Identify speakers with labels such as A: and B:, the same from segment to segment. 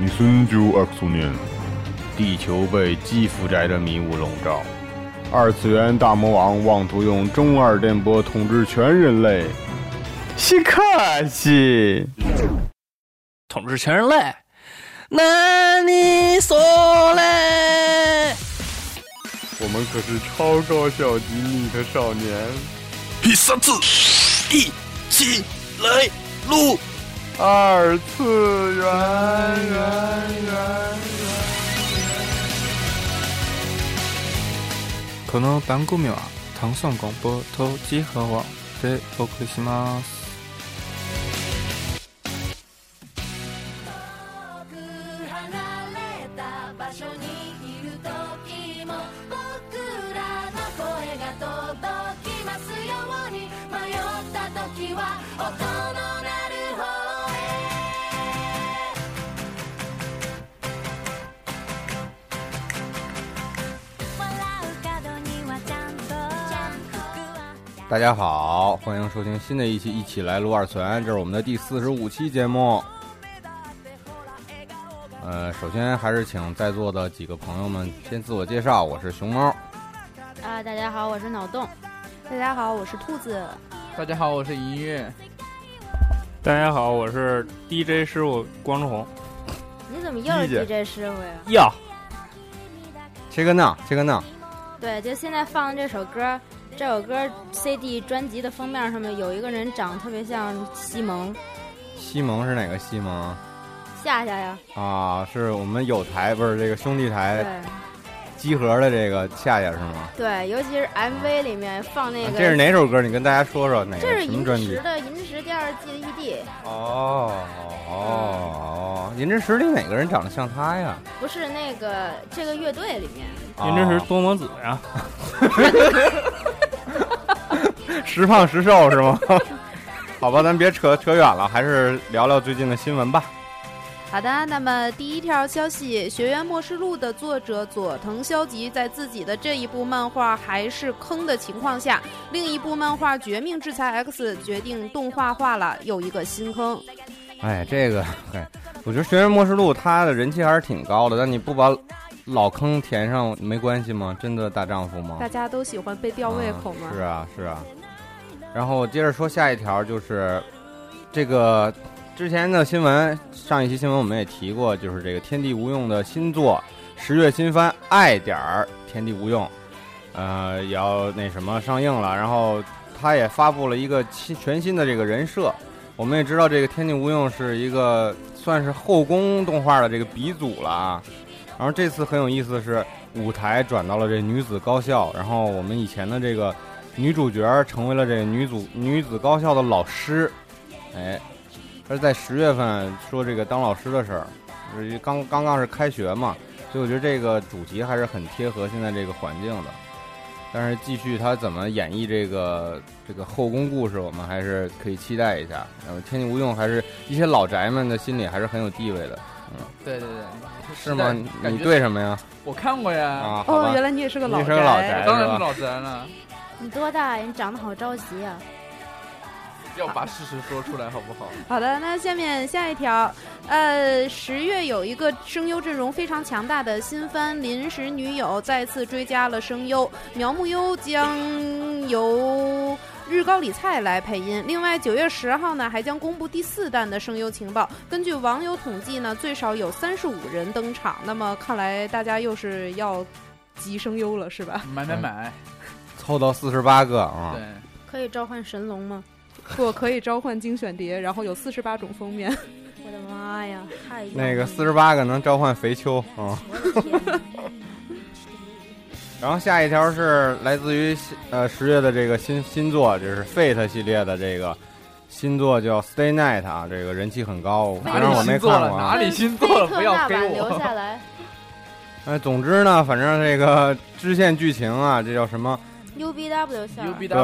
A: 1925年，地球被基辅宅的迷雾笼罩，二次元大魔王妄图用中二电波统治全人类。西卡西，
B: 统治全人类。那你说嘞？
A: 我们可是超高校级逆特少年。
B: 第三次，一起来录。
A: 二次元，元元
C: この番組は単村廣播と地方話でお送りします。
D: 遠く離れた場所にいる時も僕らの声が届きますように迷った時は音の鳴る方へ笑う角にはちゃんと
A: 大家好，欢迎收听新的一期《一起来撸二次元》，这是我们的第四十五期节目。呃，首先还是请在座的几个朋友们先自我介绍，我是熊猫。
E: 啊，大家好，我是脑洞。大家好，我是兔子。
F: 大家好，我是银月。
C: 大家好，我是 DJ 师傅光之红。
E: 你怎么又是
A: 理解
E: DJ 师傅呀？
C: 呀，
A: 切个闹，切个闹。
E: 对，就现在放的这首歌，这首歌 CD 专辑的封面上面有一个人长得特别像西蒙
A: 西蒙是哪个西蒙
E: 夏夏呀。
A: 啊？是我们友台不是这个兄弟台
E: 对
A: 集合的这个夏夏是吗？啊
E: 对，尤其是 MV 里面放那个，
A: 这是哪首歌？你跟大家说说哪个
E: 这
A: 什
E: 是
A: 么
E: 银
A: 专辑
E: 石？的《银石》第二季的 ED，
A: 哦哦哦，银之石里哪个人长得像他呀？
E: 不是那个这个乐队里面。
F: 嗯
C: 您这是多摩子呀？
A: 啊时胖时瘦是吗？ 好吧，咱别扯扯远了，还是聊聊最近的新闻吧。
G: 好的，那么第一条消息，《学院末世录》的作者佐藤修吉在自己的这一部漫画还是坑的情况下，另一部漫画《绝命制裁 X》决定动画化了，又一个新坑。
A: 哎，这个，哎，我觉得《学院末世录》它的人气还是挺高的，但你不把老坑填上没关系吗？真的大丈夫吗？
G: 大家都喜欢被吊胃口吗
A: 嗯？是啊，是啊。然后接着说下一条，就是这个之前的新闻，上一期新闻我们也提过，就是这个天地无用的新作十月新番《爱点儿天地无用》，呃，也要那什么上映了。然后他也发布了一个新全新的这个人设。我们也知道，这个天地无用是一个算是后宫动画的这个鼻祖了啊。然后这次很有意思的是，舞台转到了这女子高校，然后我们以前的这个女主角成为了这女主女子高校的老师，哎，而在十月份说这个当老师的事儿，就是刚刚刚是开学嘛，所以我觉得这个主题还是很贴合现在这个环境的。但是继续他怎么演绎这个这个后宫故事，我们还是可以期待一下。然后天地无用还是一些老宅们的心里还是很有地位的，
F: 对对对，
A: 是吗？你
F: 感
A: 你
F: 觉
A: 对什么呀？
F: 我看过呀，
A: 啊，好吧
G: 哦，原来你也是个
A: 你
G: 老
A: 是个老宅
F: 当然是老宅了，
E: 你多大呀？你长得好着急啊呀、
F: 要把事实说出来好不好？
G: 好的，那下面下一条，呃，十月有一个声优阵容非常强大的新番《临时女友》再次追加了声优，苗木优将由日高里菜来配音。另外，九月十号呢还将公布第四弹的声优情报。根据网友统计呢，最少有三十五人登场。那么看来大家又是要集声优了，是吧？
F: 买买买，
A: 凑到四十八个啊，
F: 对，
E: 可以召唤神龙 吗？
G: 我可以召唤精选碟，然后有四十八种封面。
E: 我的妈呀！太
A: 那个四十八个能召唤肥丘啊。然后下一条是来自于新呃十月的这个新新作，就是 Fate 系列的这个新作叫 Stay Night 啊，这个人气很高，
E: 哪
A: 反
E: 里
A: 正我没
F: 星座
A: 看
F: 了
A: 过
F: 哪
A: 啊。
F: 里星座了不要给我
E: 留下来。
A: 哎，总之呢，反正这个支线剧情啊，这叫什么？
E: UBW 下来
F: U B
A: 对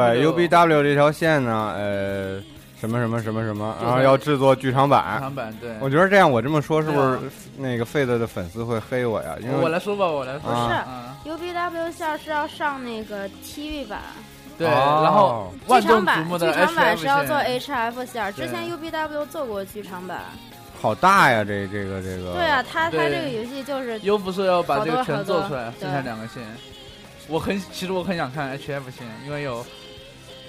A: UBW 这条线呢，呃，什么什么什么什么，然后要制作剧场
F: 剧
A: 版。
F: 场版对。
A: 我觉得这样，我这么说是不是
F: 啊对啊
A: 那个 Fate 的粉丝会黑我呀？因为
F: 我来说吧，我来说，
A: 啊
F: 嗯，
E: UBW 下是要上那个 TV 版，
F: 嗯对，
A: 哦
F: 然后万
E: 剧
F: 众瞩
E: 场版
F: 目
E: 剧
F: 的
E: 场版
F: HF
E: 是要做
F: 线
E: HF 线，之
F: 对
E: 前 UBW 做过剧场版，
A: 好大呀，这这个这个。
E: 对啊，他他
F: 嗯对
E: 这个游戏就是
F: 优不是要把这个
E: 好多
F: 全
E: 好多
F: 做出来，剩下两个线。我很其实我很想看 HF 线，因为有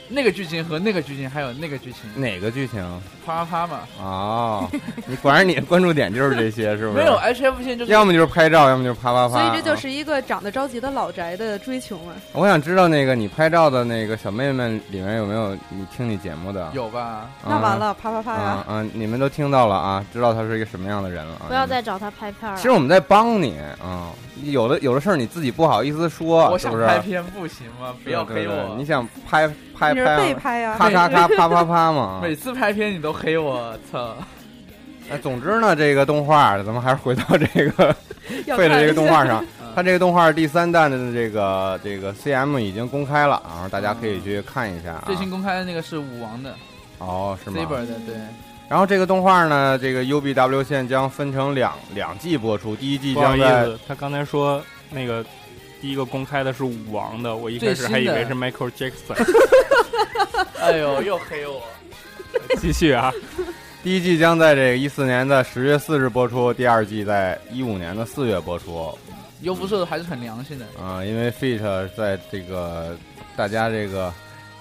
F: 那个剧情和那个剧情，还有那个剧情，
A: 哪个剧情？
F: 啪啪啪嘛。
A: 哦，你 果然你的关注点就是这些，是不是？
F: 没有 HF 线就是
A: 要么就是拍照，要么就是啪啪
G: 所
A: 啪。
G: 以这就是一个长得着急的老宅的追求嘛。
A: 啊我想知道那个你拍照的那个小妹妹里面有没有你听你节目的？
F: 有吧？
A: 啊，
G: 那完了，啪啪啪呀！
A: 啊啊！你们都听到了啊，知道她是一个什么样的人了啊。
E: 不要再找他拍片儿
A: 其实。
E: 了
A: 我们在帮你啊，有的有的事儿你自己不好意思说，
F: 我
A: 是
F: 想
A: 不是？
F: 拍片不行吗？不要
A: 对对
F: 黑
A: 对
F: 我
A: 你。想拍拍
G: 你是
A: 拍，
G: 被拍啊呀？
A: 咔咔咔啪啪啪嘛。啊
F: 每次拍片你都黑我，操！
A: 那哎总之呢，这个动画咱们还是回到这个
G: 要
A: 费
G: 看
A: 的这个动画上
F: 嗯，
A: 它这个动画第三弹的这个这个 CM 已经公开了啊，然后大家可以去看一下啊。
F: 哦最新公开的那个是武王的
A: 哦，是
F: s
A: 吗
F: a b e？r 的，对，
A: 然后这个动画呢，这个 UBW 线将分成两两季播出， 第一季
C: 不好
A: 将
C: 意
A: 在
C: 思，他刚才说那个第一个公开的是舞王的，我一开
F: 最
C: 始
F: 新
C: 还以
F: 的
C: 为是 Michael Jackson。
F: 哎呦，又黑我，
C: 继续啊，
A: 第一季将在这个一四年的十月四日播出，第二季在一五年的四月播出。
F: 优不是还是很良心的，
A: 啊、因为 Fit 在这个大家这个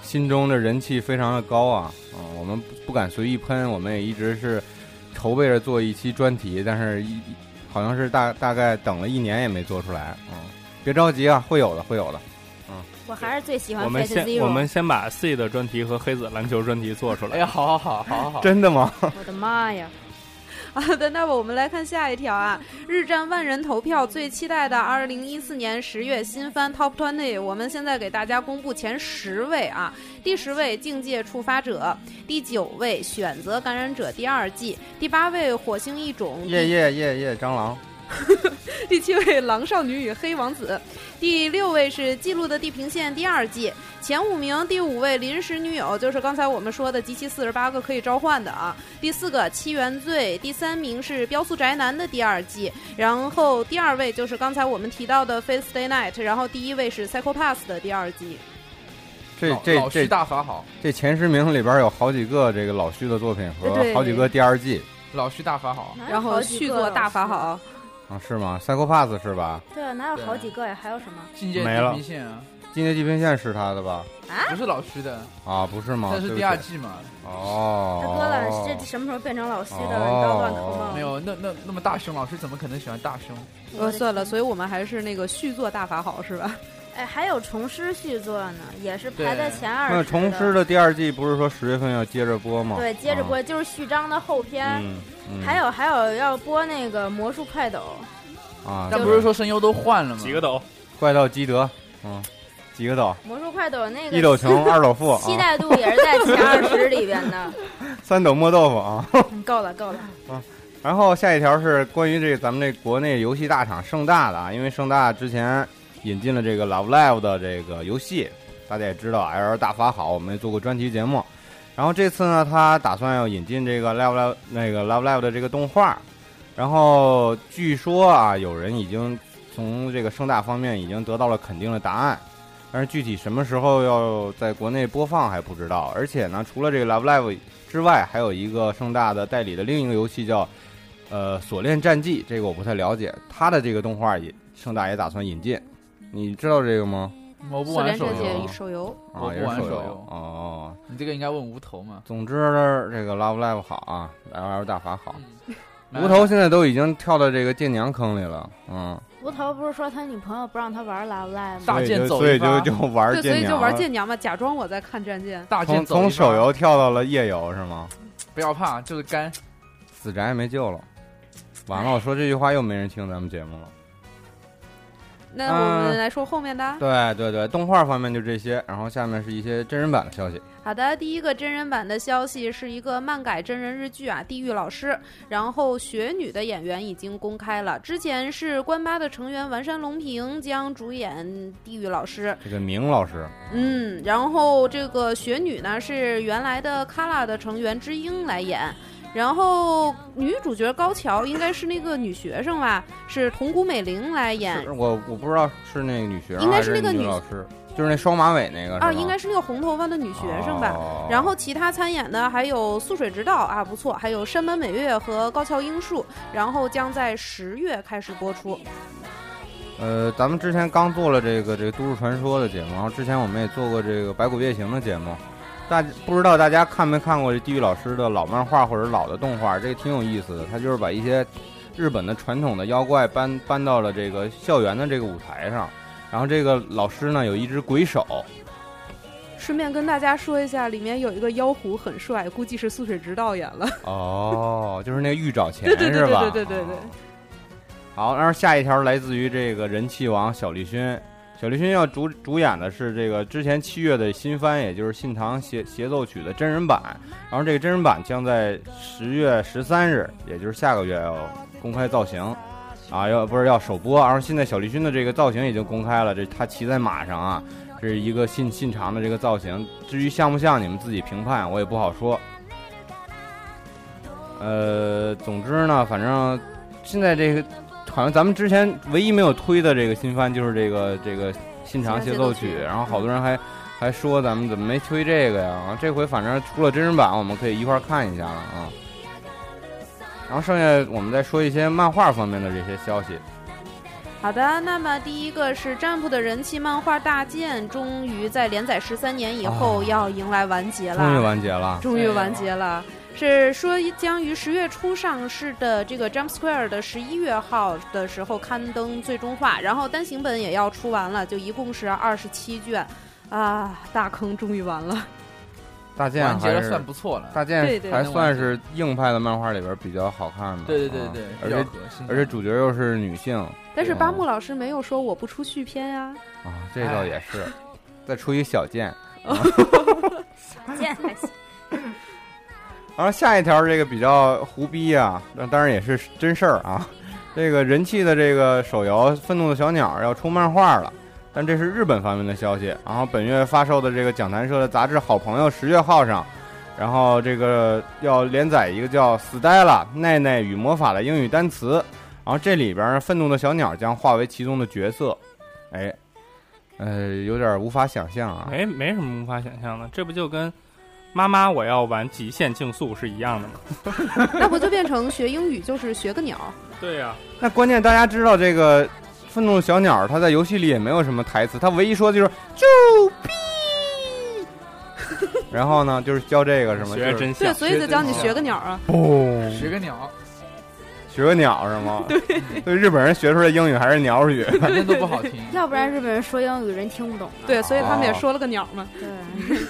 A: 心中的人气非常的高啊，啊、我们不不敢随意喷，我们也一直是筹备着做一期专题，但是一好像是大大概等了一年也没做出来，啊、别着急啊，会有的，会有的。
E: 我还是最喜
G: 啊
E: 欢
C: 我们
E: Fate
C: 先我
E: Zero
C: 们。先把 C 的专题和黑子篮球专题做出
F: 哎
C: 来
F: 呀，。好好好好好好，
A: 真的吗？
E: 我的妈呀！
G: 好的，那么我们来看下一条啊，日占万人投票最期待的2014年十月新番 Top Twenty，我们现在给大家公布前十位啊，第十位《境界触发者》，第九位《选择感染者》第二季，第八位《火星异种》第
A: 耶耶耶耶，蟑螂
G: 第七位《狼少女与黑王子》，第六位是《记录的地平线》第二季，前五名第五位《临时女友》，就是刚才我们说的集齐四十八个可以召唤的啊。第四个《七原罪》，第三名是《雕塑宅男》的第二季，然后第二位就是刚才我们提到的《Face Day Night》，然后第一位是《Psycho Pass》的第二季。
A: 这
F: 老
A: 这
F: 老徐
A: 这
F: 大法好，
A: 这前十名里边有好几个这个老徐的作品和
G: 对
A: 好几个第二季
F: 老徐大法好，
E: 哪有
G: 然后
E: 好几
G: 续
E: 个
G: 作
E: 老
G: 大法
E: 师，
G: 好，
A: 啊，是吗？Psycho Pass 是吧？
E: 对啊，哪有
F: 对
E: 好几个呀？还有什么？
F: 境界
C: 没了
F: 地平线啊，
A: 今天地平线是他的吧？
F: 不是老徐的，
A: 啊，不是吗？
F: 但是
A: 对不
F: 第二
A: 起
F: 季嘛，
A: 哦，
E: 大哥了，这什么时候变成老徐的
A: 哦
E: 了？你不要乱扣帽
F: 没
E: 子。
F: 有那那那么大胸，老师怎么可能喜欢大胸？
E: 我
G: 呃，
E: 的天
G: 算了，所以我们还是那个续作大法好是吧？
E: 哎，还有重师续作呢，也是排
F: 对
E: 在前二十。
A: 那重师
E: 的
A: 的第二季不是说十月份要接着播吗？
E: 对，接着播就是序章的后
A: 啊。
E: 篇，
A: 嗯，嗯
E: 还有还有要播那个魔术快斗，
A: 啊，
F: 但不是说声优都换了吗？
C: 几个斗，
A: 怪盗基德，嗯，几个斗，
E: 魔术快斗那
A: 一斗
E: 个
A: 穷，二斗富
E: 期
A: 啊，
E: 待度也是在前二十里边 的。
A: 三斗磨豆腐啊。
E: 嗯够了够了，
A: 然后下一条是关于这个咱们这国内游戏大厂盛大的啊，因为盛大之前引进了这个 Love Live 的这个游戏，大家也知道 L 大法好，我们也做过专题节目。然后这次呢，他打算要引进这个 Love Live 那个 Love Live 的这个动画，然后据说啊，有人已经从这个盛大方面已经得到了肯定的答案。但是具体什么时候要在国内播放还不知道，而且呢，除了这个 Love Live 之外，还有一个盛大的代理的另一个游戏叫呃，《锁链战记》这个我不太了解，他的这个动画也盛大也打算引进，你知道这个吗？
F: 我不
G: 锁
F: 玩
G: 链
F: 手
G: 战
A: 游
G: 界
F: 游，
G: 手游，
A: 啊，
F: 我不
A: 也是
F: 玩
A: 手
F: 手
A: 游
F: 游
A: 哦。
F: 你这个应该问无头嘛？
A: 总之，这个 Love Live 好啊，L L 大法好。
F: 嗯
A: 无头现在都已经跳到这个剑娘坑里了，嗯，
E: 无头不是说他女朋友不让他玩 Love Live 吗？
F: 大
A: 所以
F: 剑
A: 就
F: 走
A: 所以
F: 一发
A: 就就玩
G: 对，所
A: 剑
G: 以
A: 娘了，
G: 就玩剑娘嘛，假装我在看战舰。
F: 大
A: 从
F: 剑走一
A: 从
F: 发
A: 手游跳到了夜游是吗？
F: 不要怕，就是肝。
A: 死宅没救了，完了，我说这句话又没人听咱们节目了。
G: 那我
A: 嗯
G: 们来说后面的啊。
A: 对对对，动画方面就这些，然后下面是一些真人版的消息。
G: 好的，第一个真人版的消息是一个漫改真人日剧啊，《地狱老师》，然后雪女的演员已经公开了，之前是关八的成员丸山隆平将主演《地狱老师》，
A: 这个明老师，
G: 嗯，然后这个雪女呢是原来的 Kala 的成员之英来演。然后女主角高桥应该是那个女学生吧，是桐谷美玲来演
A: 是，我我不知道是那个女学生
G: 应该
A: 还
G: 是那个
A: 女
G: 女
A: 老师，就是那双马尾那个是吗
G: 啊，应该是那个红头发的女学生吧。
A: 哦
G: 然后其他参演的还有素水直道啊，不错，还有山本美月和高桥英树，然后将在十月开始播出。
A: 呃，咱们之前刚做了这个这个都市传说的节目，然后之前我们也做过这个百鬼夜行的节目。大不知道大家看没看过这地狱老师的老漫画或者老的动画，这个挺有意思的。他就是把一些日本的传统的妖怪搬搬到了这个校园的这个舞台上。然后这个老师呢有一只鬼手，
G: 顺便跟大家说一下，里面有一个妖狐很帅，估计是素水直道演了。
A: 哦，就是那个玉爪前
G: 对对
A: 是
G: 对
A: 吧？
G: 对对对对。
A: 好，然后下一条来自于这个人气王小栗旬，小栗旬要主主演的是这个之前七月的新番，也就是《信堂协协奏曲》的真人版，然后这个真人版将在十月十三日，也就是下个月要公开造型，啊，要不是要首播，然后现在小栗旬的这个造型已经公开了，这他骑在马上啊，这是一个信信长的这个造型，至于像不像你们自己评判，我也不好说。呃，总之呢，反正现在这个好像咱们之前唯一没有推的这个新番就是这个这个《新长协奏
G: 新长协
A: 曲
G: 奏》，曲
A: 然后好多人还还说咱们怎么没推这个呀？这回反正出了真人版，我们可以一块儿看一下了啊。然后剩下我们再说一些漫画方面的这些消息。
G: 好的，那么第一个是占卜的人气漫画《大剑》，终于在连载十三年以后
A: 啊
G: 要迎来完结了，
A: 终于完结了，
G: 终于完结了。是说将于十月初上市的这个《Jump Square》的十一月号的时候刊登最终话，然后单行本也要出完了，就一共是二十七卷，啊，大坑终于完了。
A: 大剑
F: 完结
A: 还
F: 了
A: 是
F: 算不错了。
A: 大剑
G: 对对
A: 还
F: 能
A: 算
F: 完结
A: 是硬派的漫画里边比较好看的。
F: 对对对
A: 啊
F: 对，
A: 而
F: 比较
A: 且
F: 核心
A: 而且主角又是女性
G: 但是
A: 嗯
G: 八木老师没有说我不出续篇啊，
A: 啊，这倒
F: 哎
A: 也是。再出一小剑，
E: 见还行。
A: 然后下一条这个比较胡逼啊，那当然也是真事儿啊。这个人气的这个手游《愤怒的小鸟》要出漫画了，但这是日本方面的消息。然后本月发售的这个讲谈社的杂志《好朋友》十月号上，然后这个要连载一个叫《Stella 奈奈与魔法》的英语单词。然后这里边呢，愤怒的小鸟将化为其中的角色。哎，呃，有点无法想象
H: 哎
A: 啊。
C: 没哎没什么无法想象的，这不就跟妈妈我要玩极限竞速是一样的吗？
G: 那不就变成学英语就是学个鸟？
C: 对呀、
A: 那关键大家知道这个愤怒小鸟，它在游戏里也没有什么台词，它唯一说的就是救逼。然后呢，就是教这个什么，
C: 学
A: 就是
C: 真
G: 对，
C: 相。
G: 所以得教你学个鸟啊。
F: 学个鸟，
A: 学个鸟是 吗？对，对，日本人学出来英语还是鸟 语。
F: 反正都不好听。
E: 要不然日本人说英语人听不懂啊。
G: 对，所以他们也
A: 哦
G: 说了个鸟嘛。
E: 对，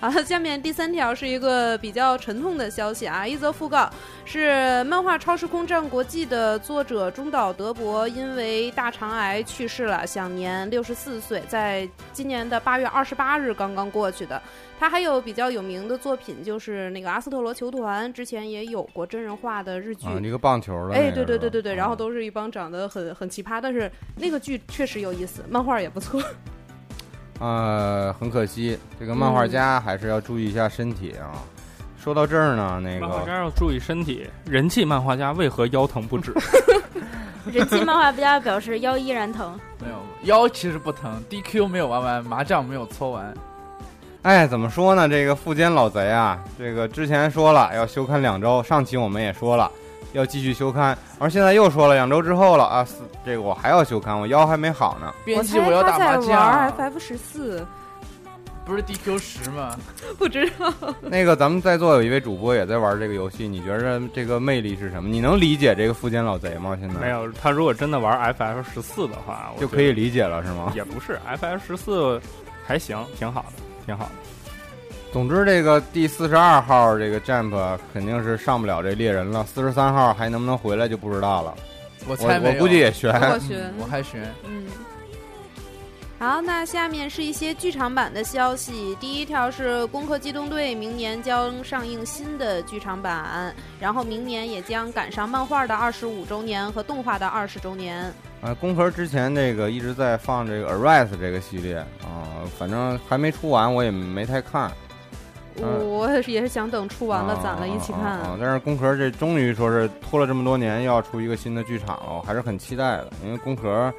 G: 啊，下面第三条是一个比较沉痛的消息啊，一则讣告是漫画《超时空战国际》的作者中岛德博因为大肠癌去世了，享年六十四岁，在今年的八月二十八日刚刚过去的。他还有比较有名的作品就是那个《阿斯特罗球团》，之前也有过真人化的日剧。
A: 啊，一个棒球的。
G: 哎，对对对对对，然
F: 啊
G: 后。都是一帮长得很很奇葩，但是那个剧确实有意思，漫画也不错。
A: 呃，很可惜，这个漫
G: 嗯
A: 画家还是要注意一下身体啊。说到这儿呢，那
C: 漫画
A: 个
C: 家要注意身体，人气漫画家为何腰疼不
A: 嗯
C: 止？
E: 人气漫画家表示腰依然疼。
F: 没有腰其实不疼，DQ 没有玩完，麻将没有搓完，
A: 哎，怎么说呢？这个富坚老贼啊，这个之前说了要休刊两周，上期我们也说了要继续休刊，而现在又说了两周之后了啊，四这个我还要休刊，我腰还没好呢。
F: 编辑要打麻将，
G: FF 十四，
F: 不是 DQ 十吗？
G: 不知道。
A: 那个咱们在座有一位主播也在玩这个游戏，你觉着这个魅力是什么？你能理解这个富坚老贼吗？现在
C: 没有，他如果真的玩 FF 十四的话，我
A: 就
C: 觉
A: 可以
C: 得
A: 理解了是吗？
C: 也不是 FF 十四还行，挺好的，挺好的。
A: 总之，这个第四十二号这个 Jump 肯定是上不了这猎人了，四十三号还能不能回来就不知道了。
F: 我
A: 我
F: 猜没
A: 我
F: 有
A: 估计也悬。
G: 我
F: 嗯
G: 学
F: 我还悬。
G: 嗯，好，那下面是一些剧场版的消息。第一条是《攻壳机动队》明年将上映新的剧场版，然后明年也将赶上漫画的二十五周年和动画的二十周年。
A: 啊，工壳之前那个一直在放这个 Arise 这个系列啊、反正还没出完，我也没太看。嗯哦
G: 我也是想等出完了，攒了一起看。
A: 啊啊啊啊但是工壳这终于说是拖了这么多年，要出一个新的剧场了，我还是很期待的，因为工壳。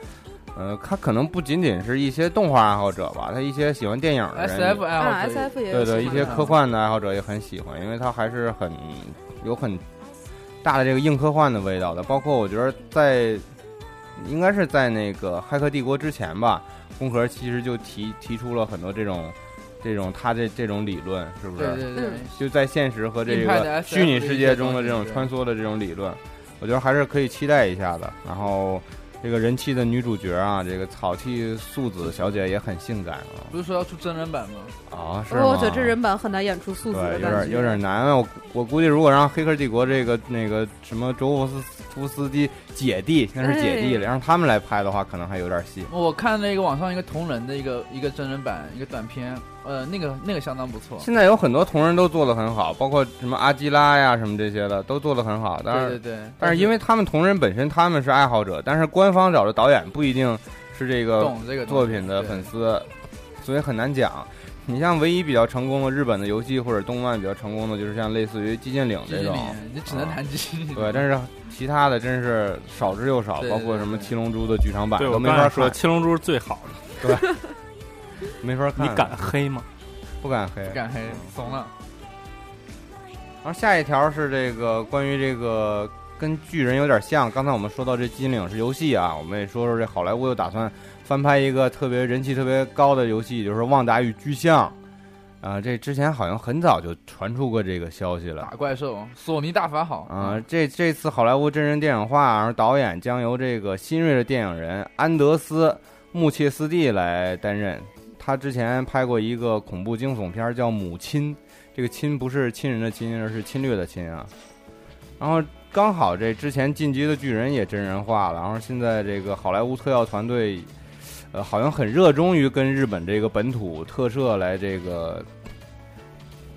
A: 呃，他可能不仅仅是一些动画爱好者吧，他一些喜欢电影的人
F: S
A: 也
F: F
G: 啊
F: L
G: ，S F 也有
A: 对对，
G: 喜
A: 一
G: 欢
A: 些
G: 的
A: 科幻的爱好者也很喜欢，因为它还是很有很大的这个硬科幻的味道的。包括我觉得在应该是在那个《骇客帝国》之前吧，宫壳其实就提提出了很多这种这种他这这种理论，是不是？
F: 对对对
G: 嗯，
A: 就在现实和这
F: 硬派
A: 个
F: 的
A: 虚拟
F: SF
A: 世界中的这种
F: 一些东
A: 穿
F: 西
A: 梭的这种理论，我觉得还是可以期待一下的。然后。这个人气的女主角啊，这个草剃素子小姐也很性感啊
F: 不是说要出真人版吗？
A: 啊，是
G: 不
A: 吗？
F: 哦
G: 过我觉得这人版很难演出素子的
A: 对，有
G: 感
A: 点
G: 觉，
A: 有点难啊。我我估计如果让《黑客帝国》这个那个什么卓夫斯夫斯基姐弟，那是姐弟了，让他们来拍的话，可能还有点戏。
F: 我看了一个网上一个同人的一个一个真人版一个短片，呃，那个那个相当不错。
A: 现在有很多同人都做的很好，包括什么阿基拉呀什么这些的都做的很好，但是
F: 对对对，
A: 但是因为他们同人本身他们是爱好者，但是官方找的导演不一定是这个
F: 懂这个东
A: 作
F: 西
A: 品的粉
F: 对
A: 丝，所以很难讲。你像唯一比较成功的日本的游戏或者动漫比较成功的，就是像类似于《寂静岭》啊
F: 基
A: 这
F: 金
A: 种，
F: 里你只能谈基金里。
A: 对，但是其他的真是少之又少，
F: 对
A: 包括什么《七龙珠》的剧场版
H: 对
A: 都
H: 我
A: 没
H: 刚
A: 法
H: 才
A: 看
H: 说，七龙珠是最好的，
A: 没法看。
H: 你敢黑吗？
A: 不敢黑？
F: 敢黑，怂了。
A: 然后下一条是这个关于这个跟巨人有点像，刚才我们说到这《金领》是游戏啊，我们也说说这好莱坞又打算翻拍一个特别人气特别高的游戏，就是《旺达与巨像》。啊、这之前好像很早就传出过这个消息了
F: 打。怪兽，索尼大法好
A: 啊、！这这次好莱坞真人电影化，然后导演将由这个新锐的电影人安德斯·穆切斯蒂来担任。他之前拍过一个恐怖惊悚片儿叫《母亲》，这个“亲”不是亲人的“亲”，而是侵略的“侵”啊。然后刚好这之前《进击的巨人》也真人化了，然后现在这个好莱坞特效团队，呃，好像很热衷于跟日本这个本土特摄来这个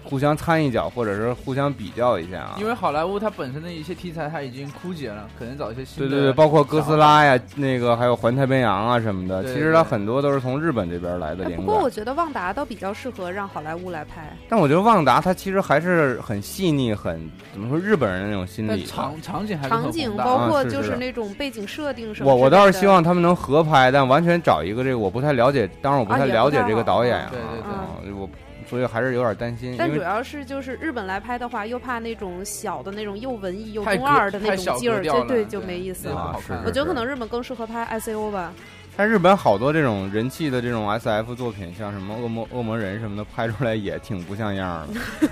A: 互相掺一脚，或者是互相比较一下啊。
F: 因为好莱坞它本身的一些题材它已经枯竭了，可能找一些新
A: 对
F: 的。
A: 对对，包括哥斯拉呀，那个还有环太平洋啊什么的，
F: 对
A: 其实它
F: 对
A: 很多都是从日本这边来的
G: 哎
A: 灵
G: 不
A: 感。
G: 过我觉得旺达倒比较适合让好莱坞来拍，
A: 但我觉得旺达它其实还是很细腻，很怎么说日本人的那种心
F: 但
A: 理的。
F: 场场景还是很
G: 场景
F: 宏大
G: 包括
A: 啊是
G: 就是是那种背景设定什么
A: 我我
G: 之类
A: 倒是
G: 的
A: 希望他们能合拍，但完全找一个这个我不太了解，当然我不
G: 啊
A: 太
G: 也
A: 了
G: 不
A: 解
G: 太
A: 这个
G: 好
A: 导演啊，
F: 对对
A: 对我所以还是有点担心，
G: 但
A: 因
G: 主
A: 为
G: 要是就是日本来拍的话，又怕那种小的那种又文艺又
F: 太
G: 中
F: 格
G: 二的那
F: 太
G: 种
F: 小
G: 劲
F: 格
G: 儿，
F: 调
G: 这
F: 了
G: 对就没意思
F: 那不
A: 啊
G: 了。
F: 好
A: 是
F: 看
G: 我觉得可
A: 是
G: 能日本更适合拍 S A O 吧，
A: 但日本好多这种人气的这种 S F 作品，像什么恶魔恶魔人什么的，拍出来也挺不像样 儿的。哦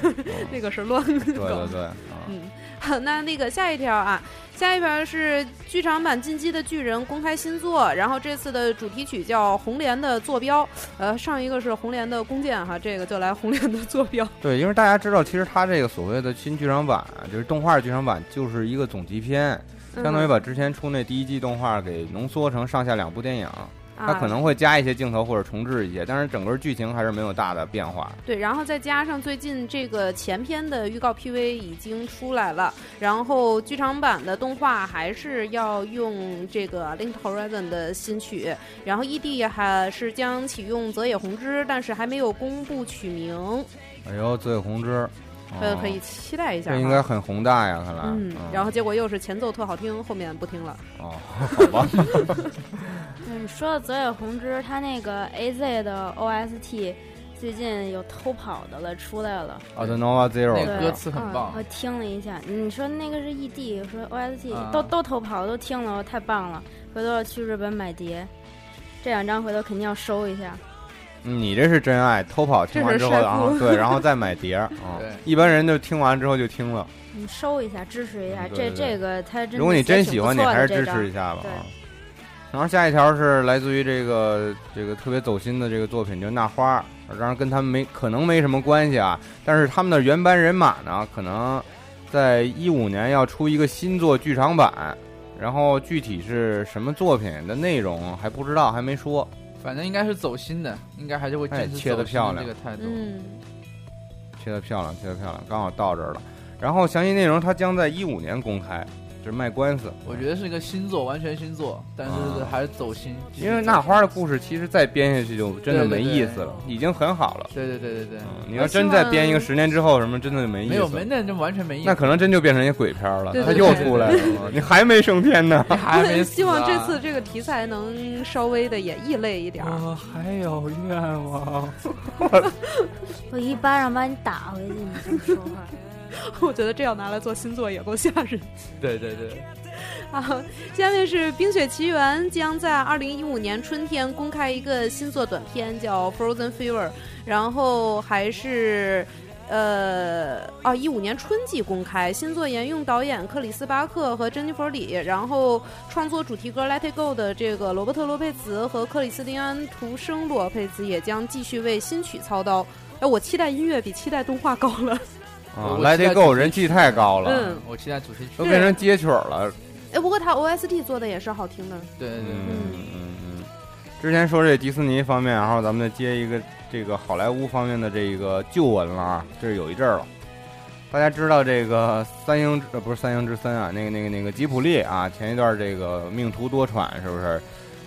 G: 那个是乱
A: 对对对，啊，
G: 嗯，好， 那那个下一条啊，下一条是剧场版《进击的巨人》公开新作，然后这次的主题曲叫《红莲的坐标》，呃，上一个是红莲的弓箭哈，这个就来红莲的坐标。
A: 对，因为大家知道，其实它这个所谓的新剧场版啊，就是动画剧场版，就是一个总集篇，
G: 嗯
A: 相当于把之前出那第一季动画给浓缩成上下两部电影。它
G: 啊
A: 可能会加一些镜头或者重置一些，但是整个剧情还是没有大的变化。
G: 对，然后再加上最近这个前篇的预告 PV 已经出来了，然后剧场版的动画还是要用这个《Link to Horizon》的新曲，然后 ED 还是将启用泽野弘之，但是还没有公布曲名，
A: 哎呦，醉红之，
G: 呃，
A: 哦
G: 可以期待一下
A: 这
G: 哈。
A: 应该很宏大呀，看来。
G: 嗯，然后结果又是前奏特好听，后面不听了。
A: 哦，好吧，
E: 嗯，说到泽野弘之，他那个 AZ 的 OST 最近有偷跑的了，出来了，
A: a d n o v
F: 那
A: a Zero
F: 个
E: 对
G: 啊
F: 歌词很棒
E: 嗯我，听了一下。你说那个是 ED，我说 OST、
F: 啊
E: 都都偷跑，都听了，太棒了！回头要去日本买碟，这两张回头肯定要收一下。
A: 嗯你这是真爱，偷跑听完之后，
G: 这是晒
A: 然后
G: 哭
A: 对，然后再买碟儿啊
F: 对。
A: 一般人就听完之后就听了，
E: 你嗯收一下，支持一下。
A: 嗯对对对
E: 这这个他真
A: 如果你真喜欢，你还是
E: 这
A: 支
E: 张
A: 持一下吧
E: 对
A: 啊。然后下一条是来自于这个这个特别走心的这个作品，叫《那花》，当然跟他们没可能没什么关系啊，但是他们的原班人马呢，可能在一五年要出一个新作剧场版，然后具体是什么作品的内容还不知道，还没说。
F: 反正应该是走心的，应该还是会
A: 哎
F: 坚持
A: 切得
F: 走心
A: 漂亮
F: 这个态度。
G: 嗯，
A: 切的漂亮，切的漂亮，刚好到这儿了。然后详细内容它将在一五年公开，就是卖官司。
F: 我觉得是一个新作，完全新作，但是
A: 啊
F: 还是走心。继续
A: 因为
F: 走
A: 那花的故事其实再编下去就真的没意思了，已经很好了。
F: 对对对对对，
A: 嗯你要真再编一个十年之后什么，真的就没意
F: 没
A: 思
F: 有没
A: 了。
F: 那就完全没意思。
A: 那可能真就变成一鬼片了，
G: 对
A: 他
G: 对
A: 又
G: 对
A: 出来了，哦你还没升天呢。
F: 你 还 没死啊
G: 嗯希望这次这个题材能稍微的也异类一点
H: 嗯
G: 儿。
C: 我还有愿望，
E: 我一巴掌把你打回去，你这么说 话。
G: 我觉得这要拿来做新作也够吓人
F: 对对对，
G: 啊！下面是《冰雪奇缘》将在二零一五年春天公开一个新作短片，叫《Frozen Fever》，然后还是。呃，啊，一五年春季公开，新作沿用导演克里斯巴克和珍妮弗里，然后创作主题歌《Let It Go》的这个罗伯特·罗佩兹和克里斯汀安·图生·罗佩兹也将继续为新曲操刀。哎，我期待音乐比期待动画高了。
A: 啊
F: 我
A: ，Let It Go 人气太高了，哦
G: 嗯，
F: 我期待主题曲
A: 都。变成街曲儿了。
G: 哎，不过它 OST 做的也是好听的。
F: 对对对，
A: 嗯嗯嗯。之前说这迪士尼方面，然后咱们再接一个这个好莱坞方面的这个旧闻了啊，这是有一阵儿了。大家知道这个三英呃不是三英之森啊，那个那个那个吉普力啊，前一段这个命途多舛是不是？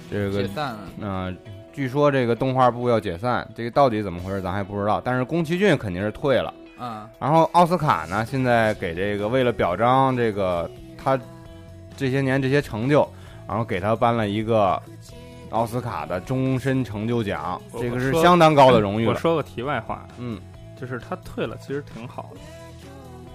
A: 这个
F: 解散了。
A: 嗯、据说这个动画部要解散，这个到底怎么回事咱还不知道。但是宫崎骏肯定是退了。
F: 嗯，
A: 然后奥斯卡呢，现在给这个为了表彰这个他这些年这些成就，然后给他颁了一个奥斯卡的终身成就奖，
H: 我
A: 这个
H: 我
A: 是
H: 说
A: 相当高的荣誉
H: 我
A: 了。
H: 说个题外话，
A: 嗯，
H: 就是他退了，其实挺好的。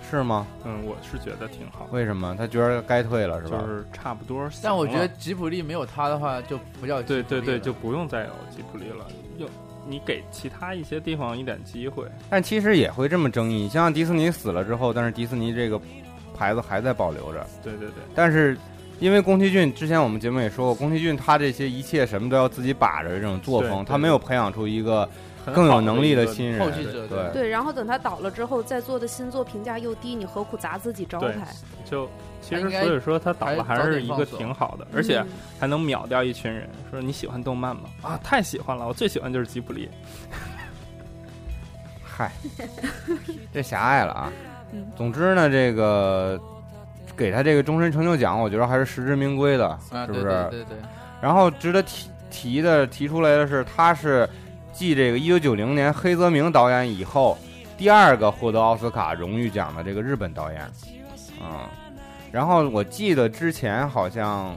A: 是吗？
H: 嗯，我是觉得挺好，
A: 为什么？他觉得该退了是吧？
H: 就是差不多。
F: 但我觉得，吉普力没有他的话，就不叫吉普力
H: 对对对，
F: 了
H: 就不用再有吉普力了，又你给其他一些地方一点机会。
A: 但其实也会这么争议。像迪士尼死了之后，但是迪士尼这个牌子还在保留着。
H: 对对对，
A: 但是因为宫崎骏之前我们节目也说过，宫崎骏他这些一切什么都要自己把着这种作
H: 对
A: 风，
H: 对
A: 他没有培养出一个
H: 很
A: 更
H: 好
A: 有能力
H: 的
A: 的
H: 一个
A: 新人。
F: 后继者
A: 对，
G: 对，然后等它倒了之后，再做的新作评价又低，你何苦砸自己招
H: 对
G: 牌？嗯
H: 就其
F: 他
H: 实
F: 应该
H: 所以说他倒了
F: 还
H: 还
F: 早点
H: 是一个
F: 放手
H: 挺好的，而且
G: 嗯
H: 还能秒掉一群人。说你喜欢动漫吗？
F: 嗯
H: 啊，太喜欢了，我最喜欢就是吉卜力。
A: 嗨，这狭隘了啊
G: 嗯。
A: 总之呢，这个给他这个终身成就奖，我觉得还是实至名归的，
F: 啊，
A: 是
F: 对
A: 不是？
F: 对对对，
A: 然后值得提提的提出来的是，他是继这个一九九零年黑泽明导演以后第二个获得奥斯卡荣誉奖的这个日本导演，嗯，然后我记得之前好像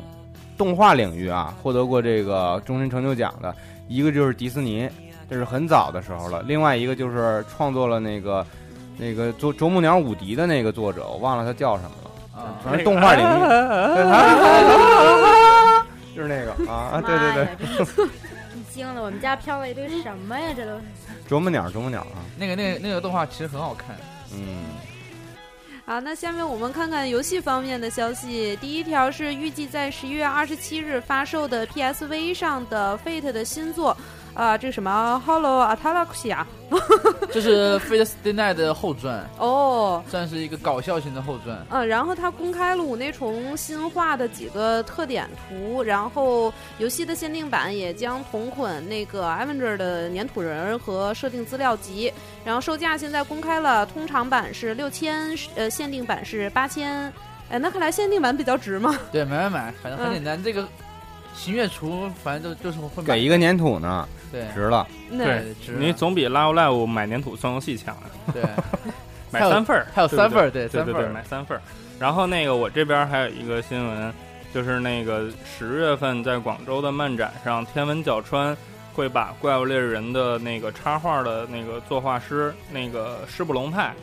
A: 动画领域啊获得过这个终身成就奖的一个就是迪士尼，这是很早的时候了，另外一个就是创作了那个那个啄啄木鸟伍迪的那个作者，我忘了他叫什么了。
F: 啊，
A: 反正动画领 域，对啊就是那个啊，对对对，
E: 对对，你惊了，我们家飘了一堆什么呀？这都是
A: 啄木鸟，啄木鸟啊，
F: 那个那个那个动画其实很好看。
A: 嗯，
G: 好，那下面我们看看游戏方面的消息。第一条是预计在十一月二十七日发售的 PSV 上的 Fate 的新作，啊、这个什么 Hollow Atalaxia
F: 这是《Fate Stay Night》的后传，
G: 哦。
F: 算是一个搞笑型的后传。
G: 嗯，然后它公开了五内重新画的几个特点图，然后游戏的限定版也将同捆那个 Avenger 的粘土人儿和设定资料集，然后售价现在公开了，通常版是六千，呃，限定版是八千。哎，那看来限定版比较值嘛。
F: 对，买买买，反正很
G: 嗯
F: 简单。这个行月厨，反正就就是会买
A: 给一个粘土呢，
F: 对
A: 值了。
G: 那
F: 值
H: 你总比 Love Live 买粘土送游戏强啊！
F: 对，
H: 买
F: 还有
H: 三份儿，
F: 还有
H: 对不
F: 三份儿，
H: 对
F: 对
H: 对
F: 三
H: 对
F: 份
H: 对，
F: 儿
H: 买三份儿。然后那个我这边还有一个新闻，就是那个十月份在广州的漫展上，天文角川会把《怪物猎人》的那个插画的那个作画师那个施布隆派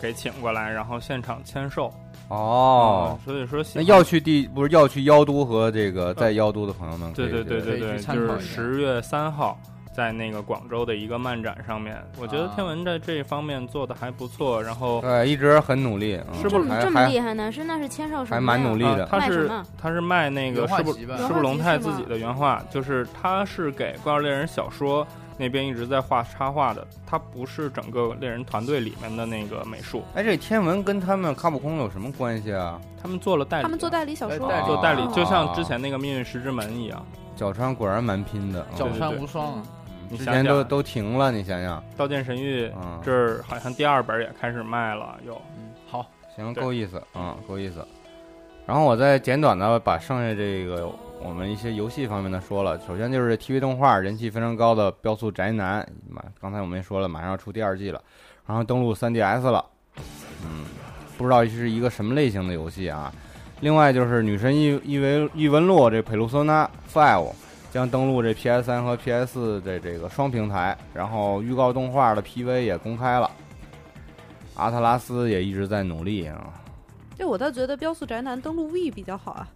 H: 给请过来，然后现场签售。
A: 哦
H: 嗯，，所以说喜
A: 那
H: 欢
A: 要去地不是要去妖都和这个在妖都的朋友们可以
H: 对
A: 去，
H: 对对对
F: 可以
H: 对，
F: 去参
H: 就
F: 考
H: 是
F: 一下
H: 十月三号在那个广州的一个漫展上面，我觉得
F: 啊
H: 天文在这一方面做的还不错。然后
A: 对，一直很努力，嗯
H: 是不
E: 这么
A: 还
E: 这么
A: 还
E: 厉害呢？是那是签售什么呀
A: 还蛮努力
H: 啊
A: 的
H: 他
E: 卖什
H: 是
E: 么
H: 他是卖那个
F: 原画
H: 是不
F: 集吧
H: 是不龙太自己的原画，就是他是给《怪物猎人》小说那边一直在画插画的，他不是整个猎人团队里面的那个美术，
A: 哎，这天文跟他们卡普空有什么关系啊？
H: 他们做了代理，
G: 他们做代理小说，
F: 代理
H: 做代理
G: 哦，
H: 就像之前那个《命运石之门》一样，
A: 角川果然蛮拼的，
F: 角
A: 嗯
F: 川
H: 对
F: 无双啊。
A: 之
H: 你想
A: 前都
H: 想
A: 都停了，你想想，
H: 《刀剑神域》
F: 哦
A: 嗯，
H: 这儿好像第二本也开始卖了，又
F: 嗯，好，
A: 行，
H: 对
A: 够意思，嗯，够意思。然后我再简短的把剩下这个我们一些游戏方面的说了。首先就是这 TV 动画人气非常高的《标速宅男》，马刚才我们也说了，马上要出第二季了，然后登陆 3DS 了。嗯，不知道是一个什么类型的游戏啊。另外就是《女神异异闻异闻录》这《佩鲁索纳 Five》将登陆这 PS 三和 PS 的这个双平台，然后预告动画的 PV 也公开了。阿特拉斯也一直在努力啊，
G: 这我倒觉得《标速宅男》登陆 V 比较好啊，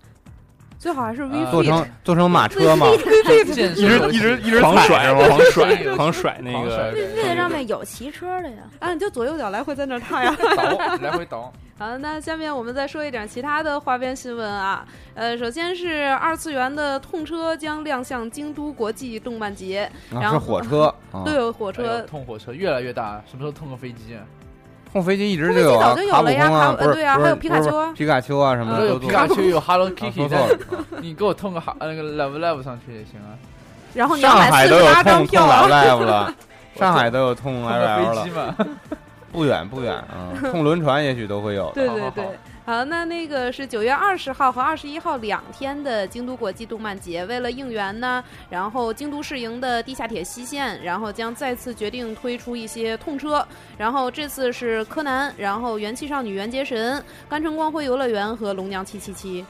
G: 最好还是 V
F: 呃
A: 做成做成马车嘛，
F: 健
H: 一
F: 身
H: 直
F: 游戏
H: 一直一直
F: 狂
H: 狂
F: 甩
H: 甩， 狂
F: 狂甩
H: 甩，狂甩那
F: 狂甩
H: 个
F: 对
E: 这个上面有骑车的呀，
G: 啊，你就左右脚来 回在那儿烫呀。
F: 倒来回倒，
G: 好，那下面我们再说一点其他的花边新闻啊。呃，首先是二次元的痛车将亮相京都国际动漫节，
A: 啊
G: 然
A: 是
G: 后
A: 火车，啊
G: 都，有火
F: 哎呦
G: 车。
F: 通火车越来越大，什么时候通个飞机啊？
A: 碰飞机一直
G: 碰飞
A: 就
G: 机
A: 有啊，
G: 早就有
A: 卡普
G: 了呀
A: 空
G: 卡
A: 啊，
G: 普
A: 不是
G: 对啊
A: 不
G: 还
A: 是
G: 有皮卡丘啊
A: 不是皮卡丘啊什么
F: 都
A: 的
F: 有
A: 都
F: 皮
A: 做
F: 呃卡丘，有 Hello
A: 啊
F: Kitty，
A: 说错了，啊
F: 你给我通个好那个 Love Love 上去也行啊，
G: 然后你要
A: 上
G: 买
A: 海
G: 四
A: 都
G: 十
A: 有
G: 八张
A: 痛
G: 票
A: 痛
G: 啊
A: 老 live 了，上海都有痛
F: 通
A: l
F: 个
A: live
F: 飞
A: 了
F: 机，嘛。
A: 不远不远 啊，痛轮船也许都会有的。
G: 对
F: 好
G: 对
F: 好
G: 对。好，那那个是九月二十号和二十一号两天的京都国际动漫节。为了应援呢，然后京都市营的地下铁西线，然后将再次决定推出一些痛车。然后这次是柯南，然后元气少女、元结神、甘城光辉游乐园和龙娘七七七。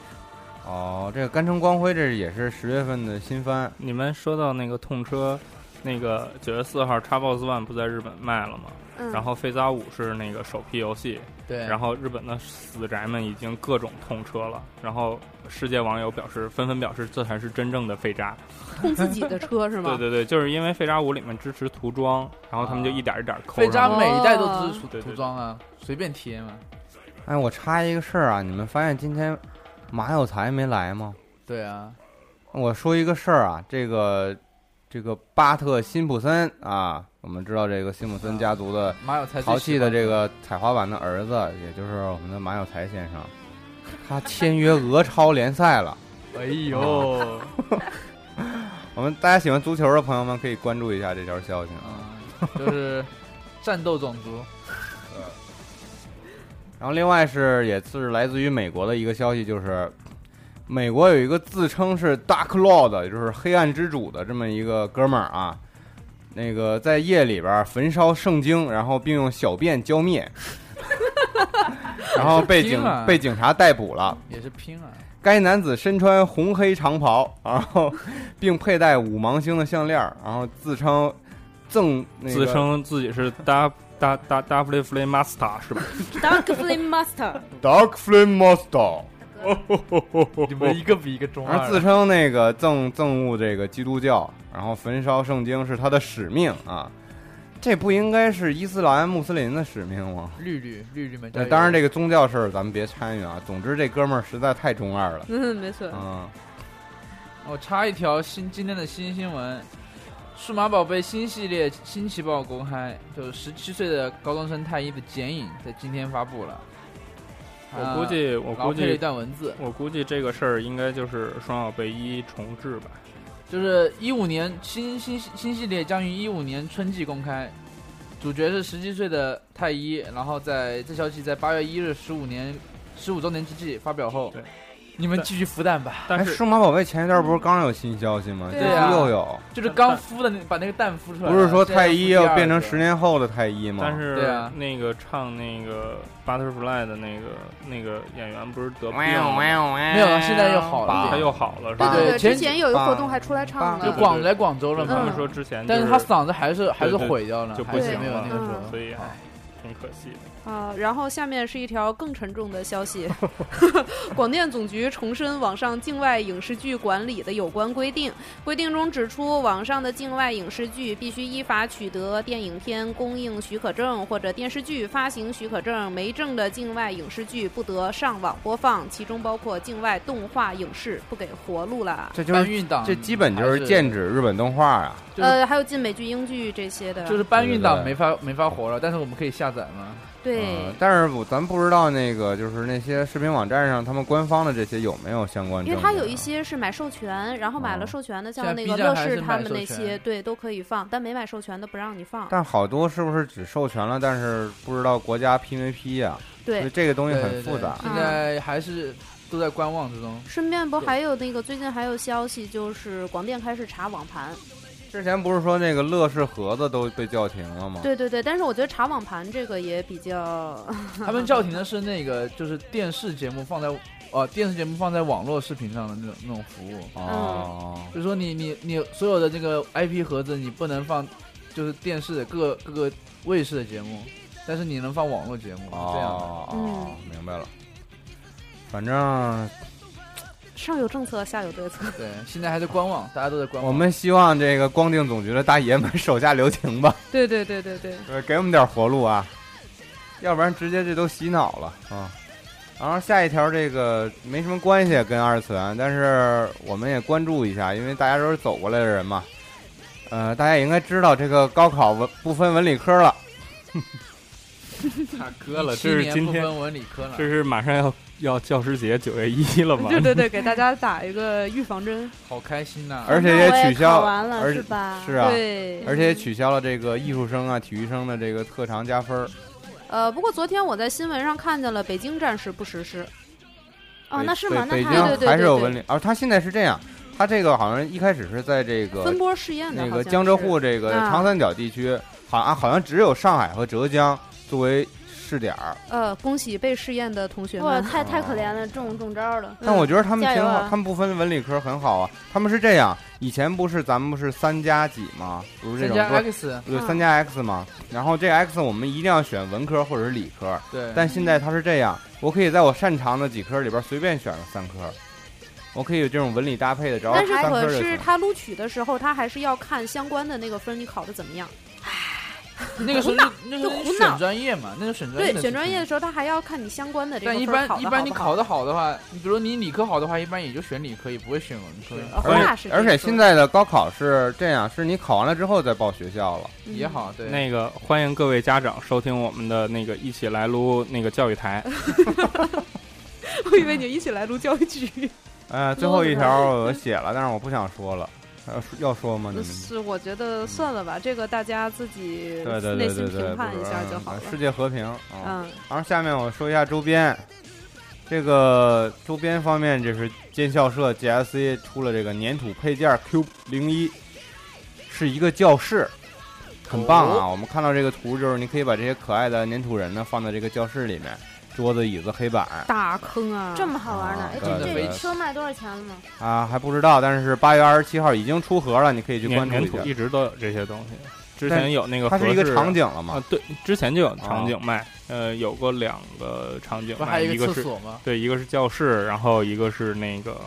A: 哦，这个甘城光辉这也是十月份的新番，
H: 你们说到那个痛车，那个九月四号 Xbox One 不在日本卖了吗？
G: 嗯，
H: 然后《飞杂五》是那个首批游戏，
F: 对，
H: 然后日本的死宅们已经各种痛车了，然后世界网友表示纷纷表示这才是真正的废渣。
G: 碰自己的车是吗？
H: 对对对，就是因为《废渣五》里面支持涂装，然后他们就一点一点抠
F: 废渣
H: 上
G: 哦
H: 了。
F: 每一代都支
H: 对对
F: 持涂
H: 对
F: 涂装啊，随便贴嘛。
A: 哎，我插一个事儿啊，你们发现今天马有才没来吗？
F: 对啊，
A: 我说一个事儿啊，这个这个巴特辛普森啊，我们知道这个辛普森家族的
F: 马有才
A: 淘气的这个踩滑板的儿子，也就是我们的马有才先生，他签约俄超联赛了。
F: 最喜欢的，哎呦，
A: 我们大家喜欢足球的朋友们可以关注一下这条消息啊。
F: 嗯，就是战斗种族，
A: 然后另外是也是来自于美国的一个消息，就是美国有一个自称是 Dark Lord，也就是黑暗之主的这么一个哥们儿啊，那个在夜里边儿焚烧圣经，然后并用小便浇灭，然后被警
F: 拼啊
A: 被警察逮捕了。
F: 也是拼啊，
A: 该男子身穿红黑长袍， 然后并佩戴五芒星的项链儿，然后自称赠那个
H: 自称自己是 Da Da Da Da Fly Fly Master 是吧？
E: Dark Flame Master，
A: Dark Flame Master。
F: 你们一个比一个中
A: 然
F: 二
A: 后自
F: 啊。
A: 称那个憎憎恶这个基督教，然后焚烧圣经是他的使命啊，这不应该是伊斯兰穆斯林的使命吗？
F: 绿绿绿绿们加
A: 那
F: 油，
A: 当然，这个宗教事儿咱们别参与啊。总之，这哥们儿实在太中二了。
G: 嗯，没错。
A: 嗯，
F: 我哦插一条新今天的新新闻，《数码宝贝》新系列新奇报公开，就是十七岁的高中生太一的剪影在今天发布了。啊
H: 我估计我
F: 我
H: 估
F: 了一
H: 计
F: 段文字，
H: 我估计这个事儿应该就是双小贝一重置吧。
F: 就是一五年新新新系列将于一五年春季公开，主角是十七岁的太一，然后在这消息在八月一日十五年十五周年之际发表后
H: 对，
F: 你们
H: 但
F: 继续孵蛋吧，
A: 哎，
H: 但是
A: 数码宝贝前一段不是刚有新消息吗？这
G: 对
F: 啊
A: 次又有，
F: 就是刚孵的那把那个蛋孵
H: 啊
F: 出来了，
A: 不是说太一要变成
F: 现在孵第二个
A: 十年后的太一吗？
H: 但是
F: 对啊
H: 那个唱那个 Butterfly 的那个那个演员不是得病了吗
A: 没
F: 没有，现在又好了
A: 爸
F: 一
H: 他
F: 点，
H: 又好了是
G: 对
H: 吧？
G: 对
F: 对
G: 对，
F: 前
G: 之前有一个活动
A: 爸
G: 还出来唱
A: 爸
G: 了，
F: 就广来广州了
H: 他
F: 嘛
H: 们。说之前就
F: 但是他嗓子还是还是
H: 对对
F: 毁掉了，
H: 就不
F: 啊还是
H: 行
F: 没有
H: 了
F: 那个时
G: 嗯
F: 候。
H: 所以哎，挺可惜的。
G: 啊，然后下面是一条更沉重的消息， 广电总局重申网上境外影视剧管理的有关规定。规定中指出，网上的境外影视剧必须依法取得电影片供应许可证或者电视剧发行许可证，没证的境外影视剧不得上网播放，其中包括境外动画影视，不给活路啦。
A: 这就
F: 搬
A: 是
F: 运党
A: 这基本就
F: 还
A: 是
F: 是
A: 剑指日本动画啊。
F: 就是
G: 呃，还有进美剧、英剧这些的，
F: 就是搬运党
A: 对对对
F: 没法没法活了，但是我们可以下载嘛。呃
G: 对。
A: 嗯但是我咱不知道那个就是那些视频网站上他们官方的这些有没有相关证
G: 因
A: 据啊，
G: 为它有一些是买授权，然后买
A: 哦
G: 了授权的，
F: 现
G: 像
F: 在
G: 那
F: B
G: 个
F: 站
G: 乐
F: 还
G: 视
F: 是
G: 他
F: 买
G: 们
F: 授
G: 那些，
F: 权
G: 对，都可以放，啊但没买授权的不让你放。
A: 但好多是不是只授权了，啊但是不知道国家批没批呀、所以
G: 对，
A: 这个东西
F: 对
A: 很
F: 对
A: 复杂。
F: 现在还是都在观望之中。
G: 顺便不还有那个最近还有消息，就是广电开始查网盘。
A: 之前不是说那个乐视盒子都被叫停了吗？
G: 对对对，但是我觉得查网盘这个也比较，
F: 他们叫停的是那个，就是电视节目放在呃电视节目放在网络视频上的那种那种服务，
A: 哦，
F: 就是说你你你所有的这个 IP 盒子你不能放，就是电视的各各个卫视的节目，但是你能放网络节目，是这样的。
A: 哦，
F: 嗯
A: 哦明白了。反正
G: 上有政策，下有对策。
F: 对，现在还在观望，大家都在观望。
A: 我们希望这个光腚总局的大爷们手下留情吧，
G: 对对对对对，
A: 呃给我们点活路啊，要不然直接这都洗脑了啊。然后下一条这个没什么关系跟二次元，但是我们也关注一下，因为大家都是走过来的人嘛。呃，大家也应该知道这个高考文不分文理科了，
H: 大哥了，
F: 七
H: 这是
F: 年
H: 今
F: 不
H: 天，
F: 分文理科了，
H: 这是马上要要教师节九月一 了嘛？
G: 对对对，给大家打一个预防针。
F: 好开心呐、
A: 而且
E: 那
A: 也
E: 我
A: 取消
E: 考完了
A: 而
E: 是吧？
A: 是啊，
G: 对，
A: 而且也取消了这个艺术生啊、体育生的这个特长加分儿。
G: 呃，不过昨天我在新闻上看见了，北京暂时不实施。
E: 哦，那是吗？
A: 北北
E: 那他
A: 京
G: 对对对
A: 还是有
G: 对
A: 文理，而他现在是这样，他这个好像一开始是在这个
G: 分拨试验的，
A: 那
G: 好
A: 个
G: 像
A: 江浙
G: 是
A: 沪这个
G: 啊
A: 长三角地区，好像好像只有上海和浙江作为试点儿。
G: 呃，恭喜被试验的同学
E: 哇，
G: 们。
E: 太太可怜了，中中招了。
G: 嗯
A: 但我觉得他们
E: 加
A: 挺
E: 油
A: 好，
E: 啊
A: 他们不分文理科很好啊。他们是这样，以前不是咱们不是三加几吗？不是
F: 人
A: 这
F: 家
A: 种说
F: X
A: 对
G: 嗯
A: 三加 X 嘛。然后这个 X 我们一定要选文科或者是理科，
F: 对，
A: 但现在它是这样，我可以在我擅长的几科里边随便选了三科，我可以有这种文理搭配的，只要
G: 但是
A: 三科
G: 可
A: 就是行。
G: 他录取的时候，他还是要看相关的那个分儿你考的怎么样。
F: 那个时候就那个时候
G: 胡
F: 就
G: 闹
F: 选专业嘛，那就选专业
G: 对
F: 的，事
G: 选专
F: 情
G: 业的时候他还要看你相关的这个
F: 但一
G: 分
F: 般
G: 儿考
F: 一
G: 得
F: 般
G: 好
F: 你
G: 不
F: 考
G: 好
F: 得好的话，你比如你理科好的话，一般也就选理科，也不会选文科，
G: 呃
A: 而
G: 那
A: 且
G: 是
A: 而且
G: 这个
A: 现在的高考是这样，是你考完了之后再报学校了。
F: 也好。对，
H: 那个欢迎各位家长收听我们的那个一起来撸那个教 育台，
G: 我以为你一起来录教育局。
A: 呃，最后一条我写了，但是我不想说了。呃，说要说吗？你们
G: 是，我觉得算了吧，这个大家自己
A: 对对
G: 内
A: 对
G: 心
A: 对对，
G: 评判
A: 不
G: 一
A: 是
G: 下
A: 嗯
G: 就好了。
A: 世界和平啊。
G: 嗯，
A: 然后下面我说一下周边，这个周边方面就是建校社 GSC 出了这个粘土配件 Q 零一，是一个教室，很棒
G: 哦
A: 啊！我们看到这个图就是你可以把这些可爱的粘土人呢放在这个教室里面，桌子、椅子、黑板。
G: 大坑啊，
E: 这么好玩呢
A: 啊？
E: 哎，
A: 对
E: 这
F: 对
E: 这
F: 对
E: 车卖多少钱了吗？
A: 啊，还不知道，但是八月二十七号已经出盒了，你可以去
H: 粘
A: 关注
H: 粘
A: 一
H: 土
A: 下。
H: 一直都有这些东西，之
A: 但
H: 前有那个
A: 它是一个
H: 合适
A: 场景了嘛
H: 啊，？对，之前就有场景卖，呃，有过两个场景
F: 不还
H: 卖，
F: 有
H: 一
F: 一个厕
H: 个是
F: 所吗？
H: 对，一个是教室，然后一个是那个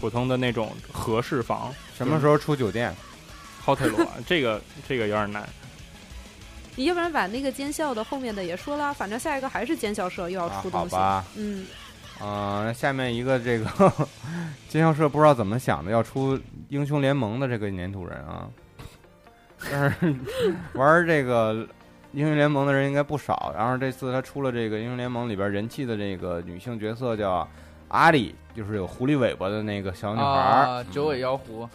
H: 普通的那种合适房。
A: 什么时候出酒店？
H: hotel 啊？这个这个有点难。
G: 你要不然把那个监校的后面的也说了，反正下一个还是监校社又要
A: 啊
G: 哦出，
A: 好
G: 东西。
A: 吧，
G: 嗯，
A: 啊、那下面一个 这个经销社不知道怎么想的，要出英雄联盟的这个粘土人啊，但是玩这个英雄联盟的人应该不少。然后这次他出了这个英雄联盟里边人气的这个女性角色叫阿里，就是有狐狸尾巴的那个小女孩儿嗯
F: 啊，九尾妖狐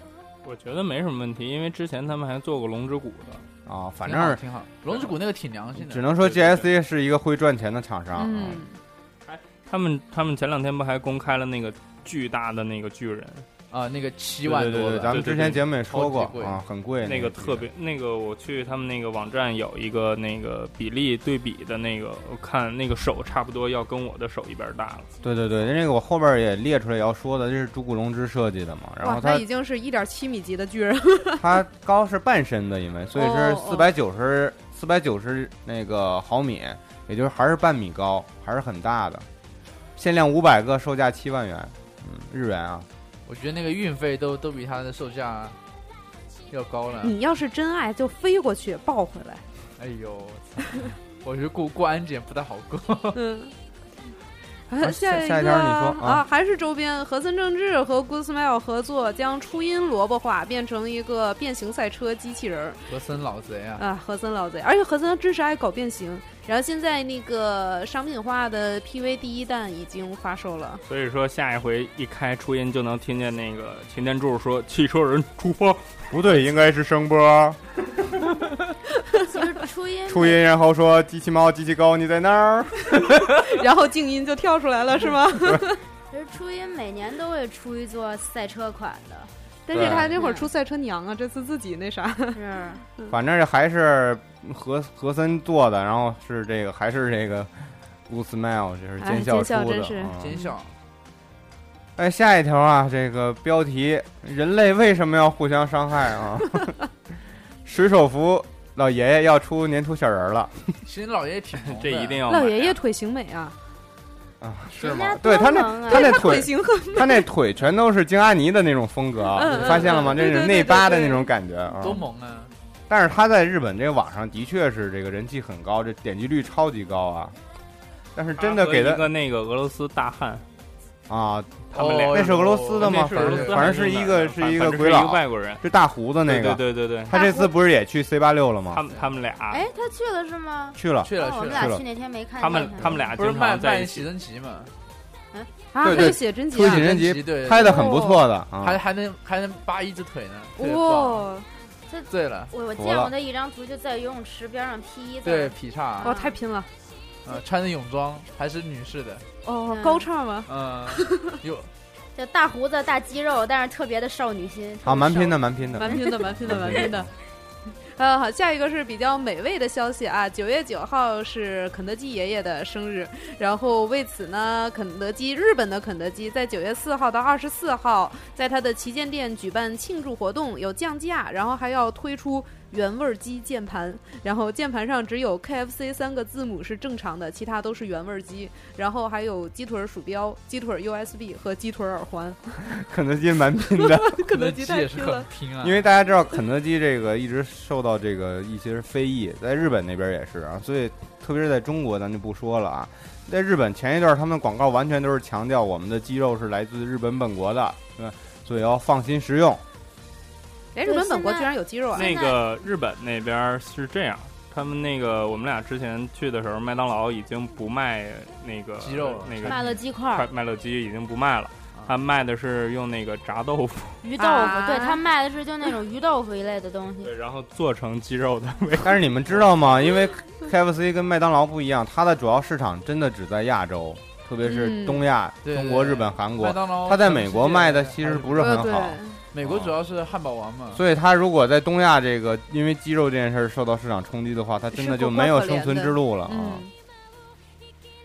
H: 我觉得没什么问题，因为之前他们还做过龙之谷的。
A: 啊，反
F: 挺好
A: 正
F: 挺好。龙之谷那个挺良心的，
A: 只能说
H: 对对
A: GSC 是一个会赚钱的厂商啊。
G: 嗯，
H: 他们他们前两天不还公开了那个巨大的那个巨人，
F: 啊，那个七万
A: 对对
F: 多
A: 对，
F: 的，
A: 咱们
H: 对对
A: 之
H: 对
A: 前节目也说过
F: 超级贵
A: 啊，很贵，
H: 那
A: 个
H: 个特
A: 剧
H: 别那个，我去他们那个网站有一个那个比例对比的那个，我看那个手差不多要跟我的手一边大了。
A: 对对对，那个我后边也列出来要说的，这是朱古龙之设计的嘛，然
G: 哇，
A: 后
G: 他
A: 它
G: 已经是一点七米级的 巨人，
A: 它高是半身的，因为所以是
G: 哦哦
A: 四百九十四百九十那个毫米，也就是还是半米高，还是很大的，限量五百个，售价七万元，嗯，日元啊，
F: 我觉得那个运费都都比它的售价要高了。
A: 嗯
G: 你要是真爱就飞过去抱回来。
F: 哎呦，我操我觉得过过安检不太好 过。
G: 嗯。
A: 啊
G: 下
A: 下下一
G: 个
A: 条你说啊
G: 啊，还是周边，和森正治和 Good Smile 合作，将初音萝卜化，变成一个变形赛车机器人儿
F: 和森老贼啊，
G: 啊，和森老贼，而且和森真是爱搞变形。然后现在那个商品化的 PV 第一弹已经发售 了，
H: 所以说下一回一开初音就能听见那个擎天柱说“汽车人出发
A: 不对，应该是声波，
E: 其实初音
A: 初音，然后说机器猫，机器狗，你在那儿？
G: 然后静音就跳出来了，是吗？
E: 其实初音每年都会出一座赛车款 的，
G: 但是他那会儿出赛车娘啊，这次自己那啥，
E: 是
A: 反正还是和和森做的，然后是这个还是这个 Blue Smile，这是
G: 哎
A: 奸笑
G: 奸笑
A: 出的
G: 真是。
H: 啊
F: 减
A: 嗯
F: 小。
A: 哎，下一条啊，这个标题：人类为什么要互相伤害 啊？水手服老爷爷要出粘土小人儿了
F: 其实老爷爷挺萌的
H: 这一定要买
G: 老爷爷腿型美啊，
A: 啊！
F: 是
E: 人
F: 吗
E: 家？
A: 对
E: 多
A: 他那
E: 萌啊
A: 他那
G: 腿
A: 腿
G: 型很
A: 他那腿全都是京阿尼的那种风格啊，
G: 嗯嗯
A: 你发现了吗？
G: 嗯
A: 这
G: 对
A: 是
G: 对对
A: 内八的
G: 对
A: 那种感觉啊。
F: 多萌啊！
A: 但是他在日本这个网上的确是这个人气很高，这点击率超级高啊。但是真的给
H: 他和
A: 他
H: 一个那个俄罗斯大汉，
A: 啊，
H: 他们俩
F: 哦
A: 那是俄罗斯的吗？
H: 那是俄罗斯
A: 反正是
H: 汉
A: 一
H: 人
A: 个
H: 的
A: 一个
H: 反正
A: 鬼
H: 是一个
A: 佬，
H: 外国人。
A: 就大胡子那个。
H: 对对对对，
A: 他这次不是也去 C 八六了
H: 他
A: 吗？
H: 们他们俩，
E: 哎，他去了是吗？
A: 去了，
F: 去了
E: 哦我
F: 去
E: 们
F: 了，
A: 去
E: 俩
A: 了
E: 去那天没看见
H: 他们他们俩
F: 不是
H: 经
F: 卖
H: 常在
F: 卖写
H: 一起。
F: 真集嘛？
G: 啊，
A: 对
G: 还
A: 对
G: 有写真集
A: 出
G: 啊
A: 写，真
F: 集
A: 集
F: 对，
A: 拍的很不错的啊。
F: 还还能还能扒一只腿呢，特别
G: 哇、
F: 棒
G: 哦，
F: 醉了，
E: 我我见
A: 服了
E: 过的一张图，就在游泳池边上披衣
F: 对
E: 的，
F: 劈叉，
G: 哇，哦太拼了，
F: 呃，穿着泳装还是女士 的，
G: 哦，
E: 嗯
G: 高唱吗？
F: 嗯，有
E: 就大胡子、大肌肉，但是特别的少女心
A: 啊，蛮拼
E: 的。
A: 的，蛮拼的。
G: 蛮拼的，蛮拼的，蛮拼的。 呃，好，下一个是比较美味的消息啊，九月九号是肯德基爷爷的生日，然后为此呢，肯德基日本的肯德基在九月四号到二十四号，在它的旗舰店举办庆祝活动，有降价，然后还要推出原味鸡键盘，然后键盘上只有 KFC 三个字母是正常的，其他都是原味鸡，然后还有鸡腿鼠标、鸡腿 USB 和鸡腿耳环，
A: 肯德基蛮拼 的，
G: 肯德
F: 基
G: 基太
F: 也是
G: 拼了
F: 很。拼啊，
A: 因为大家知道肯德基这个一直受到这个一些非议，在日本那边也是啊，所以特别是在中国咱就不说了啊。在日本前一段他们广告完全都是强调我们的鸡肉是来自日本本国的，对吧，所以要放心食 用。
G: 哎，日本本国居然有鸡肉啊！
H: 那个日本那边是这样，他们那个我们俩之前去的时候，麦当劳已经不卖那个
F: 鸡肉了
H: 那
E: 卖
H: 个
E: 了鸡块儿、
H: 麦乐鸡已经不卖了
F: 啊，
H: 他卖的是用那个炸豆 腐，
E: 鱼豆腐，
G: 啊
E: 对他卖的是就那种鱼豆腐一类的东西。
H: 对，然后做成鸡肉的味道。
A: 但是你们知道吗？因为 KFC 跟麦当劳不一样，它的主要市场真的只在亚洲，特别是
G: 嗯
A: 东亚、
F: 对
A: 中国、日本、韩
F: 麦
A: 国。
F: 当劳
A: 它在美国卖的
F: 全世
A: 其
F: 界
A: 实
F: 还
A: 不是啊
G: 呃
A: 很
G: 对
A: 好，
F: 美国主要是汉堡王嘛，
A: 所以它如果在东亚这个因为鸡肉这件事儿受到市场冲击的话，它真的就没有生存之路了啊。
G: 嗯，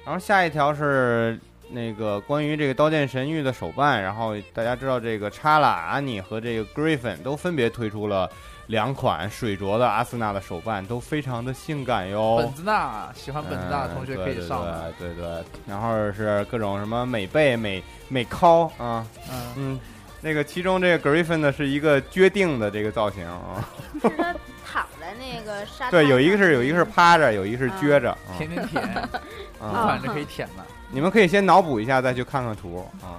A: 然后下一条是那个关于这个《刀剑神域》的手办，然后大家知道这个查拉安妮和这个 Griffin 都分别推出了两款水着的阿斯纳的手办，都非常的性感哟。
F: 本子大，喜欢本子大的同学可以上嘛，
A: 嗯对对对对对，然后是各种什么美背、美美尻啊，
F: 嗯，
A: 嗯，那个其中这个 Griffin 呢是一个撅腚的这个造型啊，
E: 是他躺在那个沙滩。
G: 啊
A: 对，有一个是有一个是趴着，有一个
G: 嗯
A: 是撅着啊
F: 舔舔 舔，
A: 啊，
F: 反着可以舔嘛，
A: 你们可以先脑补一下，再去看看图啊。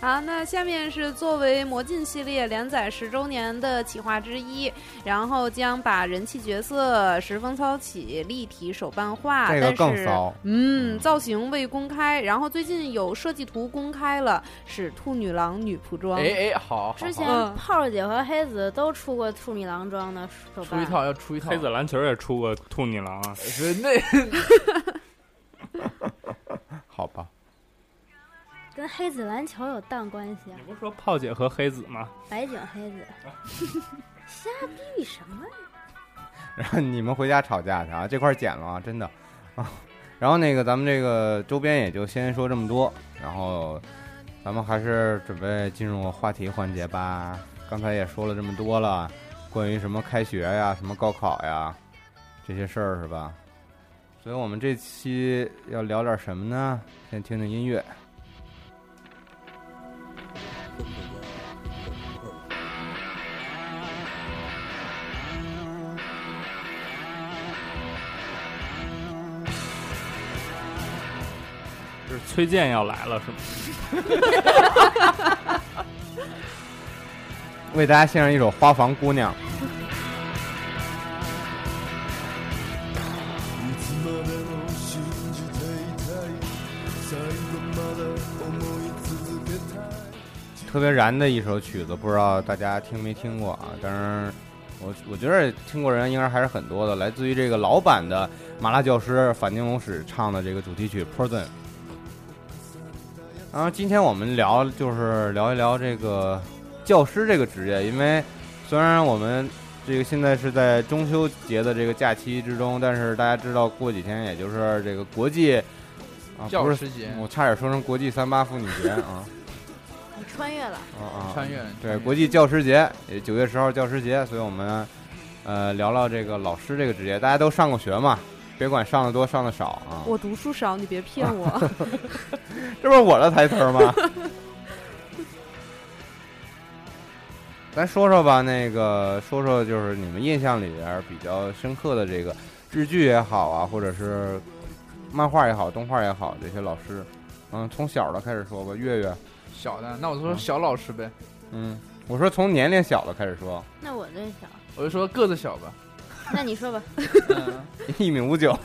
G: 好，那下面是作为《魔镜》系列连载十周年的企划之一，然后将把人气角色石风操起立体手办化，
A: 这个
G: 啊但
A: 更
G: 是
A: 骚
G: 嗯，造型未公开，然后最近有设计图公开了，是兔女郎女仆装。
F: 哎哎，好，好好
E: 之前
G: 嗯
E: 泡儿姐和黑子都出过兔女郎装的手
F: 出一
E: 办，
F: 套要出一套，
H: 黑子篮球也出过兔女郎啊，
F: 是那
A: 好吧，
E: 跟黑子篮球有档关系啊
H: 你？不是说炮姐和黑子吗？
E: 白井黑 子，瞎逼什么？
A: 然后 你们回家吵架去啊，这块儿剪了啊，真的 啊。然后那个咱们这个周边也就先说这么多，然后咱们还是准备进入话题环节吧。刚才也说了这么多了，关于什么开学呀、什么高考呀这些事儿是吧？所以我们这期要聊点什么呢？先听听音乐。
H: 就是崔健要来了是吗？
A: 为大家献上一首《花房姑娘》。
I: いつまでも信じていたい最後まで思い続けたい
A: 特别燃的一首曲子，不知道大家听没听过啊？当然，我我觉得听过人应该还是很多的，来自于这个老版的麻辣教师反町隆史唱的这个主题曲《Prison》。然后今天我们聊就是聊一聊这个教师这个职业，因为虽然我们这个现在是在中秋节的这个假期之中，但是大家知道过几天也就是这个国际啊不
F: 教
A: 是，
F: 师节
A: 我差点说成国际三八妇女节啊
G: 你穿越了，
A: 啊啊！
F: 穿越了，
A: 对国际教师节，也九月十号教师节，所以我们呃聊聊这个老师这个职业，大家都上过学嘛，别管上的多上的少啊。
G: 我读书少，你别骗 我。
A: 这不是我的台词 儿吗？咱说说吧，那个说说就是你们印象里边儿比较深刻的这个日剧也好啊，或者是漫画也好、动画也好，这些老师，嗯，从小的开始说吧，月月，
F: 小的，那我说
A: 嗯
F: 小老师呗，
A: 嗯，我说从年龄小的开始说，
E: 那我最小，
F: 我就说个子小 吧，
E: 那你说吧，
F: 嗯，
A: 一米五九，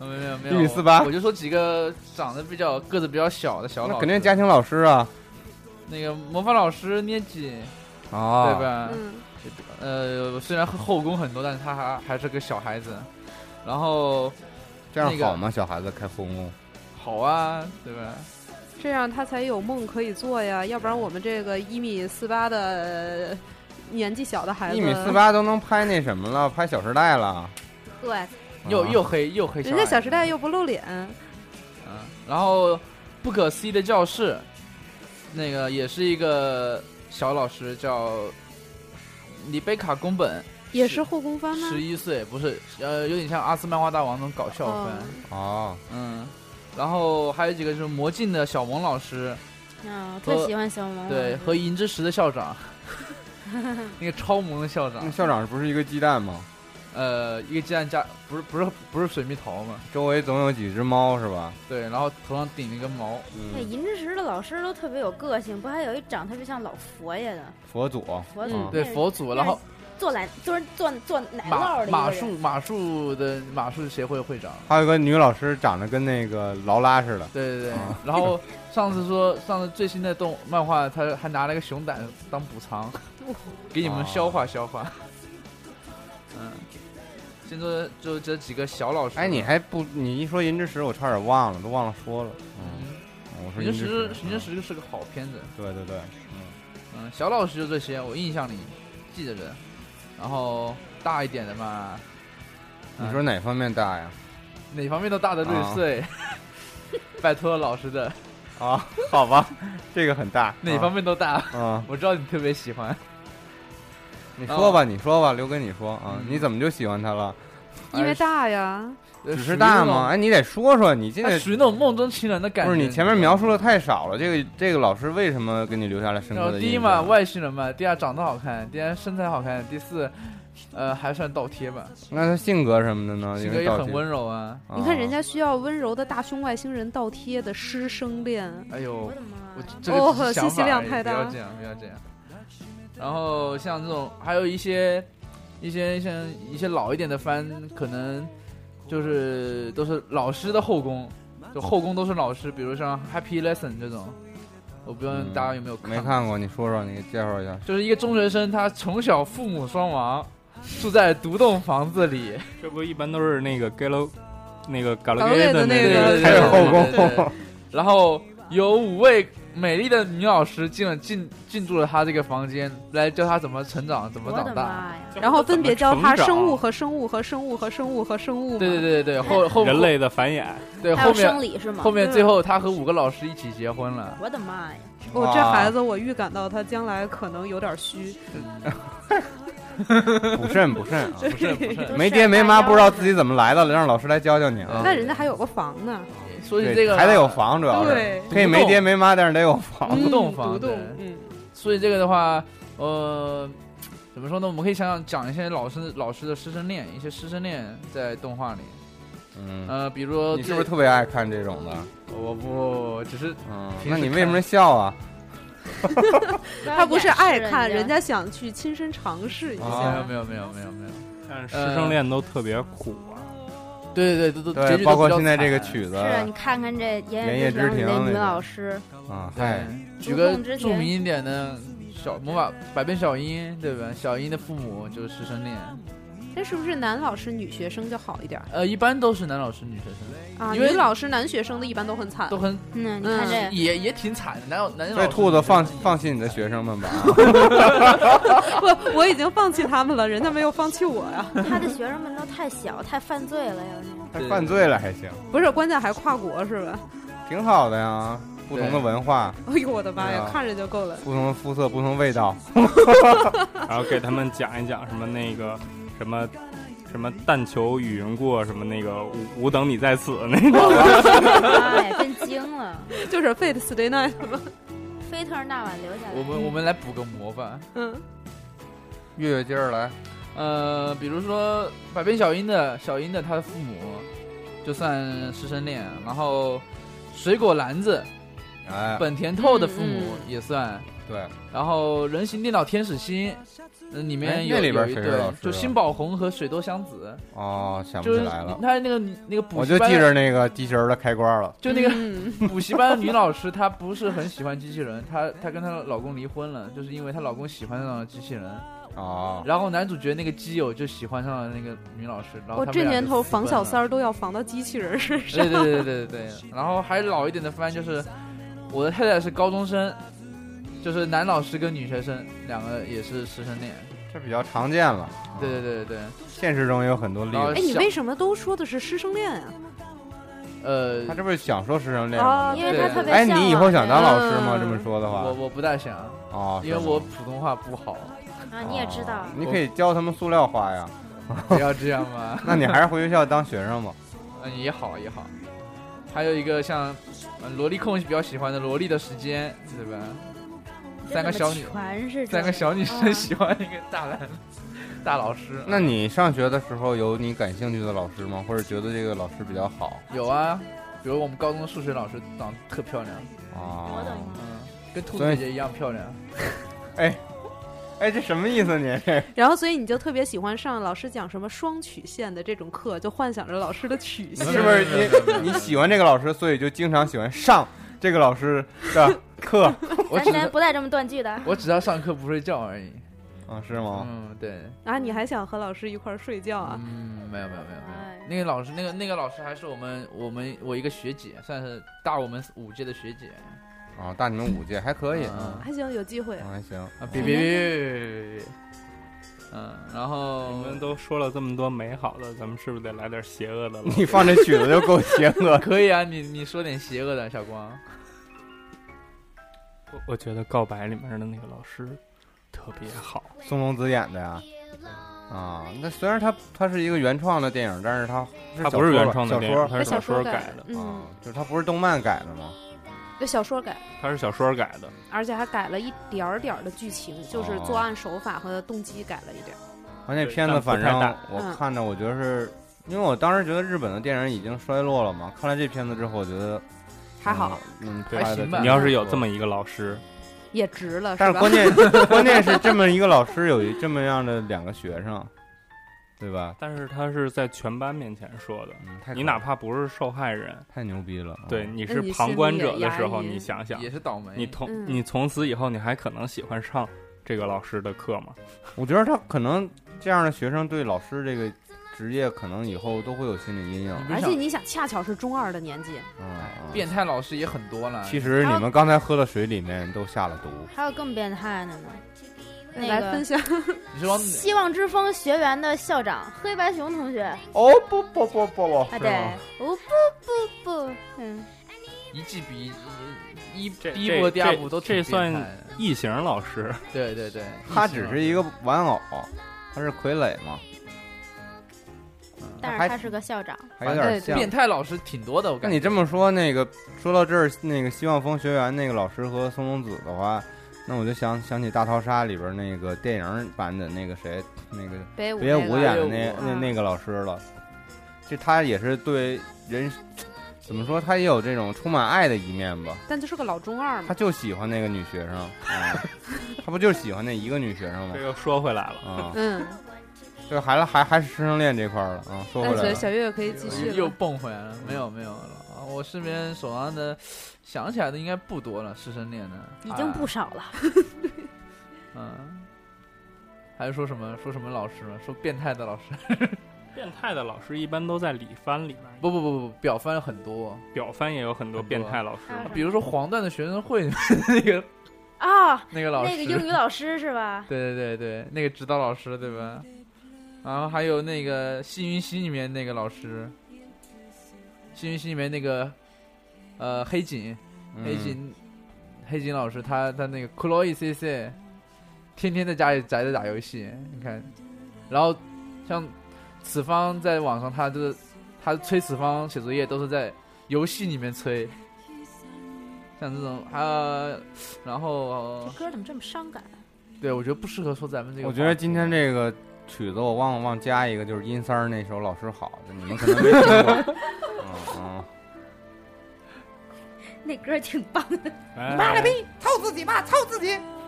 F: 没有没
A: 一
F: 有，
A: 米四八
F: 我我就说几个长得比较个子比较小的小老
A: 那
F: 师，
A: 肯定家庭老师啊，
F: 那个魔法老师捏紧，
A: 啊，
F: 对？吧？
G: 嗯，
F: 呃，虽然后宫很多，但是他还还是个小孩子。然后
A: 这样
F: 那个
A: 好吗？小孩子开后宫，
F: 好啊，对吧？
G: 这样他才有梦可以做呀，要不然我们这个一米四八的呃年纪小的孩子，
A: 一米四，八都能拍那什么了，拍《小时代》了，
E: 对，
F: 又
A: 啊
F: 又黑又黑，
G: 人家《小时代》又不露脸，
F: 嗯，然后不可思议的教室，那个也是一个小老师叫里贝卡宫本，
G: 也是后宫番吗？
F: 十一岁，不是呃，有点像阿斯漫画大王那种搞笑番，
G: 嗯
A: 哦，
F: 嗯。然后还有几个就是魔镜的小萌老师，
E: 嗯，我特
F: 和
E: 喜欢小萌，
G: 嗯
F: 对，和银之石的校 长，那个超萌的校长
G: 嗯
A: 那，校长不是一个鸡蛋吗？
F: 呃，一个鸡蛋加不是不是不是水蜜桃嘛？
A: 周围总有几只猫是吧？
F: 对，然后头上顶了一个毛，
E: 对，哎银之石的老师都特别有个性，不还有一长特别像老佛爷的
A: 佛祖，
E: 佛祖
A: 嗯，
F: 对
E: 那
G: 哦
E: 是
F: 佛祖，然后
E: 做奶做做做奶酪
F: 马
E: 的一个
F: 马
E: 人
F: 术马术的马术协会会长，
A: 还有一个女老师长得跟那个劳拉似的，
F: 对对对
A: 啊。
F: 然后上次说上次最新的动漫画，他还拿了个熊胆当补 偿，给你们消化消
A: 啊
F: 化。嗯，先说就这几个小老师吧。
A: 哎，你还不你一说银之石，我差点忘了，都忘了说了。嗯，
F: 嗯，
A: 我说
F: 平
A: 银
F: 时
A: 石，
F: 平时是个好片子。
A: 嗯对对对，
F: 嗯，小老师就这些，我印象里记得着。然后大一点的嘛，嗯
A: 你说哪方面大 呀？
F: 哪方面都大的
A: 啊
F: 六岁， 拜托老师的，
A: 啊，好吧，这个很大。
F: 哪方面都哦大，
A: 面啊？
F: 我知道你特别喜欢。
A: 你说吧，你说吧，留给你说啊。
F: 嗯
A: 你怎么就喜欢他了？
G: 因为大呀，
F: 只
A: 只是大吗？？哎，你得说说，你这
F: 它
A: 个
F: 属于那种梦中情人的感觉。
A: 不是你前面描述的太少了。这个这个老师为什么给你留下了深
F: 然后
A: 刻的
F: 第一
A: 印
F: 哦嘛，
A: 象？啊
F: 外星人嘛；第二，长得好看；第三，身材好看；第四，呃，还算倒贴吧，
A: 那他性格什么的呢？
F: 性
A: 因
F: 格
A: 为
F: 也
A: 到
F: 很
A: 底
F: 温柔啊。
A: 啊
G: 你看人家需要温柔的大胸外星人倒贴的师生恋，
F: 哎呦
E: 我，的妈
F: 我
E: 呀！
F: 这个只
G: 哦
F: 是想
G: 信息
F: 法
G: 量
F: 而已
G: 太大
F: 不要这样，不要这样。然后像这种，还有一些一些像一些老一点的番，可能就是都是老师的后宫，就后宫都是老师，比如像 Happy Lesson 这种，我不知道
A: 嗯
F: 大家有没有
A: 没
F: 过
A: 看过，你说说，你给介绍一下。
F: 就是一个中学生，他从小父母双亡，住在独栋房子里，
H: 这不一般都是那个 Galo，那个
G: 搞乐
H: Galo
G: 的那
H: 那
G: 个
H: 个
A: 还有后宫
F: 对对对 然后有五位美丽的女老师进了进进驻了他这个房间，来教他怎么成长，怎么
E: 我
F: 长
E: 的
F: 大。
E: 妈呀！
G: 然后分别教他
H: 怎么成长
G: 生物和生物和生物和生物和生物嘛。
F: 啊对对对对对，后后
H: 人类的繁衍，
F: 后对
E: 还
F: 后
E: 有生
F: 面
E: 理是吗？
F: 后面最后他和五个老师一起结婚了，
E: 我 的妈呀！
G: 我
A: 哇
G: 哦这孩子，我预感到他将来可能有点虚。
A: 不慎不 慎啊，
F: 不是不是。
A: 没爹没妈，不知道自己怎么来的了，让老师来教教你
F: 嗯
A: 啊。
G: 那人家还有个房呢，
F: 说起
A: 对
F: 这个
A: 还得有，房，主要是
G: 对，
A: 可以没爹没妈，但是得有房。
F: 独栋
G: 嗯
F: 房哎
G: 独栋
F: 对，
G: 嗯，
F: 所以这个的话，呃，怎么说呢？我们可以想想讲一些老师老师的师生恋，一些师生恋在动画里，
A: 嗯，
F: 呃，比如说
A: 你
F: 最
A: 是不是特别爱看这种的？
F: 我不只是
A: 嗯，
F: 平时
A: 那
F: 看
A: 你为什么笑啊？
G: 他不是爱看，
E: 人
G: 人家想去亲身尝试一
F: 没
A: 啊
G: 下
F: 有。没有没有没有没有，
H: 但是
F: 呃
H: 师生恋都特别苦啊。
F: 对对对，都都结
A: 对，
F: 局都
A: 包括
F: 比较
A: 现在这个
F: 惨
A: 曲子
E: 是啊，你看看这《
A: 言
E: 言
A: 叶
E: 叶
A: 之
E: 之庭》
A: 庭
E: 里的
A: 那
E: 女
A: 个
E: 老师，
A: 啊，
F: 对
A: 嗨，，
F: 举个
E: 如梦之
F: 著
E: 田
F: 名一点的小魔法百变小樱，对吧？小樱的父母就是师生恋，
G: 那是不是男老师女学生就好一点儿
F: 呃，一般都是男老师、女学生
G: 啊？
F: 因
G: 女
F: 为
G: 老师男学生的一般都很惨
F: 都，很
E: 嗯，你看这
F: 也也挺惨的，男老男老
A: 所以
F: 师
A: 兔子放放弃你的学 生们吧，啊
G: 我我已经放弃他们了，人家没有放弃我呀。
E: 他的学生们都太小，太犯罪了，要是
A: 还犯罪了还行，
G: 不是，关键还跨国是吧？
A: 挺好的呀。不同的文化，
G: 哎呦我的妈呀
A: 对，啊
G: 看着就够了。
A: 不同的肤色，不同的味道，
H: 然后给他们讲一讲什么那个什么什么但求与人过，什么那个吾吾等你在此那种。
E: 哎，真精了。
G: 就是 Fate Stay Night 嘛，
E: 菲特那晚留下
F: 我
E: 来，
F: 们我们来补个魔吧。
G: 嗯，
A: 月月接着来，
F: 呃，比如说百变小樱的小樱的她的父母就算师生恋，然后水果篮子
A: 哎，
F: 本田透的父母
G: 嗯嗯
F: 也算，
A: 对，
F: 然后人形电脑天使心，呃里
A: 哎
F: 面有
A: 那里边
F: 有一
A: 谁
F: 对
A: 是老师，
F: 就
A: 啊
F: 新宝红和水豆香子，
A: 哦，想不
F: 就
A: 起
F: 是
A: 来了，
F: 他那个那个补
A: 我
F: 习
A: 就
F: 班
A: 记
F: 的，
A: 着那个机器人的开关了，
F: 就那个
G: 嗯
F: 补习班的女老师，她不是很喜欢机器人，她她跟她老公离婚了，就是因为她老公喜欢上了机器人，
A: 哦，
F: 然后男主角那个基友就喜欢上了那个女老师，然后
G: 我
F: 他们
G: 这
F: 俩
G: 年
F: 就
G: 头
F: 私
G: 防
F: 奔
G: 小
F: 了
G: 三儿都要防到机器人身上。
F: 对对对对对对。然后还老一点的番就是，我的太太是高中生，就是男老师跟女学生两个也是师生恋。
A: 这比较常见了，
F: 对对对对
A: 现实中也有很多例
F: 然后
A: 子。
G: 哎，你为什么都说的是师生恋啊？
F: 对，
A: 他
F: 呃，
A: 这不是想说师生恋吗？
G: 啊，
E: 因为
F: 对
E: 他特别
A: 哎，
E: 向往
A: 你以后想当老师吗？
G: 嗯
A: 这么说的话
F: 我，我不大想，
A: 哦，
F: 因为
A: 是吗
F: 我普通话不好，
E: 啊，你也知道
A: 哦，你可以教他们塑料花呀。
F: 不要这样嘛。
A: 那你还是回学校当学生吧。
F: 嗯，也好也好。还有一个像，嗯，萝莉控比较喜欢的《萝莉的时间》，对吧？三个小女，
E: 全是
F: 三个小女
E: 啊
F: 生喜欢那个大男，大老师。
A: 那你上学的时候有你感兴趣的老师吗？或者觉得这个老师比较好
F: 有啊，比如我们高中数学老师长得特漂亮，
E: 我
A: 啊？
E: 懂了。
F: 嗯，跟兔
A: 所
F: 子
A: 以
F: 姐姐一样漂亮。
A: 哎，这什么意思你？
G: 然后所以你就特别喜欢上老师讲什么双曲线的这种课，就幻想着老师的曲线。
A: 是不是你你喜欢这个老师，所以就经常喜欢上这个老师 的课
F: 我
E: 咱
F: 只
E: 咱
F: 是
E: 不带这么断句的，
F: 我只要上课不睡觉而已。
A: 啊？是吗？
F: 嗯，对，
G: 啊？你还想和老师一块儿睡觉啊？
F: 嗯，没有没有没有没
E: 哎
F: 有。那个老师，那个那个老师还是我们我们我一个学姐，算是大我们五届的学姐。
G: 嗯
A: 啊，大你们五届还可以，
F: 嗯
A: 啊，
G: 还行，有机会。
A: 还行。
F: 啊，别别别别别别。嗯，然
H: 我
F: 后
H: 们都说了这么多美好的，咱们是不是得来点邪恶的了？
A: 你放这曲子就够邪恶 的。
F: 可以啊，你你说点邪恶的，小光。
H: 我我觉得《告白》里面的那个老师特别好，
A: 松隆子演的呀。啊，那虽然它它是一个原创的电影，但是它
H: 他不是
A: 小说吧
H: 原创的
A: 小
H: 电
A: 说
H: 影，他是
G: 小
H: 说
G: 改
H: 的，
A: 啊
G: 嗯，，
A: 就是它不是动漫改的吗？
G: 对，小说改，
H: 他是小说改的。
G: 而且还改了一点儿点儿的剧情，就是
A: 哦
G: 作案手法和动机改了一点儿。
A: 而且片
H: 但
A: 子
H: 不
A: 反
H: 太
A: 正
H: 大
G: 嗯
A: 我看着，我觉得是因为我当时觉得日本的电影已经衰落了嘛，看了这片子之后，我觉得
G: 还好，
A: 嗯，
H: 对
A: 拍的
F: 还行吧
H: 你要是有这么一个老师，
G: 也值了，
A: 但是
G: 吧
A: 关？键关键是这么一个老师有一这么样的两个学生，对吧？
H: 但是他是在全班面前说的，
A: 嗯，太
H: 你
A: 可
H: 哪怕不是受害人，
A: 太牛逼了，
H: 对
A: 嗯
H: 你
G: 那
H: 是
G: 你
H: 旁
G: 心
H: 观
G: 里
H: 者
G: 也
H: 的
G: 压
H: 时候，
G: 抑
H: 你想想
F: 也，是倒霉。
H: 你从
G: 嗯
H: 你从此以后，你还可能喜欢上这个老师的课吗？
A: 我觉得他可能这样的学生对老师这个职业可能以后都会有心理阴影。
F: 你
G: 而
F: 不
G: 且
F: 想
G: 你想，恰巧是中二的年纪，
A: 嗯，嗯
F: 变态老师也很多了。
A: 其实你们刚才喝的水里面都下了毒，
E: 还有更变态的呢。那
G: 来
E: 个
G: 分享。
F: 你是往哪
E: 希望之风学员的校长黑白熊同学啊，
A: 哦不不不不不，
E: 对，哦不不不，嗯，
F: 一季比一一
H: 这
F: 第一部和第二部都挺
H: 这这算
F: 变态的
H: 异形老师，
F: 对对对，
A: 他只是一个玩偶，他是傀儡嘛，嗯
E: 但
A: 还
E: 是他是个校长，
A: 还有点像
F: 变。态老师挺多的，我
A: 那
F: 感觉。
A: 你这么说，那个说到这儿，那个希望风学员那个老师和松隆子的话，那我就想想起《大逃杀》里边那个电影版的那个谁，那个
G: 北舞
A: 别
G: 那
A: 无
F: 哎
G: 个
A: 演的那
F: 别
G: 无
A: 那那个老师了。这他也是对人怎么说，他也有这种充满爱的一面吧。
G: 但就是个老中二
A: 他
G: 嘛。
A: 就喜欢那个女学生，啊， 他不就喜欢那一个女学生吗
H: 这？又说回来了。
A: 啊，
G: 嗯，
A: 对，还了还还是师生恋这块儿了啊。说回
G: 哎，
A: 来
G: 所以
A: 了，
G: 小月月可以继续
F: 又又
G: 了。
F: 蹦回来了，没有没有了。啊我身边手上的想起来的应该不哎多了，师生恋的
E: 已经不
F: 是
E: 少了。
F: 嗯。还是说什么说什么老师呢？说变态的老师？
H: 变态的老师一般都在里翻里面，
F: 不不不不，表翻很多，
H: 表翻也有很多嗯
F: 很多
H: 变态老师。
E: 啊
F: 比如说黄段的学生会那个
E: 啊，
F: 那个老师，哦
E: 那个英语老师是吧？
F: 对对对对，那个指导老师对吧？然后还有那个《幸运星》里面那个老师，《幸运星》里面那个呃黑警，
A: 嗯
F: 黑警，黑警老师他他那个 Chloe C C，天天在家里宅着打游戏，你看，然后像此方在网上他就是他催此方写作业都是在游戏里面催，像这种还有然后
E: 这歌怎么这么伤感？啊
F: 对我觉得不适合说咱们这个
A: 我
F: 话题，
A: 觉得今天这个曲子我忘了忘加一个，就是殷三儿那首《老师好》的，你们可能没听过。嗯
E: 那歌挺棒的，
H: 哎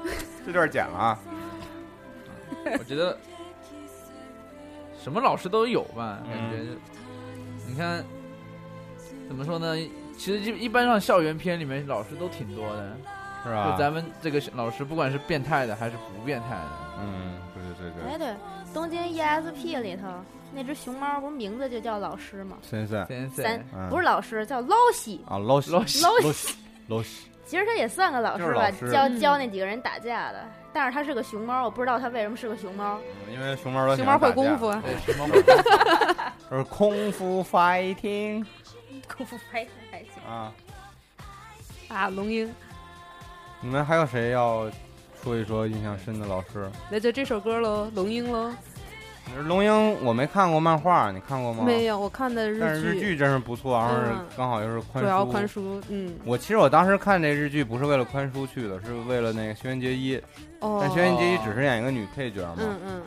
A: 嗯，这段剪了啊。
F: 我觉得什么老师都有吧，感
A: 嗯
F: 觉就、你看怎么说呢？其实一一般上校园片里面老师都挺多的，
A: 是
F: 就
A: 吧？
F: 咱们这个老师，不管是变态的还是不变态的，
A: 嗯，对对对对，
E: 哎对，东京 ESP 里头那只熊猫不是名字就叫老师吗？
A: 森森
F: 三
E: 三
F: 三
A: 嗯
E: 不是老师，叫捞西，
A: 啊，老师
F: 老师
E: 捞
A: 老
E: 西。
A: 师老师，
E: 其实他也算个老
A: 就是
E: 师
A: 老
E: 吧，
A: 师
E: 教
G: 嗯
E: 教那几个人打架的。但是他是个熊猫，我不知道他为什么是个熊猫。
A: 因为熊猫都喜
G: 熊
A: 欢
G: 猫
A: 打
G: 会
A: 架
G: 功夫，，啊
F: 对什 么？
A: 就是空腹 fighting
E: 功夫拍还行。
A: 啊。
G: 啊，龙樱。
A: 你们还有谁要说一说印象深的老师？
G: 那就这首歌喽，龙樱喽。
A: 龙樱我没看过漫画，你看过吗？
G: 没有，我看哦的日
A: 但是日
G: 剧，
A: 剧真是不错，然后
G: 嗯
A: 刚好又是宽
G: 主要
A: 叔。
G: 宽叔，嗯，
A: 我其实我当时看这日剧不是为了宽叔去的，是为了那个轩辕结衣。
G: 哦，
A: 但轩辕结衣只是演一个女配角嘛。
G: 嗯嗯，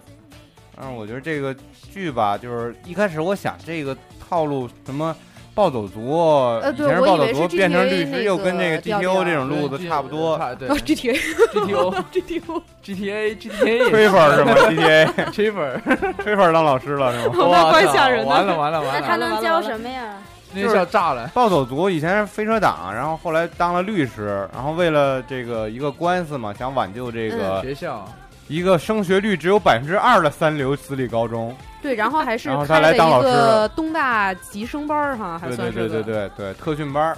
A: 但是我觉得这个剧吧，就是一开始我想这个套路什么暴走族，哦
G: 呃
A: 以
G: 对
A: 前是
G: 我以
A: 暴走
G: 为
A: 族
G: 是
A: 变成
G: GTA
A: 律师，
G: 那
A: 又跟这个
G: 个调
A: GTO
G: 调
A: 这种路子差不多。
F: 对
G: 哦 GTA
F: ，GTO
G: GTO，
F: GTA GTA
A: 吹粉是吗？GTA
F: 吹 粉，
A: 吹粉当老师了是吗？
F: 哇，
G: 怪吓人的
F: 完了完了
E: 那
F: 完
E: 他
F: 了，
E: 能教什么呀？
F: 那就要炸了。
A: 暴走族以前是飞车党，然后后来当了律师，然后为了这个一个官司嘛，想挽救这个、
F: 学校
G: 啊
A: 一个升学率只有百分之二的三流私立高中。
G: 对，然后还是
A: 然后他
G: 开
A: 来
G: 了一
A: 当老师了
G: 个东大吉生班儿哈，还
A: 对
G: 算
A: 对
G: 是
A: 对对
G: 个
A: 对对，特训班儿。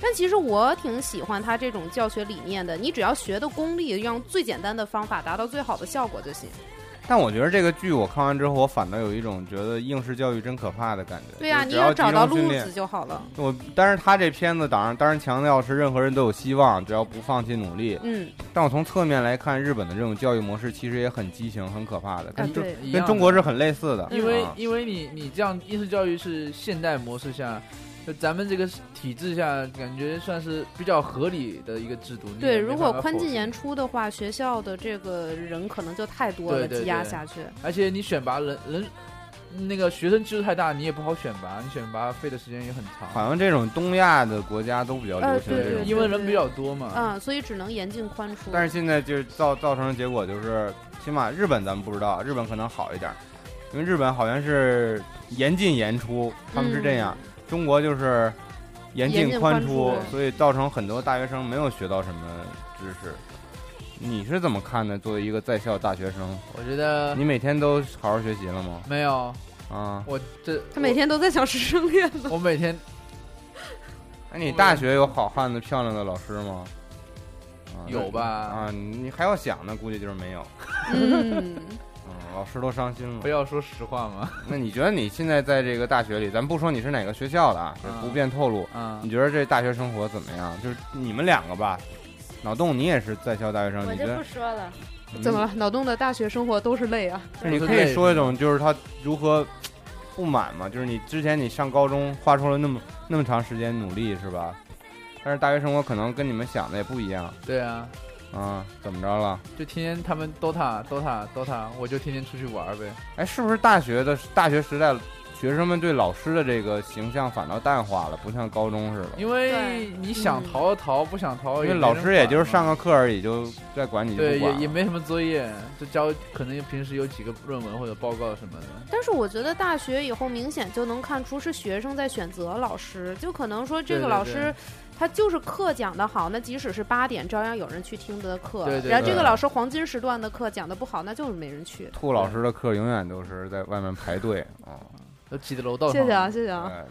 G: 但其实我挺喜欢他这种教学理念的，你只要学的功力，用最简单的方法达到最好的效果就行。
A: 但我觉得这个剧我看完之后，我反倒有一种觉得应试教育真可怕的感觉。
G: 对呀、
A: 就
G: 啊你
A: 是只要
G: 要
A: 集
G: 找到
A: 中
G: 路
A: 训练
G: 子。就好了。
A: 我，但是他这片子当然当然强调是任何人都有希望，只要不放弃努力。
G: 嗯，
A: 但我从侧面来看，日本的这种教育模式其实也很畸形、很可怕的，
G: 啊
A: 跟中、
G: 对，
F: 一样
A: 跟
F: 的
A: 中国是很类似的。
F: 因为
A: 啊
F: 因为你你这样应试教育是现代模式下，就咱们这个体制下，感觉算是比较合理的一个制度。你
G: 对，
F: 也没
G: 如果
F: 办法
G: 宽
F: 否
G: 进
F: 定
G: 严，出的话，学校的这个人可能就太多了，
F: 对对
G: 积压
F: 对
G: 下去。
F: 而且你选拔人人那个学生基数太大，你也不好选拔，你选拔费的时间也很
A: 好
F: 长。
A: 像这种东亚的国家都比较流
G: 呃
A: 行这
G: 对
A: 种。
F: 因为人比较多嘛。
G: 嗯，所以只能严进宽出。
A: 但是现在就是造造成的结果就是，起码日本咱们不知道，日本可能好一点儿，因为日本好像是严进严出，他们是这样。中国就是嗯严
G: 严
A: 进
G: 进
A: 宽
G: 宽
A: 出，
G: 出
A: 所以造成很多大学生没有学到什么知识。你是怎么看的？作为一个在校大学生，
F: 我觉得
A: 你每天都好好学习了吗？
F: 没有，
A: 啊，
F: 我这
G: 他每天都在想师生恋呢。
F: 我我每天
A: 那你大学有好看的、漂亮的老师吗？啊
F: 有吧
A: 啊，你还要想呢，估计就是没有。
G: 嗯，
A: 嗯，老师都伤心了
F: 不。要说实话嘛。
A: 那你觉得你现在在这个大学里，咱不说你是哪个学校的啊，这
F: 嗯
A: 不便透露。
F: 啊
A: 你，觉得这大学生活怎么样？就是你们两个吧，脑洞你也是在校大学生，
E: 我
A: 你觉
E: 就不
A: 得
E: 说了。
A: 你
G: 怎么了？脑洞的大学生活都是泪啊。
A: 就是你可以说一种，就是他如何不满嘛？就是你之前你上高中花出了那么那么长时间努力，是吧？但是大学生活可能跟你们想的也不一样
F: 对啊，
A: 啊，怎么着了？
F: 就天天他们 DOTA DOTA DOTA，我就天天出去玩儿呗。
A: 哎，是不是大学的大学时代，学生们对老师的这个形象反倒淡化了，不像高中似的？
F: 因为
G: 对
F: 你想
G: 嗯
F: 逃逃，不想逃，
A: 因
F: 也
A: 为
F: 没
A: 老
F: 人
A: 师也
F: 管
A: 就是
F: 嘛
A: 上个课而已，就再管你就
F: 对
A: 不
F: 也
A: 管
F: 也
A: 了
F: 没什么作业，就交可能平时有几个论文或者报告什么的。
G: 但是我觉得大学以后明显就能看出是学生在选择老师，就可能说这
F: 对
G: 个
F: 对
G: 老
F: 对
G: 师他就是课讲的好，那即使是八点，照样有人去听他的课。
F: 对对
G: 然后这
A: 对
G: 个老师黄金时段的课讲的不好，那就是没人去。
A: 兔老师的课永远都是在外面排队 啊。
F: 都挤在楼道上。
G: 谢谢啊，谢谢啊。
A: 哎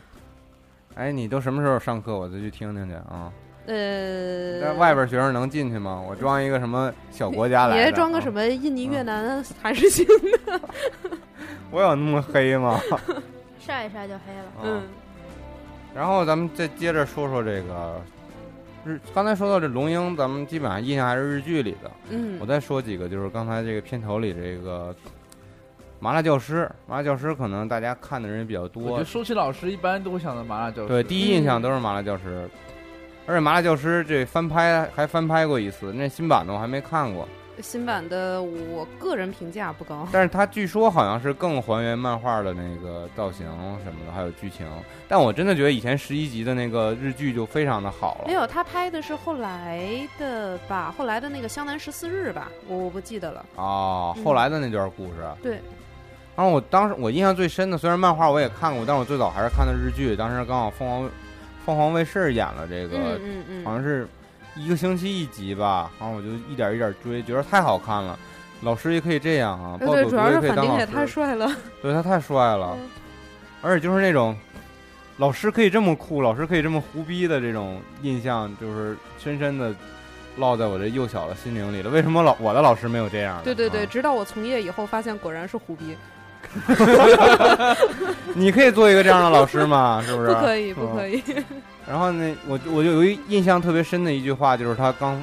A: 哎，你都什么时候上课？我再去听听去啊。
G: 呃，
A: 那外边学生能进去吗？我装一个什么小国家来啊
G: 你
A: 的？哦嗯
G: 还装个什
A: 么？
G: 么印尼、越南、啊还是新的？
A: 我有那么黑吗？
E: 晒一晒就黑了。
A: 啊
G: 嗯，
A: 然后咱们再接着说说这个日，刚才说到这龙樱，咱们基本上印象还是日剧里的。
G: 嗯
A: 我，再说几个，就是刚才这个片头里这个麻辣教师，麻辣教师可能大家看的人也比较
F: 我觉
A: 多
F: 得，舒淇老师一般都会想到麻辣教师。
A: 对，第一印象都是麻辣教师。而且麻辣教师这翻拍还翻拍过一次，那新版的我还没看过，
G: 新版的我个人评价不高。
A: 但是它据说好像是更还原漫画的那个造型什么的，还有剧情。但我真的觉得以前十一集的那个日剧就非常的好
G: 没
A: 了。
G: 有，他拍的是后来的吧，后来的那个《湘南十四日》吧，我我不记得了。
A: 哦，
G: 嗯
A: 后来的那段故事，
G: 对，
A: 然后我当时我印象最深的，虽然漫画我也看过，但是我最早还是看的日剧。当时刚好凤凰凤凰卫视演了这个，
G: 嗯嗯嗯，
A: 好像是一个星期一集吧，然后我就一点一点追，觉得太好看了。老师也可以这样啊，
G: 呃
A: 暴
G: 对，
A: 走
G: 主
A: 族
G: 要
A: 也
G: 是
A: 可以
G: 反
A: 当
G: 町
A: 老
G: 也
A: 师，嗯
G: 太帅了。
A: 对他太帅了，
G: 嗯
A: 而且就是那种老师可以这么酷，老师可以这么胡逼的这种印象，就是深深的烙在我这幼小的心灵里了。为什么老我的老师没有这样的？
G: 对对对，
A: 啊
G: 直到我从业以后，发现果然是胡逼，
A: 你可以做一个这样的老师吗？是不啊是？
G: 不可以，不
A: 以。
G: 可以。
A: 然后呢，我就我就有一印象特别深的一句话，就是他刚，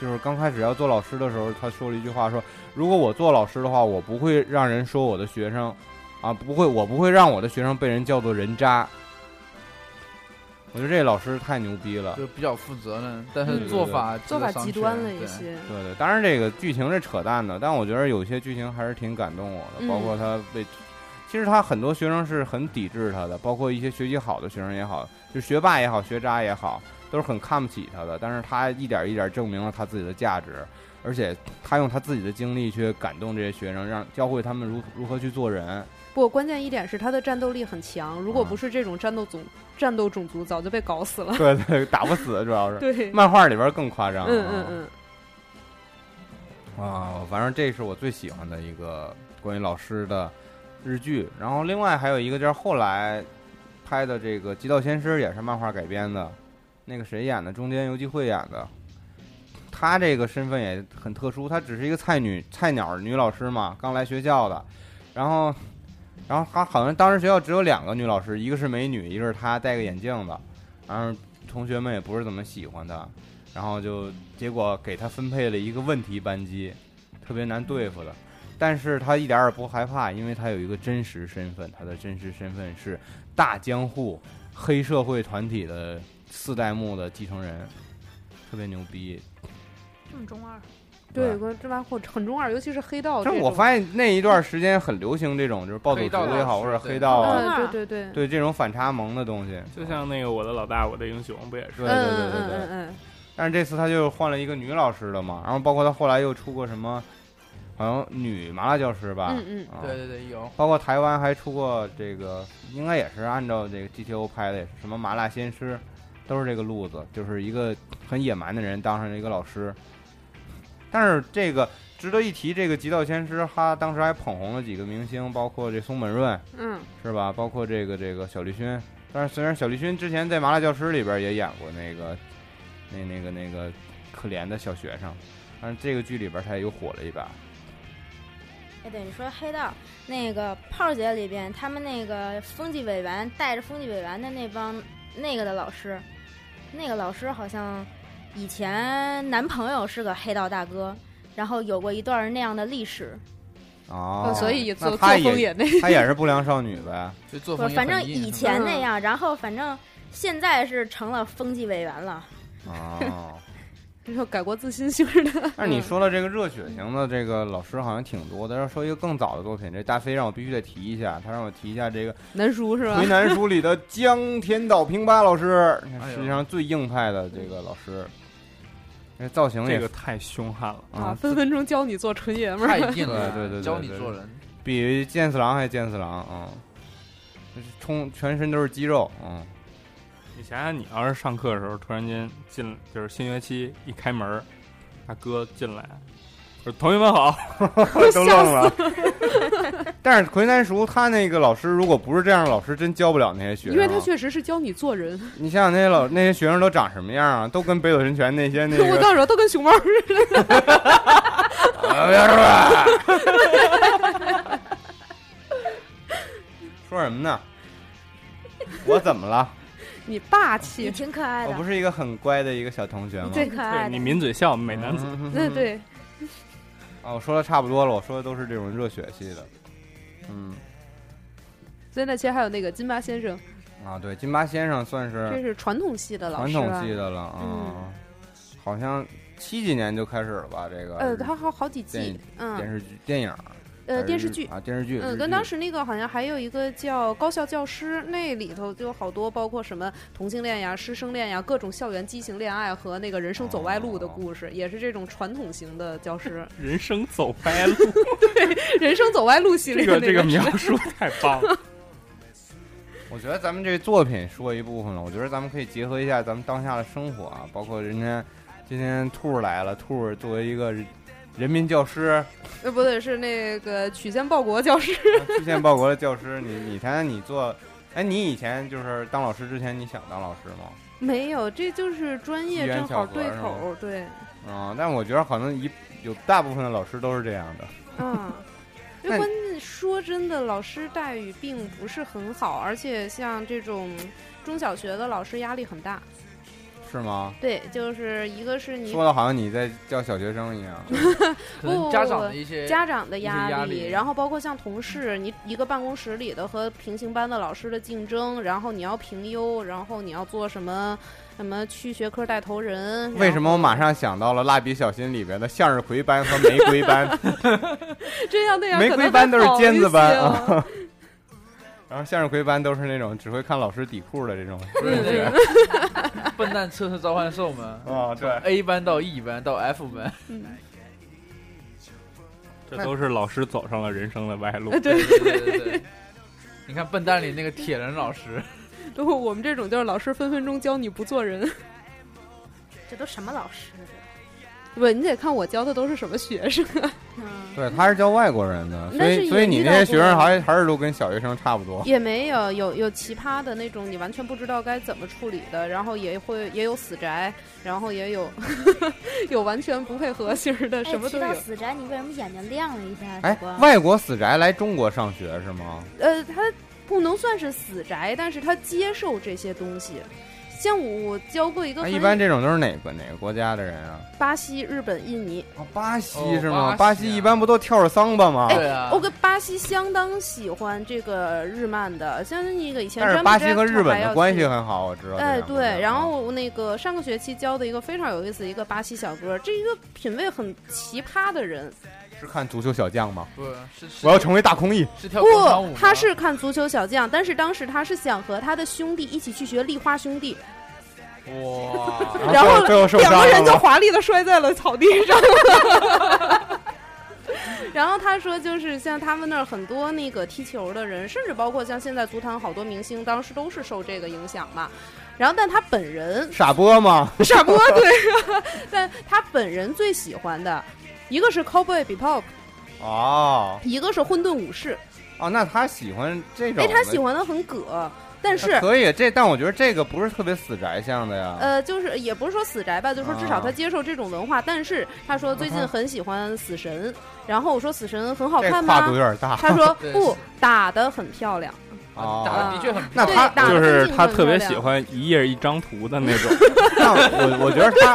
A: 就是刚开始要做老师的时候，他说了一句话说，如果我做老师的话，我不会让人说我的学生，啊，不会，我不会让我的学生被人叫做人渣。我觉得这老师太牛逼了。
F: 就比较负责任，但
G: 嗯
F: 是
G: 对
F: 做
A: 对
F: 法值得
G: 做法
F: 商
G: 极端
F: 榷
G: 了一
F: 对
G: 些。
A: 对对，当然这个剧情是扯淡的，但我觉得有些剧情还是挺感动我的，
G: 嗯
A: 包括他被，其实他很多学生是很抵制他的，包括一些学习好的学生也好，就学霸也好，学渣也好，都是很看不起他的。但是他一点一点证明了他自己的价值，而且他用他自己的经历去感动这些学生，让教会他们如如何去做人。
G: 不，关键一点是他的战斗力很强，如果不
A: 嗯
G: 是这种战斗种战斗种族，早就被搞死了。
A: 对对，打不死主要是。
G: 对，嗯
A: 漫画里边更夸张。
G: 嗯嗯，
A: 啊，反正这是我最喜欢的一个关于老师的日剧。然后另外还有一个就是后来拍的这个《极道先师》也是漫画改编的，那个谁演的？中间游纪惠演的。她这个身份也很特殊，她只是一个菜女、菜鸟女老师嘛，刚来学校的。然后，然后她好像当时学校只有两个女老师，一个是美女，一个是她戴个眼镜的。然后同学们也不是怎么喜欢她，然后就结果给他分配了一个问题班级，特别难对付的。但是他一点儿也不害怕，因为他有一个真实身份，他的真实身份是大江户黑社会团体的四代目的继承人，特别牛逼。
J: 这么中二，
G: 对，关这玩意儿很中二，尤其是黑道
A: 但
G: 种。
A: 是我发现那一段时间很流行这种，就是暴走族也好，或者黑道啊，
G: 嗯，对对对，
A: 对这种反差萌的东西。
H: 就像那个我的老大，我的英雄不也是？
A: 对对
G: 嗯
A: 对对
G: 嗯
A: 对
G: 嗯。嗯
A: 但是这次他就换了一个女老师了嘛，然后包括他后来又出过什么，好像女麻辣教师吧，
G: 嗯嗯
A: 啊
F: 对对对，有
A: 包括台湾还出过这个，应该也是按照这个 GTO 拍的，也是什么麻辣鲜师，都是这个路子，就是一个很野蛮的人当上了一个老师。但是这个值得一提，这个极道先师他当时还捧红了几个明星，包括这松本润
G: 嗯
A: 是吧？包括这个这个小栗旬。但是虽然小栗旬之前在《麻辣教师》里边也演过那个那那个那个可怜的小学生，但是这个剧里边他又火了一把。
E: 哎，对，你说黑道那个炮姐里边，他们那个风纪委员带着风纪委员的那帮那个的老师，那个老师好像以前男朋友是个黑道大哥，然后有过一段那样的历史，
A: 哦，
G: 嗯，所以也
A: 那
G: 作作
A: 他
G: 风
A: 也
G: 也那
A: 她也是不良少女呗。
F: 就作
E: 不
F: 风也
E: 是反正
F: 很硬 是吧
E: 以
G: 嗯
E: 前那样，然后反正现在是成了风纪委员了。
A: 哦，
G: 就改过自新型的。
A: 但是你说了这个热血型的这个老师好像挺多的。要说一个更早的作品，这大飞让我必须得提一下，他让我提一下这个
G: 南叔是
A: 《
G: 吧
A: 回？南书》里的江田岛平八老师，
F: 哎呦
A: 世界上最硬派的这个老师，这造型也
H: 这个太凶悍了。
G: 啊，
A: 啊，
G: 分分钟教你做纯爷们
F: 太
G: 儿。
F: 硬了，
A: 对对对对
F: 教你
A: 对
F: 做人。
A: 比剑次郎还剑次郎啊，嗯就是冲全身都是肌肉，嗯。
H: 你想想，你要是上课的时候突然间进，就是新学期一开门儿，大哥进来，说同学们好，
A: 都愣了。但是魁南叔他那个老师，如果不是这样的老师，真教不了那些学生。
G: 因为他确实是教你做人。
A: 你想想那些老那些学生都长什么样啊？都跟北斗神拳那些那
G: 我
A: 个，
G: 到时候都跟熊猫似的。
A: 说什么呢？我怎么了？
G: 你霸
E: 也
G: 气，
E: 挺可爱
A: 我
E: 的
F: 哦
A: 不，是一个很乖的一个小同学吗？
G: 对
E: 挺可
H: 对
E: 爱
H: 你
E: 的。
H: 抿嘴笑，美男子。
A: 嗯
G: 对对，
A: 啊，我说的差不多了，我说的都是这种热血系的。嗯，
G: 所以那其实还有那个金巴先生，
A: 啊，对，金巴先生算
G: 这
A: 是
G: 是传统系的老
A: 传
G: 师
A: 统
G: 吧
A: 系？的了啊、
G: 嗯
A: 好像七几年就开始了吧？这个
G: 呃，他好好几季
A: 电，电
G: 嗯，
A: 视剧、电影、
G: 呃，
A: 还
G: 电视
A: 是
G: 剧。
A: 啊，电视剧，日
G: 嗯，
A: 剧
G: 跟当时那个好像还有一个叫《高校教师》，那里头就好多包括什么同性恋呀、师生恋呀、各种校园畸形恋爱和那个人生走歪路的故事，也是这种传统型的教师
H: 人生走歪路，
G: 人生走歪路 系
H: 这
G: 列
H: 个
G: 的
H: 这
G: 那
H: 个
G: 个
H: 描述太棒了。
A: 我觉得咱们这作品说一部分了，我觉得咱们可以结合一下咱们当下的生活啊，包括人家今天兔儿来了，兔儿作为一个人人民教师、
G: 呃，不对，是那个曲线报国教师。
A: 曲线报国的教师，你你谈谈你做，哎，你以前就是当老师之前，你想当老师吗？
G: 没有，这就是专业
A: 机缘
G: 正
A: 巧
G: 好
A: 合
G: 对
A: 是吗
G: 口，对，
A: 啊、但我觉得可能一有大部分的老师都是这样的，
G: 嗯。因
A: 那
G: 为
A: 你
G: 关键说真的，老师待遇并不是很好，而且像这种中小学的老师压力很大。
A: 是吗？
G: 对，就是一个是你
A: 说的好像你在教小学生一样，
F: 可能家长的一些
G: 家长的压
F: 一些
G: 力，
F: 压力
G: 然后包括像同事，你一个办公室里的和平行班的老师的竞争，然后你要评优，然后你要做什么什么区学科带头人。然
A: 为什么
G: 后
A: 我马上想到了《蜡笔小新》里边的向日葵班和玫瑰班？
G: 这样那样？
A: 玫
G: 可
A: 瑰
G: 能
A: 班
G: 还
A: 都是
G: 好
A: 尖
G: 一
A: 子班
G: 些哦
A: 啊
G: 了
A: 然后向日葵班都是那种只会看老师底裤的这种
F: 不是那个 笨蛋测试召唤兽嘛
A: 啊，对，
F: ，A 班到 E 班到 F 班，
H: 这都是老师走上了人生的歪 路。
F: 对对对对对。你看笨蛋里那个铁人老师，
G: 都我们这种就是老师分分钟教你不做人，
E: 这都什么老师？
G: 不，你得看我教的都是什么学生。
E: 嗯，
A: 对，他是教外国人的，所
G: 但是
A: 以
G: 也
A: 所以你
G: 遇
A: 那
G: 到
A: 些学
G: 过
A: 生还还是都跟小学生差不多。
G: 也没有，有有奇葩的那种，你完全不知道该怎么处理的，然后也会也有死宅，然后也有 有完全不配合型儿的，什
E: 哎，
G: 么
E: 提
G: 都
E: 到
G: 有。
E: 死宅，你为什么眼睛亮了一下？
A: 哎
E: 曙光，
A: 外国死宅来中国上学是吗？
G: 呃，他不能算是死宅，但是他接受这些东西。像我我教过一个
A: 那
G: 很，
A: 啊一般这种都是哪个哪个国家的人啊？
G: 巴西、日本、印尼，
A: 哦，巴西
F: 哦
A: 是吗？
F: 巴
A: 巴
F: 西
A: 西一
F: 啊
A: 般不都跳着桑巴吗？
F: 对啊
G: 哎我，哦跟巴西相当喜欢这个日漫的，像那个以前
A: 但是
G: 专
A: 巴
G: 门
A: 西和日本的关系
G: 还要去
A: 很好，我知道这两
G: 哎，
A: 个人啊。
G: 对，然后我那个上个学期教的一个非常有意思，一个巴西小哥，这一个品味很奇葩的人，
A: 是看足球小将吗？
F: 不是是
A: 我要成为大空翼。
F: 是跳
G: 不
F: 广场舞吗，
G: 他是看足球小将，但是当时他是想和他的兄弟一起去学立花 兄弟，
F: 哇，
G: 然后
A: 啊最后最后受
G: 两
A: 伤
G: 个人就
A: 了吗。
G: 华丽的摔在了草地 上。然后他说，就是像他们那儿很多那个踢球的人，甚至包括像现在足坛好多明星，当时都是受这个影响嘛。然后，但他本人
A: 傻波吗？
G: 傻波对，但他本人最喜欢的，一个是 Cowboy Bebop，
A: 哦
G: 一个是混沌武士。
A: 哦，那他喜欢这种的。
G: 哎，他喜欢的很葛，但是
A: 可以这，但我觉得这个不是特别死宅向的呀。
G: 呃，就是也不是说死宅吧，就说至少他
A: 啊嗯
G: 接受这种文化。但是他说最近很喜欢死神，然后我说死神很好
A: 这
G: 看
A: 跨度
G: 吗
A: 有？点大
G: 他说
F: 对
G: 不，打的很漂亮。
A: 哦
F: 打的的确很
A: 那
G: 对
A: 他
G: 打得
H: 就是
G: 很精
H: 他
G: 准
H: 特别
G: 漂亮
H: 喜欢一页一张图的那种，
A: 那我我觉得 他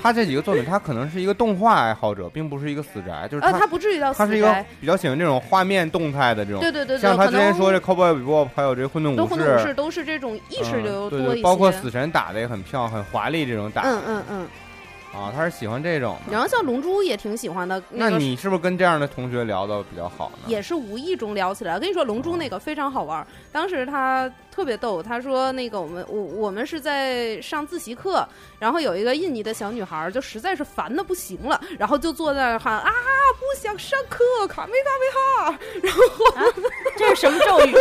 A: 他这几个作品，他可能是一个动画爱好者，并不是一个死宅，就是
G: 呃，
A: 他
G: 他不至于到
A: 他
G: 死
A: 是一个
G: 宅。
A: 比较喜欢这种画面动态的这种。
G: 对对对对，
A: 像他
G: 可
A: 之前
G: 能
A: 说这 Cowboy Bebop，还有这混沌
G: 都
A: 武
G: 混沌武士
A: 士，
G: 都是这种意识
A: 嗯
G: 流
A: 对
G: 多
A: 对，
G: 一些。
A: 包括死神打的也很漂亮，很华丽这种打。
G: 嗯嗯嗯，
A: 啊，他是喜欢这种的。
G: 然后像《龙珠》也挺喜欢的，
A: 那
G: 个
A: 你是不是跟这样的同学聊的比较好呢？
G: 也是无意中聊起来。我跟你说，《龙珠》那个非常好玩儿，当时他特别逗，他说那个我们我我们是在上自习课，然后有一个印尼的小女孩儿就实在是烦的不行了，然后就坐在那儿喊啊不想上课，卡梅卡梅哈，
E: 啊这是什么咒语？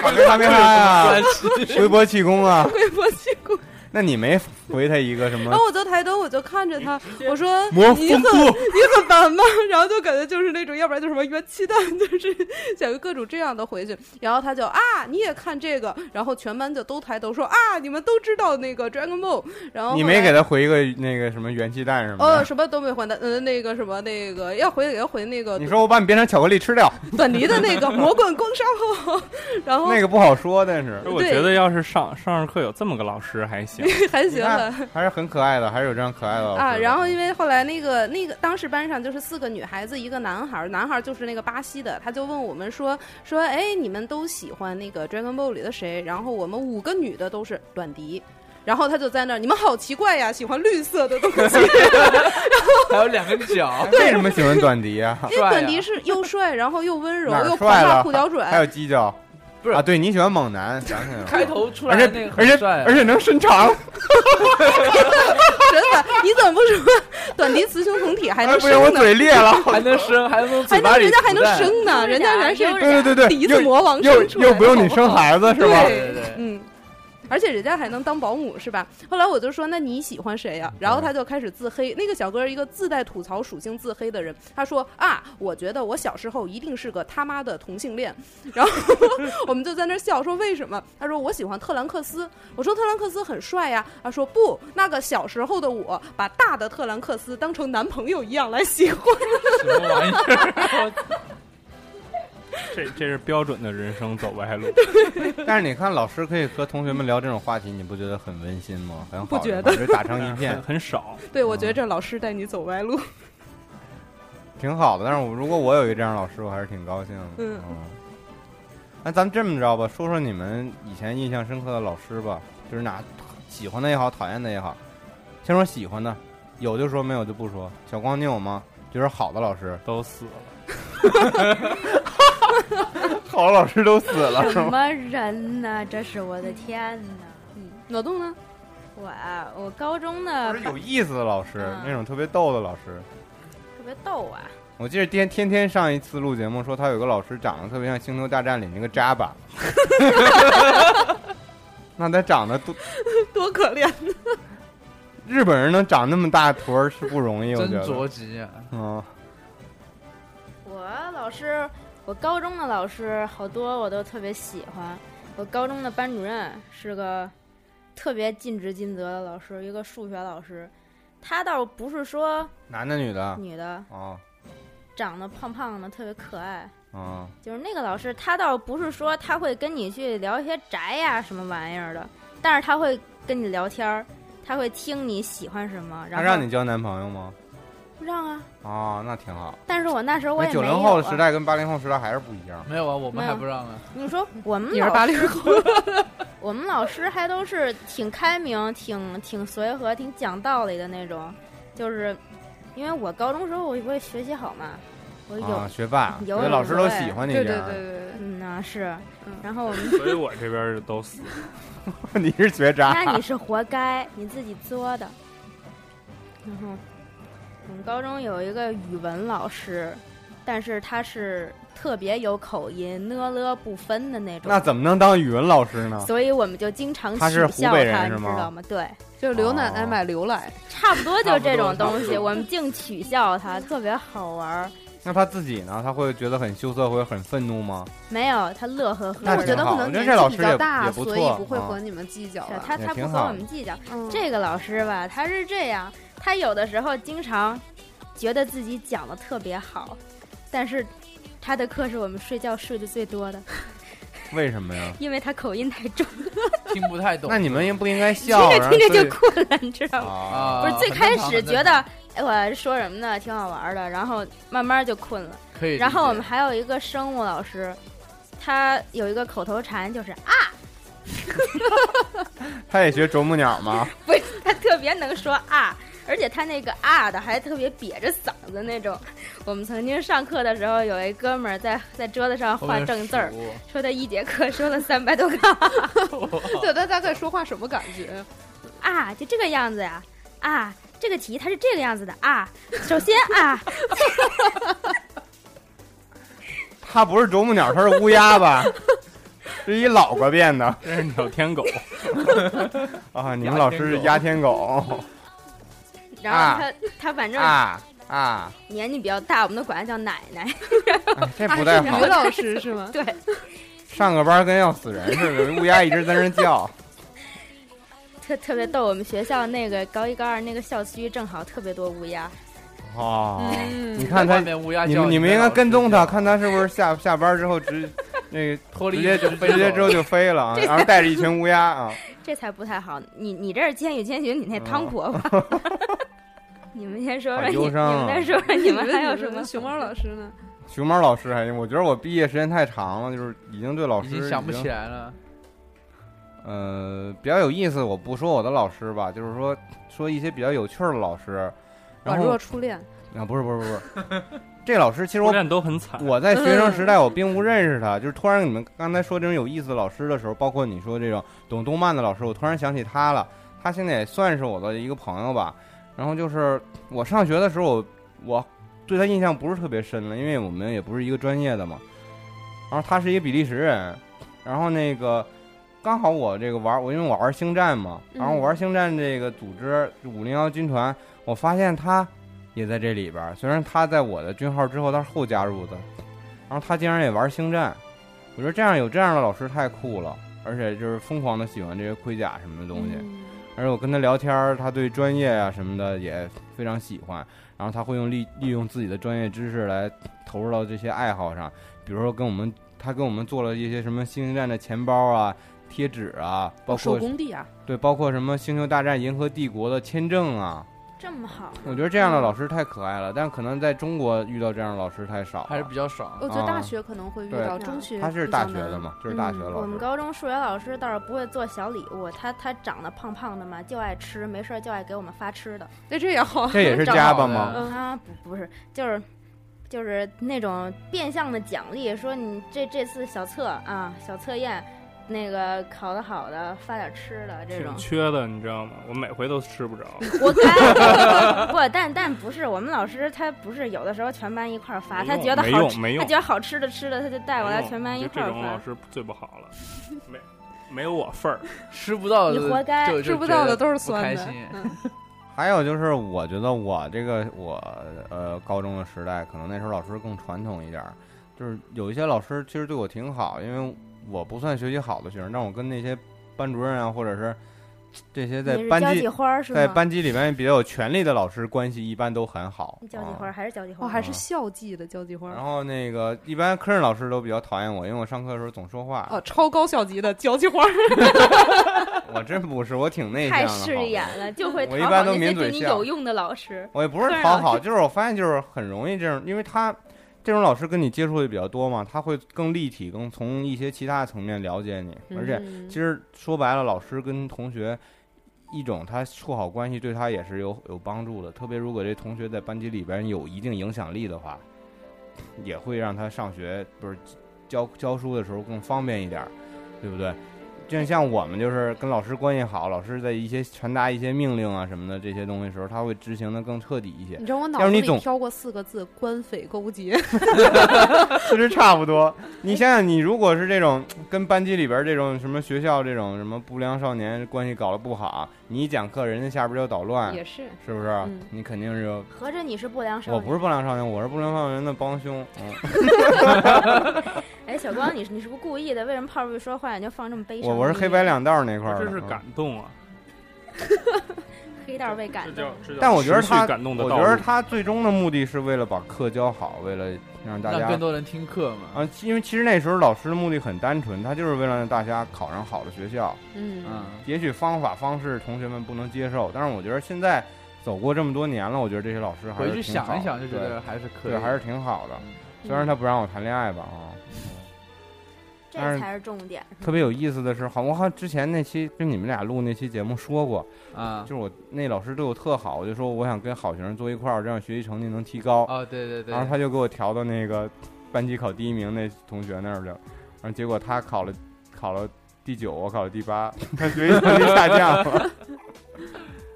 A: 卡梅拉梅拉呀，
F: 关系
A: 回波气功啊！
G: 微博气功。
A: 那你没回他一个什么
G: 然？后我就抬头，我就看着他，我说：“
A: 魔
G: 你很
A: 风菇
G: 你很烦吗？” 然后就感觉就是那种，要不然就是什么元气弹， 就是想各种这样的回去。然后他就啊，你也看这个，然后全班就都抬头说啊，你们都知道那个 Dragon Ball。然后
A: 你没给
G: 他。
A: 他回一个那个什么元气弹什么
G: 哦，
A: 的？
G: 什么都没还他，呃，那个什么，那个要回给他回那个
A: 你说我把你变成巧克力吃掉，
G: 短笛的 那个魔棍光 沙炮，然后
A: 那个不好说，但是
G: 对
H: 我觉得要是上上着课有这么个老师还 行，
G: 还行
A: 你
G: 吧
A: 看。还是很可爱的，还是有这样可爱的老师
G: 啊，
A: 的
G: 然后因为后来那个那个当时班上就是四个女孩子一个男孩儿，男孩儿就是那个巴西的，他就问我们说说，哎，你们都喜欢那个 Dragon Ball 里的谁？然后我们五个女的都是短笛。然后他就在那儿，你们好奇怪呀，喜欢绿 色的东西，
F: 还有两个脚，
A: 哎为什么喜欢短笛啊？
G: 因为短笛是又帅，然后又温柔
A: 哪，儿帅
G: 又狂
A: 了
G: 发 裤脚
A: 还有
G: 拽，
A: 犄角，
F: 不是
A: 啊？对你喜欢猛男，想起来了。
F: 开头出来
A: 而
F: 的
A: 且
F: 那个
A: 而
F: 很
A: 且
F: 帅啊，
A: 而且能伸 长，
G: 真的，你怎么不说短笛雌雄同体还
A: 哎
G: 能
A: 不
G: 生
A: 行，我
G: 呢？
A: 嘴裂了。
F: 还能生，还能从
G: 还
F: 嘴巴
G: 能
F: 里
G: 人家还能
F: 出蛋
G: 生
E: 啊
G: 呢，人家还是
E: 悠着
A: 对对 对对，
G: 笛子
A: 又
G: 魔王
A: 又
G: 生出来的，
A: 又不用你
G: 好好
A: 生孩子是吧？
G: 对
F: 对对对
G: 嗯，而且人家还能当保姆是吧？后来我就说，那你喜欢谁呀、啊然后他就开始自黑。那个小哥儿一个自带吐槽属性自黑的人，他说啊，我觉得我小时候一定是个他妈的同性恋。 然后我们就在那儿笑，说为什么？他说我喜欢特兰克斯。我说特兰克斯很帅呀、他说不，那个小时候的我把大的特兰克斯当成男朋友一样来喜欢。
F: 什么玩意儿？
H: 这这是标准的人生走歪路。
A: 但是你看，老师可以和同学们聊这种话题，你不觉得很温馨吗？很好，
G: 不觉
A: 得打成一片
H: 很很少，
G: 对，我觉得这老师带你走歪路。
A: 挺好的。但是我如果我有一个这样的老师，我还是挺高兴的。
G: 嗯
A: 那咱们这么着吧，说说你们以前印象深刻的老师吧，就是哪喜欢的也好，讨厌的也好。先说喜欢的，有就说，没有就不说。小光，你有吗？就是好的老师，
H: 都死 了。
A: 好的老师都死了，是
E: 什
A: 吗？
E: 么人呢？这是我的天呐！
G: 嗯脑洞呢？
E: 我啊，我高中呢
A: 不是有意思的老师，
E: 嗯
A: 那种特别逗的老师。
E: 特别逗啊，
A: 我记得天天天上一次录节目说他有个老师长得特别像《星球大战》里那个扎巴， 那他长得多
G: 多可怜！
A: 日本人能长那么大坨儿是不容易，我
F: 真
A: 觉得。
F: 着急啊！
A: 嗯，
E: 我老师，我高中的老师好多我都特别喜欢。我高中的班主任是个特别尽职尽责的老师，一个数学老师。他倒不是说
A: 男的女的？
E: 女的
A: 啊
E: 长得胖胖的，特别可爱。
A: 啊
E: 就是那个老师，他倒不是说他会跟你去聊一些宅呀、什么玩意儿的，但是他会跟你聊天儿，他会听你喜欢什么，然
A: 他
E: 后
A: 让你交男朋友吗？
E: 让啊。
A: 啊，那挺好。
E: 但是我那时候我
A: 那
E: 也没有、
A: 九
E: 啊。
A: 零后的时代跟八零后时代还是不一样。
F: 没有啊，我们还不让啊。
E: 你说我们
G: 你是
E: 老
G: 八零后，
E: 我们老师还都是挺开明、挺挺随和、挺讲道理的那种，就是因为我高中时候我我也学习好嘛，我有、
A: 啊，学霸，
E: 有
A: 所以老师都喜欢你
G: 对
A: 这
G: 对
A: 样。
G: 对对
E: 嗯呐、是
G: 嗯，
E: 然后我们
H: 所以我这边就都死了。
A: 你是学渣
E: 那 你是活该，你自己作的。然后我们高中有一个语文老师，但是他是特别有口音，呢了不分的那种。
A: 那怎么能当语文老师呢？
E: 所以我们就经常
A: 他是
E: 取
A: 湖
E: 笑
A: 北人
E: 他，
A: 是
E: 你
A: 吗
E: 知道吗？对。
G: 对，就是刘奶奶
A: 哦
G: 买牛奶。
E: 差不多就是这种东
F: 差不
E: 西，
F: 多
E: 我们净取笑他，特别好玩儿。
A: 那他自己呢？他会觉得很羞涩，会很愤怒吗？
E: 没有，他乐呵呵
A: 那
E: 的。
G: 我觉得
A: 挺好
G: 可能
A: 我觉得
G: 年
A: 这老
G: 纪
A: 师
G: 比较
A: 也
G: 大，
A: 也不
G: 所以
A: 错
G: 不会
A: 啊
G: 和你们计较
E: 是
G: 了。
E: 他
A: 也
E: 他不
A: 挺
E: 和
A: 好
E: 我们计较。
G: 嗯
E: 这个老师吧，他是这样，他有的时候经常觉得自己讲的特别好，但是他的课是我们睡觉睡得最多的，
A: 为什么呀？
E: 因为他口音太重，
F: 听不太懂。
A: 那你们也不应该
E: 听
A: 笑，
E: 着
A: 然后
E: 听着
A: 所
E: 就
A: 以
E: 困了，你知道吗？
A: 啊
F: 啊，
E: 不是最
F: 很
E: 开
F: 正常
E: 始
F: 很正
E: 觉
F: 常
E: 得哎我说什么呢，挺好玩儿的，然后慢慢就困了。
F: 可以理解。
E: 然后我们还有一个生物老师，他有一个口头禅，就是啊，
A: 他也学啄木鸟吗？
E: 他特别能说啊，而且他那个啊的还特别瘪着嗓子那种。我们曾经上课的时候，有一哥们儿在在桌子上画正字儿，说他一节课说了三百多个
J: 对，他大概说话什么感 觉？
E: 啊，就这个样子呀，啊，这个题它是这个样子的啊，首先啊，
A: 他不是啄木鸟，他是乌鸦吧？是一老国变的
H: 真是鸟天 狗，
A: 啊！你们老师是鸦天狗
E: 然后他、他反正
A: 啊啊！
E: 年纪比较大，我们都管他叫奶奶。
A: 哎这不太好
J: 于，老师是 吗？
E: 对，
A: 上个班跟要死人似的，乌鸦一直在那儿叫。
E: 特特别逗，我们学校那个高一高二那个校区正好特别多乌鸦，
A: 哦，
J: 嗯
A: 你看他
F: 外，面乌鸦
A: 你
F: 叫
A: 们你们
F: 在
A: 应该
F: 老师
A: 跟踪
F: 家
A: 他，看他是不是下下班之后直那个
F: 脱
A: 直
F: 离
A: 接
F: 就
A: 就
F: 飞
A: 直接
F: 走
A: 之后就飞了啊，然后带着一群乌鸦啊。
E: 这才不太好。你你这是监狱监巡，你那汤婆婆。 你们先说
A: 嗯好
E: 说你，
A: 忧
E: 你
A: 伤啊
E: 们再说说你
J: 你
E: 们还 有什么
J: 熊猫老师呢？
A: 熊猫老师还，我觉得我毕业时间太长了，就是已经对老
F: 已
A: 师
F: 经想不
A: 已经
F: 起来了。
A: 呃，比较有意思，我不说我的老师吧，就是说说一些比较有趣儿的老师。
J: 宛
A: 然
J: 若
A: 后
J: 初恋，
A: 啊，不是不是不是， 这老师其实
H: 初
A: 我
H: 恋都很惨。
A: 我在学生时代我并不认识他，就是突然你们刚才说这种有意思的老师的时候，包括你说这种懂动漫的老师，我突然想起他了。他现在也算是我的一个朋友吧。然后就是我上学的时候，我我对他印象不是特别深了，因为我们也不是一个专业的嘛。然后他是一个比利时人，然后那个刚好我这个玩我因为我玩星战嘛，然后我玩星战这个组织五零幺军团，我发现他也在这里边儿。虽然他在我的军号之后，他是后加入的，然后他竟然也玩星战，我觉得这样有这样的老师太酷了，而且就是疯狂的喜欢这些盔甲什么的东西。
J: 嗯
A: 而且我跟他聊天儿，他对专业啊什么的也非常喜欢，然后他会用利利用自己的专业知识来投入到这些爱好上，比如说跟我们他跟我们做了一些什么星战的钱包啊、贴纸啊，包
J: 手
A: 括
J: 工地啊，
A: 对包括什么星球大战、银河帝国的签证啊，
E: 这么好？
A: 我觉得这样的老师太可爱了，但可能在中国遇到这样的老师太少了，
F: 还是比较爽。
J: 我觉得大
A: 啊
J: 学可能会遇
A: 对
J: 到，中学
A: 他是
J: 比
A: 大
J: 较
A: 学的
J: 难
A: 嘛，就是大学的
E: 嗯我
A: 老
E: 们
A: 师。
E: 高中数学老师倒是不会做小礼物，他他长得胖胖的嘛，就爱吃，没事儿就爱给我们发吃的。
J: 那哎这也好，
A: 这也是
E: 正
A: 家
F: 好
A: 吧
F: 的
A: 吗？
J: 嗯
E: 啊，不不是，就是就是那种变相的奖励，说你这这次小测啊小测验，那个考得好的发点吃的这种
H: 挺。缺的，你知道吗？我每回都吃不着。
E: 我哎 不，但但不是我们老师，他不是有的时候全班一块儿发，
H: 没
E: 他
H: 用
E: 觉得
H: 没
E: 好
H: 用
E: 吃，
H: 没
E: 他
H: 用
E: 觉得好吃的吃的，他就带
H: 没
E: 我来
H: 用
E: 全班一
H: 就
E: 块
H: 这
E: 儿
H: 种老
E: 发。
H: 师最不好了，没没有我份儿。
F: 吃不到的
E: 你活该
F: 就
J: 吃不到的都是
F: 不开
J: 酸的
F: 心。
J: 嗯
A: 还有就是，我觉得我这个我呃高中的时代，可能那时候老师更传统一点儿，就是有一些老师其实对我挺好，因为我不算学习好的学生，但我跟那些班主任啊，或者是这些在
E: 你是
A: 班
E: 交
A: 级
E: 际花儿是吗？
A: 在班级里面比较有权力的老师，关系一般都很好。
E: 交际花
A: 啊
E: 儿还是交际花
J: 哦，
E: 儿？
J: 还是校际的交际花
A: 然
J: 儿，
A: 后那个一般科任老师都比较讨厌我，因为我上课的时候总说话。
J: 哦，超高校级的交际 花儿，
A: 我真不是，我挺内向
E: 太
A: 的。好
E: 势
A: 吗
E: 利眼了，就会
A: 我
E: 讨
A: 一
E: 好
A: 般都
E: 那些
A: 抿嘴
E: 对你
A: 笑
E: 有用的老师。
A: 我也不是讨好，就是我发现就是很容易这种，因为他这种老师跟你接触的比较多嘛，他会更立体，更从一些其他层面了解你。而且
J: 嗯
A: 其实说白了，老师跟同学一种他处好关系，对他也是有有帮助的。特别如果这同学在班级里边有一定影响力的话， 也会让他上学不是教教书的时候更方便一点儿，对不对？就像我们就是跟老师关系好，老师在一些传达一些命令啊什么的这些东西的时候，他会执行的更彻底一些
J: 你，知道我脑
A: 要
J: 子
A: 是你
J: 里
A: 总
J: 飘过四个字“官匪勾 结
A: 其实差不多。你想想，你如果是这种跟班级里边这种什么学校这种什么不良少年关系搞得不好，你一讲课人家下边就捣”，乱，
J: 也是
A: 是不是？
J: 嗯
A: 你肯定是有。
E: 合着你是不良少
A: 我
E: 年？
A: 不是不良少年，我是不良少年的帮凶。嗯、
E: 哎，小光，你是你是不是故意的？为什么泡泡一说话你就放这么悲伤？
A: 我我是黑白两
E: 两
A: 道那块
H: 我
A: 儿的。
H: 真是
A: 嗯
H: 感动啊！
E: 黑道被感
H: 这
E: 动
H: 叫，这叫
A: 但我觉得
H: 持续
A: 他
H: 感动的
A: 我
H: 道
A: 觉
H: 路，
A: 得他最终的目的是为了把课教好，为了让大
F: 让
A: 家
F: 更多人听课嘛。
A: 啊，因为其实那时候老师的目的很单纯，他就是为了让大家考上好的学校。啊
J: 嗯，
F: 嗯，
A: 也许方法方式同学们不能接受，但是我觉得现在走过这么多年了，我觉得这些老师还
F: 回
A: 是
F: 去
A: 挺好
F: 想
A: 的
F: 一想就觉得还是可
A: 对
F: 以，
A: 对还是挺好的。
F: 嗯
A: 虽然他不让我谈恋爱吧啊，
E: 这这
A: 但是
E: 才是重点。
A: 特别有意思的是，好，我好像之前那期跟你们俩录那期节目说过，
F: 啊
A: 就是我那老师对我特好，我就说我想跟好学生坐一块儿，这样学习成绩能提高。
F: 哦，对对对
A: 然，后他就给我调到那个班级考第一名那同学那儿去了，然后结果他考了考了第九，我考了第八，他学习成绩下降了。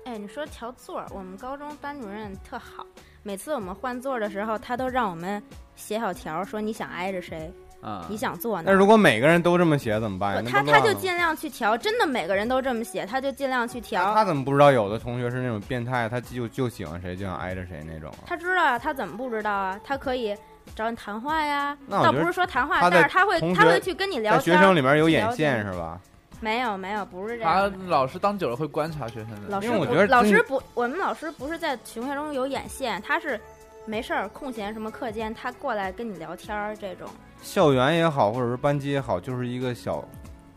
E: 哎，你说调座儿，我们高中班主任特好，每次我们换座儿的时候，他都让我们写小条儿，说你想挨着谁，
F: 啊
E: 你想坐哪
A: 那
E: 儿。
A: 如果每个人都这么写怎么办呀？
E: 不
A: 那
E: 他
A: 不
E: 他
A: 乱
E: 就
A: 了吗
E: 尽量去调，真的每个人都这么写，他就尽量去调。
A: 那他怎么不知道有的同学是那种变态，他就就喜欢谁就想挨着谁那种啊？
E: 他知道啊，他怎么不知道啊？他可以找你谈话呀，
A: 那我
E: 倒
A: 觉
E: 不
A: 得
E: 是说谈话，
A: 他在
E: 但是他会
A: 同
E: 他
A: 学
E: 会去跟你聊
A: 在
E: 天
A: 学
E: 儿。
A: 生里面有眼
E: 聊
A: 线
E: 天
A: 是吧？
E: 没有没有，不是这
F: 他
E: 样的。
F: 老师当久了会观察学生的
E: 啊老师
A: 因为我
E: 不
A: 觉得
E: 老
A: 真
E: 师不，我们老师不是在学校中有眼线，他是没事儿空闲什么课间，他过来跟你聊天儿这种。
A: 校园也好，或者是班级也好，就是一个小，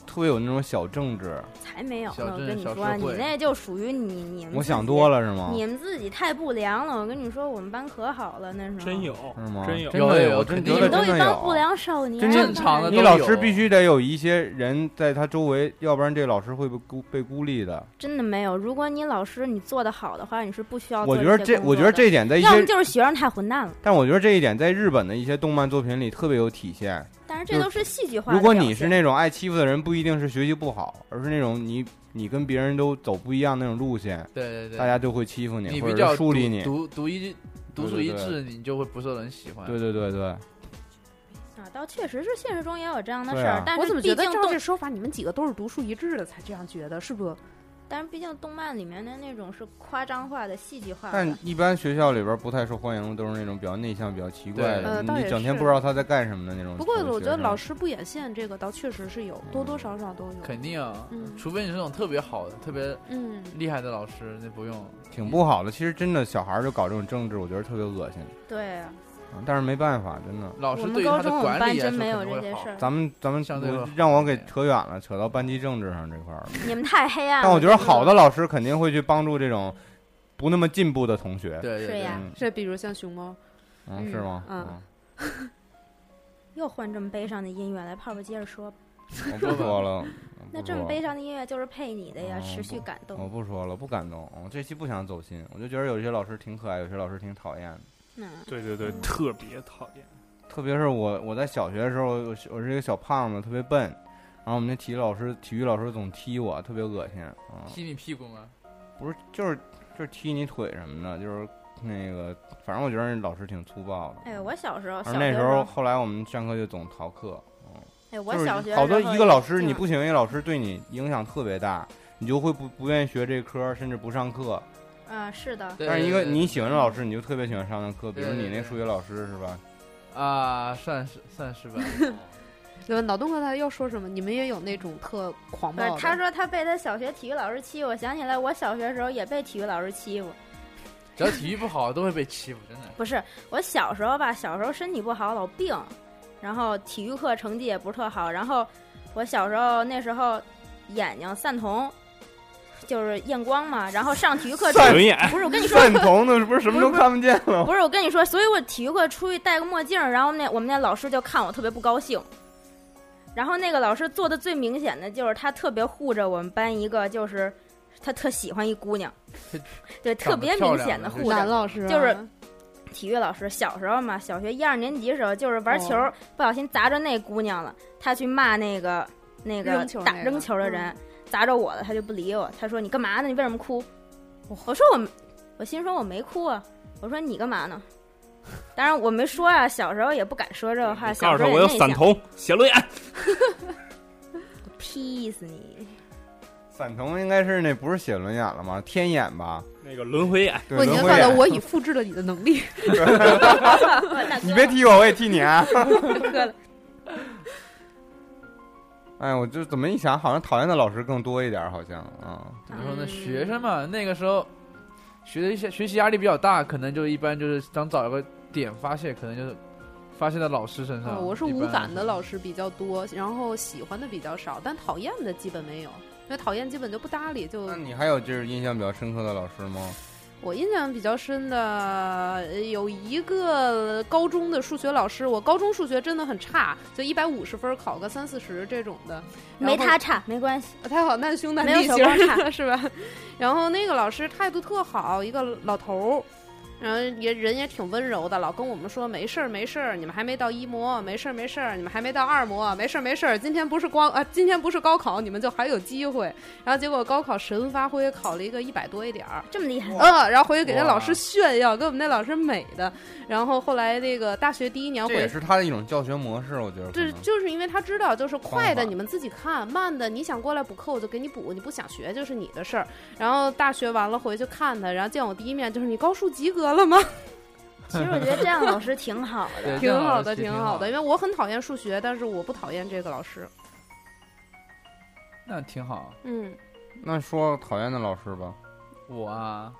A: 特别有那种小政治。
E: 才没有
F: 小
E: 呢！我
F: 镇
E: 跟你
F: 小
E: 说，啊
F: 社
E: 你
F: 会
E: 那就属于你你们
A: 我
E: 自
A: 想
E: 己
A: 多，了是啊吗？
E: 嗯你们自己太不良了。我跟你说，我们班可好了那时候，
H: 真有，
A: 是吗？
H: 真有
A: 真的
F: 有有
A: 真
F: 肯
E: 你
F: 定
A: 觉
F: 有
A: 得真
E: 们都一
A: 的
E: 帮不
A: 有。啊
E: 良少年，
F: 真正常的
A: 你
F: 都
A: 老
F: 有
A: 师必须得有一些人在他周围，要不然这老师会被孤被孤立的。
E: 真的没有。如果你老师你做的好的话，你是不需要哦做
A: 我
E: 些
A: 觉
E: 工
A: 得
E: 作的。
A: 这，我觉得这一点在一
E: 要么
A: 些，
E: 就是学生太混蛋了。
A: 但我觉得这一点在日本的一些动漫作品里特别有体现。
E: 但是这
A: 就
E: 都是戏剧化的
A: 嗯如
E: 表
A: 果
E: 现。
A: 你是那种爱欺负的人，不一定是学习不好，而是那种你你跟别人都走不一样那种路线，
F: 对对对，
A: 大家就会欺负你，
F: 你
A: 或
F: 比
A: 者
F: 较
A: 是疏离你。
F: 独独一独树一
A: 对
F: 帜，你就会不受人喜欢。
A: 对对对对，
E: 啊，倒确实是现实中也有这样的
A: 对
E: 事儿，
A: 啊
E: 但
J: 我
E: 是
J: 怎么
E: 毕
J: 觉得
E: 竟
J: 照
E: 动
J: 这，说法，你们几个都是独树一帜的才这样觉得，是不？
E: 但是毕竟动漫里面的那种是夸张化的、戏剧化的。
A: 但一般学校里边不太受欢迎的都是那种比较内向、比较奇怪
F: 对
A: 的，
J: 呃
A: 你
J: 倒也
A: 你整天
J: 是
A: 不知道他在干什么的那啊种。
J: 不过我觉得老
A: 师
J: 师不眼线这个倒确实是有，多多少少都有。
F: 肯定啊
J: 嗯，
F: 除非你是那种特别好的、特别
J: 嗯，
F: 厉害的老师，那不用。
A: 挺不好的。其实真的小孩儿就搞这种政治，我觉得特别恶心。
E: 对啊，
A: 啊但是没办法，真的。
F: 老
E: 我
F: 师
E: 们
F: 对于
E: 高
F: 他的
E: 中我们
F: 管
E: 班
F: 理
E: 真
F: 来
E: 没有
F: 说肯
E: 这些
F: 定
E: 事
F: 会
E: 儿
F: 好。，
A: 咱们咱们
F: 相对会
A: 我
F: 好
A: 让我
F: 一
A: 给
F: 点
A: 扯远了，扯到班级政治上这块儿了。
E: 你们太黑暗了。
A: 但我觉得好
E: 的。
A: 的老师肯定会去帮助这种不那么进步的同学。
F: 对对
E: 是
F: 对
E: 呀，
A: 嗯
J: 这比如像熊猫，
A: 嗯，是吗？
J: 嗯
A: 嗯，
E: 又换这么悲伤的音乐来，泡泡接着说吧。
A: 我不说 了。我
E: 那
A: 嗯不
E: 这么
A: 说
E: 悲
A: 了
E: 伤的音乐就是配你的呀，
A: 哦
E: 持续
A: 不
E: 感
A: 我
E: 动。
A: 不说了，不感动。我这期不想走心，我就觉得有些老师挺可爱，有些老师挺讨厌的。
E: 嗯，
H: 对对对，特别讨厌。
A: 特别是我我在小学的时候，我是我是一个小胖子，特别笨。然后我们那体育老师，体育老师总踢我，特别恶心。啊、
F: 踢你屁股吗？
A: 不是，就是就是踢你腿什么的，就是那个，反正我觉得那老师挺粗暴的。
E: 哎，我小时候，
A: 而
E: 小
A: 那
E: 学
A: 时
E: 时
A: 候，，后来我们上课就总逃课。嗯
E: 哎，我
A: 就是
E: 小学
A: 好
E: 时
A: 多
E: 候
A: 一个老师，
E: 经
A: 你不喜欢一个老师，对你影响特别大，你就会不不愿意学这科，甚至不上课。
E: 啊，是的，
F: 对
A: 但是一个
F: 对对
A: 你喜欢的老师，你就特别喜欢上的课，比如
F: 对对
A: 你那
F: 对
A: 数学老师是吧？
F: 啊，算是算是吧。
J: 对吧？脑洞哥他要说什么？你们也有那种特狂
E: 不
J: 暴
E: 是
J: 的？
E: 他说他被他小学体育老师欺负，我想起来我小学时候也被体育老师欺负。
F: 只要体育不好都会被欺负，真的。
E: 不是我小时候吧，小时候身体不好，老病，然后体育课成绩也不是特好，然后我小时候那时候眼睛散瞳，就是验光嘛，然后上体育课出
H: 散眼，
E: 不是我跟你说，
A: 散瞳的，不是什么都看不见了。
E: 不是我跟你说，所以我体育课出去戴个墨镜儿，然后那我们那老师就看我特别不高兴。然后那个老师做的最明显的就是他特别护着我们班一个，就是他特喜欢一姑娘，对，特
F: 长得
E: 别
F: 漂
E: 明
F: 亮
E: 显
F: 的
E: 的
F: 这
E: 护
F: 种
E: 着。
J: 男老师啊
E: 就是体育老师小时候嘛，小学一二年级的时候，就是玩球、不小心砸着那姑娘了，他去骂那个那个
J: 扔球
E: 打
J: 那个
E: 扔球的人，砸着我了，他就不理我，他说你干嘛呢？你为什么哭？我说我，我心说我没哭啊，我说你干嘛呢？当然我没说啊，小时候也不敢说这个话，
H: 告
E: 哎小
H: 诉
E: 时
H: 他
E: 候
H: 我
E: 也
H: 有
E: 内
H: 散
E: 向，
H: 瞳、斜轮眼。
E: 劈死你！
A: 散瞳应该是那不是写轮眼了吗？天眼吧？
H: 那个轮回啊眼，
A: 对，
J: 我已经
A: 轮
J: 看
A: 回
J: 到
A: 眼。
J: 我已复制了你的能力。
E: 大哥
A: 你别踢我，我也踢你啊！
E: 哥了，
A: 哎，我就怎么一想，好像讨厌的老师更多一点，好像啊。
F: 然后呢，学生嘛，那个时候学的一些学习压力比较大，可能就一般就是想找一个点发泄，可能就是发泄在老师身
G: 哦
J: 啊
F: 上。
J: 我是无感的老
F: 师，
J: 师比较多，然后喜欢的比较少，但讨厌
E: 嗯
J: 的基本没有。因为讨厌基本就不搭理，就
A: 那你还有就是印象比较深刻的老师吗？
G: 我印象比较深的呃有一个高中的数学老师，我高中数学真的很差，就一百五十分儿考个三四十这种的，然
E: 没
G: 后
E: 他差，没关系。
G: 啊太好，那兄难
E: 没有
G: 弟
E: 小
G: 型
E: 光
G: 儿 是吧？然后那个老师态度特好，一个老头儿，然后也人也挺温柔的，老跟我们说没事儿没事儿，你们还没到一模，没事儿没事儿，你们还没到二模，没事儿没事儿，今天不是光啊，今天不是高考，你们就还有机会。然后结果高考神发挥，考了一个一百多一点儿，
E: 这么 厉害，
G: 嗯，然后回去给那
F: 哇
G: 老师炫耀，给我们那老师美的。然后后来那个大学第一年
A: 这
G: 回
A: 也
G: 去。
A: 是他的一种教学模式，我觉得可
G: 对，
A: 能。
G: 就是因为他知道，就是快的
A: 方法
G: 你们自己看，慢的你想过来补课我就给你补，你不想学就是你的事儿。然后大学完了回去看他，然后见我第一面就是你高数及格了吗？
E: 其实我觉得这样的老师挺好的。
F: 对
G: 挺
F: 这样
G: 好
F: 的哎老
G: 的，
F: 师挺
G: 好的，
F: 的
G: 因，为我很讨厌数学，但是我不讨厌这个老师。
F: 那挺好。
G: 嗯，
A: 那说讨厌的老师吧，
F: 我啊，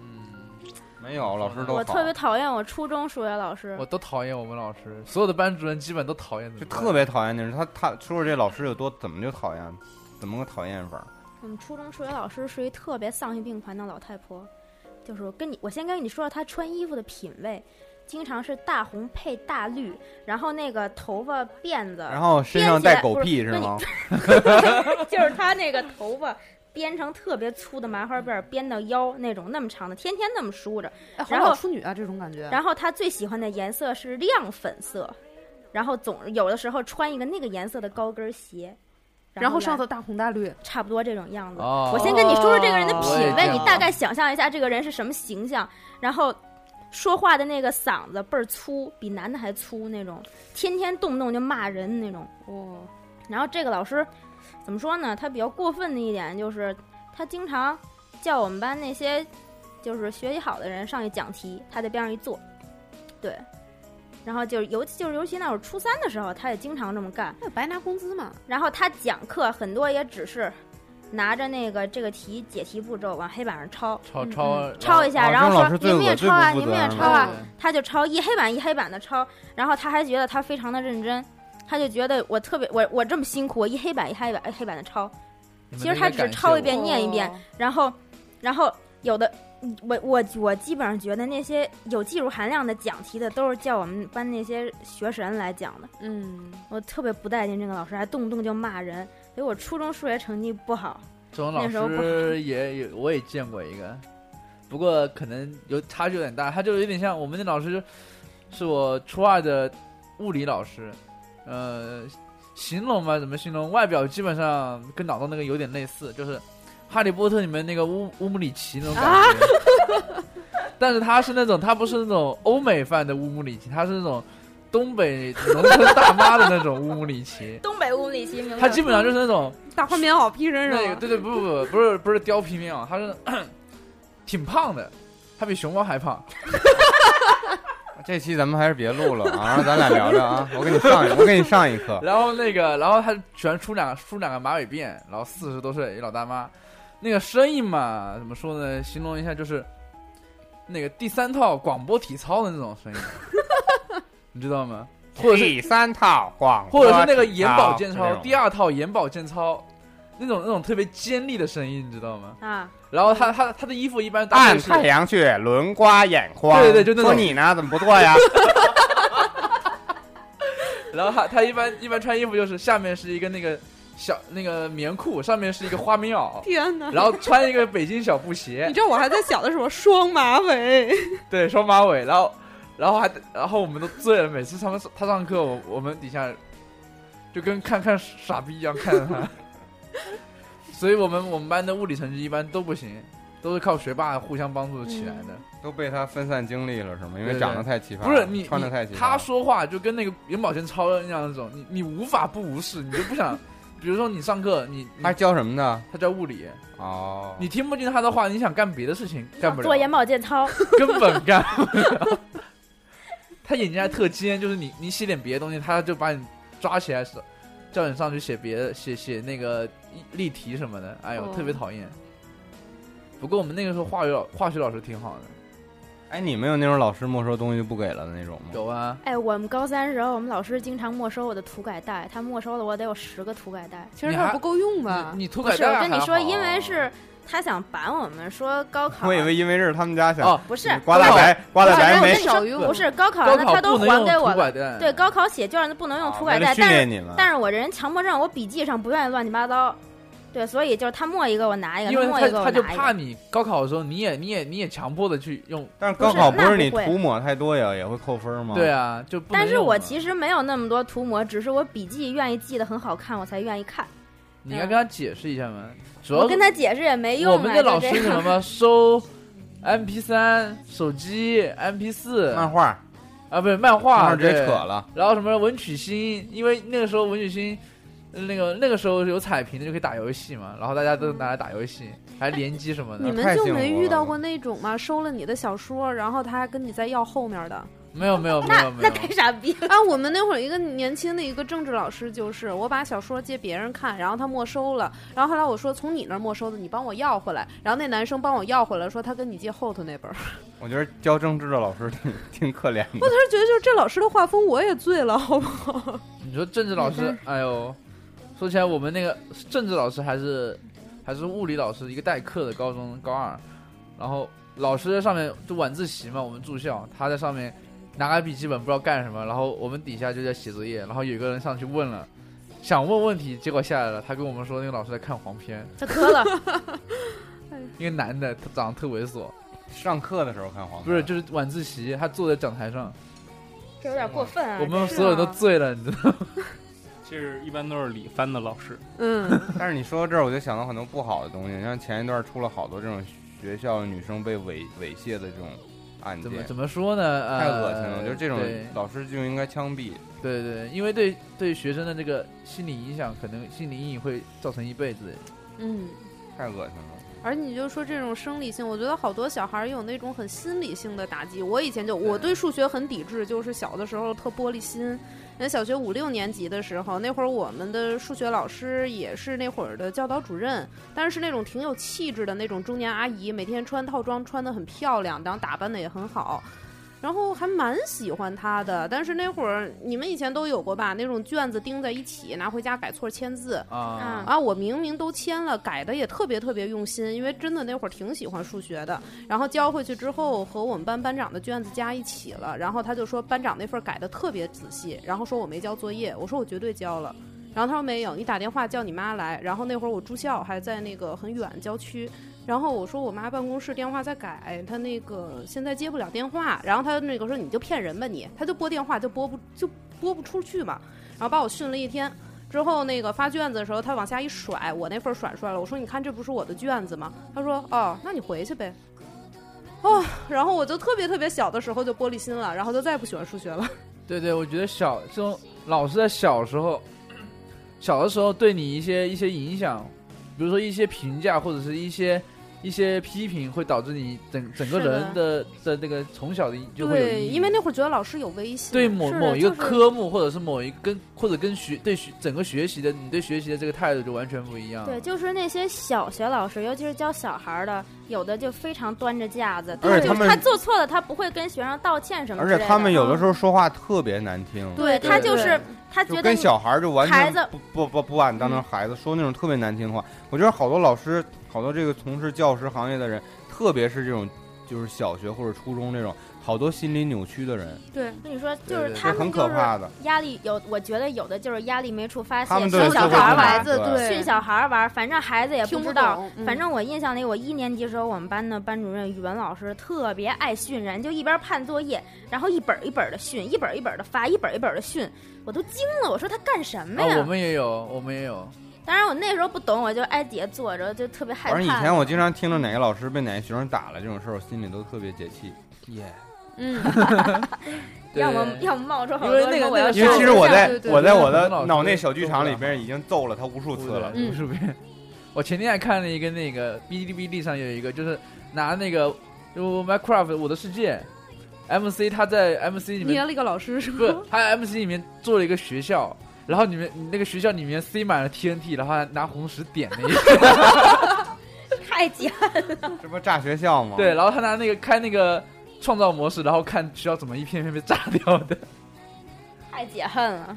F: 嗯，
A: 没有老师都
E: 我
A: 好，
E: 特别讨厌我初中数学老师
F: 我，都讨厌我们老师，所有的班主任基本都讨厌。
A: 就特别讨厌那人。他他说说这老师有多怎么就讨厌，怎么个讨厌法儿？
E: 我们嗯初中数学老师是一特别丧心病狂的老太婆，就是我跟你，我先跟你说说她穿衣服的品味，经常是大红配大绿，然后那个头发辫子，
A: 然后身上带狗屁
E: 呃编
A: 是
E: 辑
A: 吗？
E: 就是她那个头发编成特别粗的麻花辫儿，编到腰那种那么长的，天天那么梳着。
A: 嗯
G: 哎，好
E: 然后
G: 老处女啊，这种感觉。
E: 然后他最喜欢的颜色是亮粉色，然后总有的时候穿一个那个颜色的高跟鞋，
G: 然后
E: 后
G: 上
E: 来
G: 头大红大绿，
E: 差不多这种样子。
F: 哦
E: 我先跟你说说这个人的
F: 我也
E: 品
F: 这
E: 味，
F: 样
E: 你大概想象一下这个人是什么形象，然后。说话的那个嗓子倍儿粗，比男的还粗那种，天天动不动就骂人那种。
G: 哦，
E: 然后这个老师怎么说呢？他比较过分的一点就是，他经常叫我们班那些就是学习好的人上去讲题，他在边上一坐，对。然后就是尤其就是尤其那会儿初三的时候，他也经常这么干。
G: 那白拿工资嘛。
E: 然后他讲课很多也只是拿着那个这个题解题步骤往黑板上抄，
F: 抄抄
E: 抄一下，
A: 哦
E: 然后
A: 这老师
E: 说
A: 最
E: 你们也
A: 恶最
E: 抄啊，
A: 不负
E: 你们也
A: 责嗯
E: 抄啊
F: 任，
E: 他就抄一黑板一黑板的抄，然后他还觉得他非常的认真，他就觉得我特别我我这么辛苦，我一黑板一黑板一黑板的抄，其实他只是抄一遍念一遍，然后然后有的嗯我我我基本上觉得那些有技术含量的讲题的都是叫我们班那些学神来讲的，
G: 嗯，
E: 我特别不待见这个老师，还动不动就骂人，所以我初中数学成绩不好，
F: 这种老
E: 那时候不。
F: 师也有，我也见过一个，不过可能有差距有点大，他就有点像我们的老师，是我初二的物理老师，呃，形容吧，怎么形容？外表基本上跟脑洞那个有点类似，就是《哈利波特》里面那个乌乌姆里奇那种感觉。啊 但是他是那种，他不是那种欧美范的乌姆里奇，他是那种东北农村大妈的那种乌姆里 奇
E: 东北物理系名
F: 他基本上就是那种
G: 大花棉袄披身
F: 那个
G: 上，，
F: 对对不不不不是不是貂皮面啊，它是 挺胖的，它比熊猫还胖。
A: 这期咱们还是别录了啊，让咱俩聊聊啊。我给你上一，我给你上一课。
F: 然后那个，然后他喜欢梳两个梳两个马尾辫，然后四十多岁一老大妈，那个声音嘛，怎么说呢？形容一下就是那个第三套广播体操的那种声音， 你知道吗？ 或者是
A: 第三套广播
F: 或者是那个眼保健
A: 体
F: 操
A: 操，
F: 第二套眼保健操，那种那种特别尖利的声音，你知道吗？
E: 啊，
F: 然后他他他的衣服一般搭配
A: 按
F: 是
A: 太阳穴轮刮眼眶。
F: 对对对就那种
A: 说你呢，怎么不做 呀？
F: 然后他他一般一般穿衣服就是下面是一个那个小那个棉裤，上面是一个花棉袄
G: 天哪！
F: 然后穿一个北京小布
G: 你
F: 鞋，
G: 知道我还在小的时候双马尾，
F: 对，双马尾，然后然后还然后我们都醉了，每次他们他上课，我我们底下就跟看看傻逼一样看着他，所以我们我们班的物理成绩一般都不行，都是靠学霸互相帮助起来的。
A: 都被他分散精力了是吗？因
F: 对
A: 为
F: 对
A: 长得太奇葩了，
F: 不是你
A: 啊穿的太奇
F: 你
A: 葩了。
F: 他说话就跟那个元宝前超人一样那种，你你无法不无视，你就不想，比如说你上课你你
A: 他教什么的？
F: 他教物理。
A: 哦，
F: 你听不进他的话，你想干别的事情干不了，
E: 做眼保健操，
F: 根本干不了。 他眼睛还特尖，就是你你写点别的东西，他就把你抓起来，叫你上去写别的，写写那个例题什么的。哎呦，
G: 哦
F: 特别讨厌。不过我们那个时候化学老化学老师挺好的，
A: 哎，你们有那种老师没收东西就不给了的那种吗？
F: 有啊，
E: 哎，我们高三时候，我们老师经常没收我的涂改带，他没收了我得有十个涂改带。
G: 其实
F: 你
G: 这
F: 还
G: 不够用吧？
F: 你你涂
E: 不
F: 改
E: 是，
F: 带
E: 我跟你
F: 还
E: 说，
F: 好
E: 因为是他想板我们说高考，
A: 我以为因为这是他们家想
F: 哦，
E: 啊不是
A: 刮大白，刮大白
E: 反正
A: 没
E: 那时候不是高考完了，
F: 高
E: 他
F: 考
E: 都
F: 不能
E: 还
F: 用
E: 给我
F: 涂
E: 了。
F: 拐带，
E: 对，高考写卷子不能用涂
A: 为
E: 改
A: 了
E: 带，
A: 训
E: 但
A: 练
E: 是
A: 你们，
E: 但是我这人强迫症，我笔记上不愿意乱七八糟。对，所以就是他默一个我拿一个，
F: 因为
E: 他默一个
F: 他
E: 我
F: 他就
E: 拿一
F: 怕
E: 个。
F: 你高考的时候，你也你也你也强迫的去用，
A: 但是高考
E: 不是
A: 是你
E: 那不会
A: 涂抹太多也也会扣分吗？
F: 对，啊，就不能
E: 但是
F: 用
E: 我
F: 了
E: 其实没有那么多涂抹，只是我笔记愿意记得很好看，我才愿意看。
F: 你应该跟他解释一下嘛，主要
E: 我跟他解释也没用啊。
F: 我们的
E: 就
F: 老
E: 这
F: 师是
E: 样
F: 什么收 MP 三、手机、MP 四
A: 漫画
F: 啊，不是漫
A: 漫画
F: 画
A: 直接
F: 对
A: 扯了，
F: 然后什么文曲星，因为那个时候文曲星，呃那个那个时候有彩屏的就可以打游戏嘛，然后大家都拿来打游戏，还联机什么
G: 你
F: 的。
G: 们就没遇到过那种吗？收了你的小说，然后他还跟你再要后面的。
F: 没有没有没
E: 那
F: 有没
E: 那
F: 有，
E: 太傻逼了。
G: 啊，我们那会儿一个年轻的一个政治老师，就是我把小说借别人看，然后他没收了，然后后来我说从你那儿没收的，你帮我要回来，然后那男生帮我要回来，说他跟你借后头那本儿。
A: 我觉得教政治的老师挺挺可怜
G: 我
A: 的。
G: 当时觉得就是这老师的画风我也醉了，好不好？
F: 你说政治老师，哎呦，说起来我们那个政治老师还是还是物理老师，一个代课的高中高二，然后老师在上面就晚自习嘛，我们住校，他在上面拿个笔记本不知道干什么，然后我们底下就在写作业，然后有一个人上去问了，想问问题，结果下来了，他跟我们说那个老师在看黄片，
E: 他磕了，
F: 一个男的，他长得特猥琐，
A: 上课的时候看黄片，
F: 不是就是晚自习，他坐在讲台上，
E: 这有点过分啊！
F: 我们
E: 这
F: 所有人都醉了，你知道吗？
H: 这是一般都是理番的老师，
G: 嗯，
A: 但是你说到这儿，我就想到很多不好的东西，像前一段出了好多这种学校女生被猥猥亵的这种案
F: 怎
A: 件
F: 么，怎么说呢？呃、
A: 太恶心了。我觉得这种
F: 对
A: 老师就应该枪毙。
F: 对对，因为对对学生的这个心理影响，可能心理阴影会造成一辈子。
G: 嗯。
A: 太恶心了，
G: 而你就说这种生理性，我觉得好多小孩儿有那种很心理性的打击。我以前就我对数学很抵制，就是小的时候特玻璃心。那小学五六年级的时候，那会儿我们的数学老师也是那会儿的教导主任，但是那种挺有气质的那种中年阿姨，每天穿套装，穿的很漂亮，然后打扮的也很好。然后还蛮喜欢她的，但是那会儿你们以前都有过吧？那种卷子钉在一起，拿回家改错签字，
F: 啊，
G: 啊，我明明都签了，改的也特别特别用心，因为真的那会儿挺喜欢数学的。然后交回去之后，和我们班班长的卷子加一起了，然后他就说班长那份改的特别仔细，然后说我没交作业，我说我绝对交了。然后他说没有，你打电话叫你妈来。然后那会儿我住校，还在那个很远郊区。然后我说我妈办公室电话在改，她那个现在接不了电话。然后她那个说你就骗人吧你，她就拨电话就拨不就拨不出去嘛。然后把我训了一天。之后那个发卷子的时候，他往下一甩，我那份儿甩出来了。我说你看这不是我的卷子吗？他说哦，那你回去呗。哦，然后我就特别特别小的时候就玻璃心了，然后就再也不喜欢数学了。
F: 对对，我觉得小这种老师在小时候，小的时候对你一些一些影响，比如说一些评价或者是一些一些批评，会导致你整整个
G: 是的
F: 人的的那个从小的就会有
G: 对，
F: 阴影
G: 因为那会儿觉得老师有威信。
F: 对某
E: 是的
F: 某一个
E: 就是
F: 科目，或者是某一个跟或者跟学对学整个学习的你对学习的这个态度就完全不一样。
E: 啊对，就是那些小学老师，尤其是教小孩儿的，有的就非常端着架子，
A: 而且
E: 就
A: 他
E: 是
A: 们
E: 他做错了，他不会跟学生道歉什么
A: 而
E: 之
A: 且
E: 类的。啊
A: 他们有
G: 嗯
A: 的时候说话特别难听，
E: 对
G: 对
E: 他
G: 对
E: 就是他
A: 就
E: 觉得
A: 跟
E: 你
A: 小孩儿就完
E: 孩
A: 全
E: 子嗯
A: 不不不不把你当成孩子，说那种特别难听的话。我觉得好多老师，好多这个从事教师行业的人，特别是这种就是小学或者初中这种，好多心理扭曲的人，
G: 对，
E: 跟你说，
F: 对
E: 就是
F: 对
A: 这
E: 他
A: 很
E: 们就
A: 可
E: 是
A: 怕的。
E: 压力有，我觉得有的就是压力没处发
A: 他
E: 泄，
A: 们
E: 训
A: 对
E: 小
A: 社会
E: 孩儿
A: 不
E: 玩
A: 满
E: 儿，
G: 孩子
A: 对
E: 训小孩儿玩儿，反正孩子也
G: 听
E: 不知
G: 不
E: 道。
G: 懂。
J: 嗯
E: 反正我印象里，我一年级时候，我们班的班主任语文老师特别爱训人，就一边判作业，然后一本儿一本的训，一本儿一本的发，一本儿一本的训，我都惊了。我说他干什么
F: 啊，我
E: 呀？
F: 们也有，我们也有。
E: 当然我那时候不懂，我就挨底下坐着，就特别害
A: 反
E: 怕。
A: 正以前我经常听着哪个老师被哪个学生打了这种事儿，我心里都特别解气。耶！
G: 嗯，
F: 对
E: 要么要么冒出好
F: 因
E: 多
F: 为那个
E: 说我要
F: 那个
A: 因为
F: 是
A: 其实我在
G: 对对对
A: 我在我的
F: 很多老师
A: 脑内小剧场里边已经揍了他无数次了。
G: 嗯
F: 无数遍。我前天还看了一个那个哔哩哔哩上有一个，就是拿那个就 Minecraft 我的世界，MC 他在 MC 里
G: 捏
F: 面
G: 了一个老师是
F: 不是
G: 吗？
F: 他在 MC 里面做了一个学校，然后你们那个学校里面塞满了 TNT，然后还拿红石点那个，
E: 太假了。
A: 这不炸学校吗？
F: 对，，然后他拿那个开那个创造模式，然后看学校怎么一片片被炸掉的。
E: 太解恨了，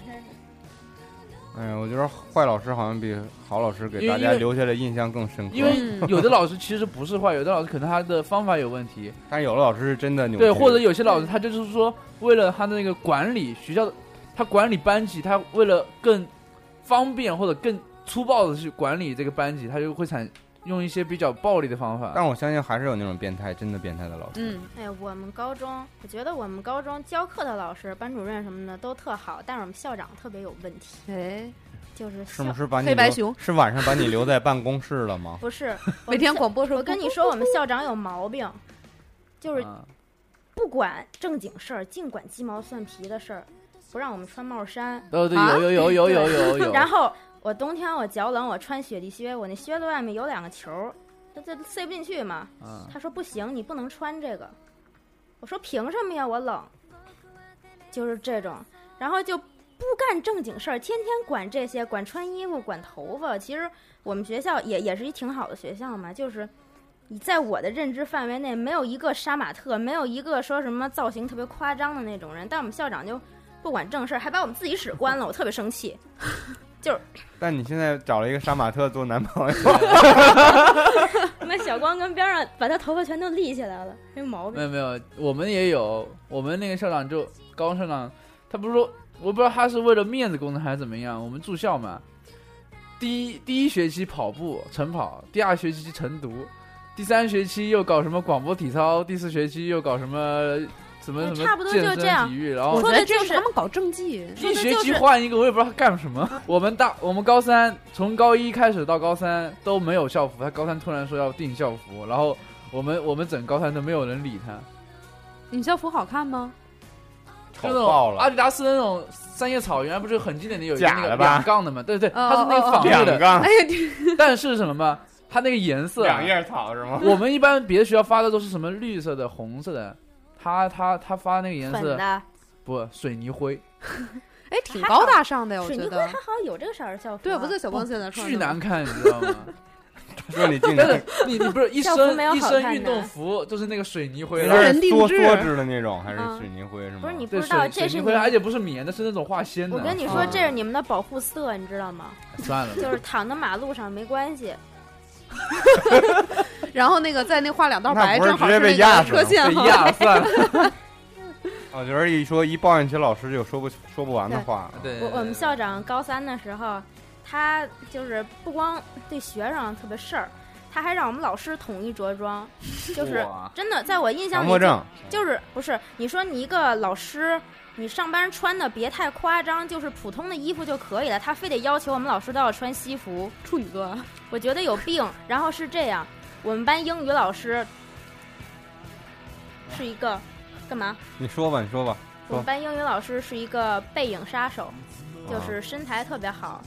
A: 哎呀，我觉得坏老师好像比好老师给大
F: 因
A: 家
F: 为
A: 留下的印象更深刻。
F: 因 为有的老师其实不是坏，有的老师可能他的方法有问题，
A: 但有的老师是真的牛逼，
F: 对，或者有些老
E: 嗯
F: 师他就是说，为了他的那个管理学校的，他管理班级，他为了更方便或者更粗暴的去管理这个班级，他就会产用一些比较暴力的方法。
A: 但我相信还是有那种变态，真的变态的老师。
J: 嗯，
E: 哎，我们高中，我觉得我们高中教课的老师、班主任什么的都特好，但是我们校长特别有问题，
J: 哎，
E: 就是
A: 是
E: 校
A: 不是把你
J: 黑白
A: 留
J: 熊
A: 是晚上把你留在办公室了吗？
E: 不是我
J: 每
E: 们
J: 天
E: 校
J: 广播说，
E: 我跟你说，我们校长有毛病，就是
F: 啊
E: 不管正经事儿，净管鸡毛蒜皮的事儿，不让我们穿帽衫。
F: 对对，
J: 啊
F: 有有有有有有有。
E: 然后我冬天我脚冷，我穿雪地靴，我那靴子外面有两个球儿，那这塞不进去嘛。
F: 啊，
E: 他说不行，你不能穿这个。我说凭什么呀？我冷，就是这种，然后就不干正经事儿，天天管这些，管穿衣服，管头发。其实我们学校也也是一挺好的学校嘛，就是你在我的认知范围内，没有一个杀马特，没有一个说什么造型特别夸张的那种人。但我们校长就不管正事儿，还把我们自习室关了，我特别生气。
A: 但你现在找了一个杀马特做男朋友，
E: 那小光跟边上把他头发全都立起来了，没毛
J: 嗯
F: 没
E: 病。
F: 有没有，我们也有，我们那个校长就高中校长，他不是说，我不知道他是为了面子工作还是怎么样，我们住校嘛，第一第一学期跑步晨跑，第二学期晨读，第三学期又搞什么广播体操，第四学期又搞什么什么
E: 哎
F: 什么
E: 差不多就
F: 健身
E: 这样
F: 体育，然
J: 我
F: 后
E: 说
J: 觉
E: 的
J: 得这
E: 就是
J: 是他们搞政绩，
E: 说
F: 一
E: 的
F: 学
E: 就
F: 期
E: 是
F: 换一个，我也不知道他干什 么。我们大我们高三从高一开始到高三都没有校服，他高三突然说要订校服，然后我们我们整高三都没有人理他。
J: 你校服好看吗？
A: 丑
F: 就那
A: 爆
F: 种阿
A: 了，
F: 迪达斯的那种三叶草，原来不是很经典的有一个
A: 假
F: 那个
A: 的吧嗯
F: 两杠的嘛？对对，
E: 嗯
J: 哦
F: 它是那个仿
A: 两
F: 制的，
A: 杠
J: 哎呀，
F: 但是什么嘛？它那个颜色啊，
A: 两叶草是吗？
F: 我们一般别的学校发的都是什么绿色的、红色的，它它它发那个颜
E: 粉
F: 色
E: 的
F: 不水泥灰，
J: 哎，挺高大上的呀，我
E: 水
J: 觉
E: 泥灰
J: 得
E: 还。好有这个色儿的校服、啊，
J: 对，不是小光现在穿的哦
F: 巨难看，你知道吗？
A: 说你竟
F: 但
A: 然
F: 是 你你不是一
E: 校服
F: 身
E: 没有
F: 一
E: 好看
F: 身
E: 的
F: 运动服就是那个水泥灰，
A: 有
F: 然后
A: 点
J: 人定
A: 缩
J: 制
A: 缩制的那种，还是
J: 嗯
A: 水泥灰是吗？
E: 不是你不
F: 对
E: 知道，
F: 水
E: 这
F: 水
E: 是
F: 泥
E: 你
F: 灰，
E: 们
F: 而且不是棉的，是那种化纤的。啊嗯
E: 我跟你说，这是你们的保护色，你知 道吗？
F: 算了，
E: 就是躺在马路上没关系，
J: 然后那个在那画两道
A: 那
J: 白，
A: 不是
J: 正
A: 直
J: 好
A: 接
J: 是
A: 被
J: 那
A: 压
J: 个
A: 死
J: 车
A: 了吗？
J: 线
F: 被
J: 哈。
F: 压算了。
A: 我觉得一说一抱怨起老师就说不说不完的话。
F: 对，
E: 我我们校长高三的时候，他就是不光对学生特别事儿，他还让我们老师统一着装，就是
F: 哇
E: 真的，在我印象
A: 强
E: 里
A: 迫
E: 就，
A: 症，
E: 就是不是你说你一个老师，你上班穿的别太夸张，就是普通的衣服就可以了，他非得要求我们老师都要穿西服，
J: 处女座，
E: 我觉得有病。然后是这样，我们班英语老师是一个干嘛？
A: 你说吧，你说吧，
E: 我们班英语老师是一个背影杀手，就是身材特别好，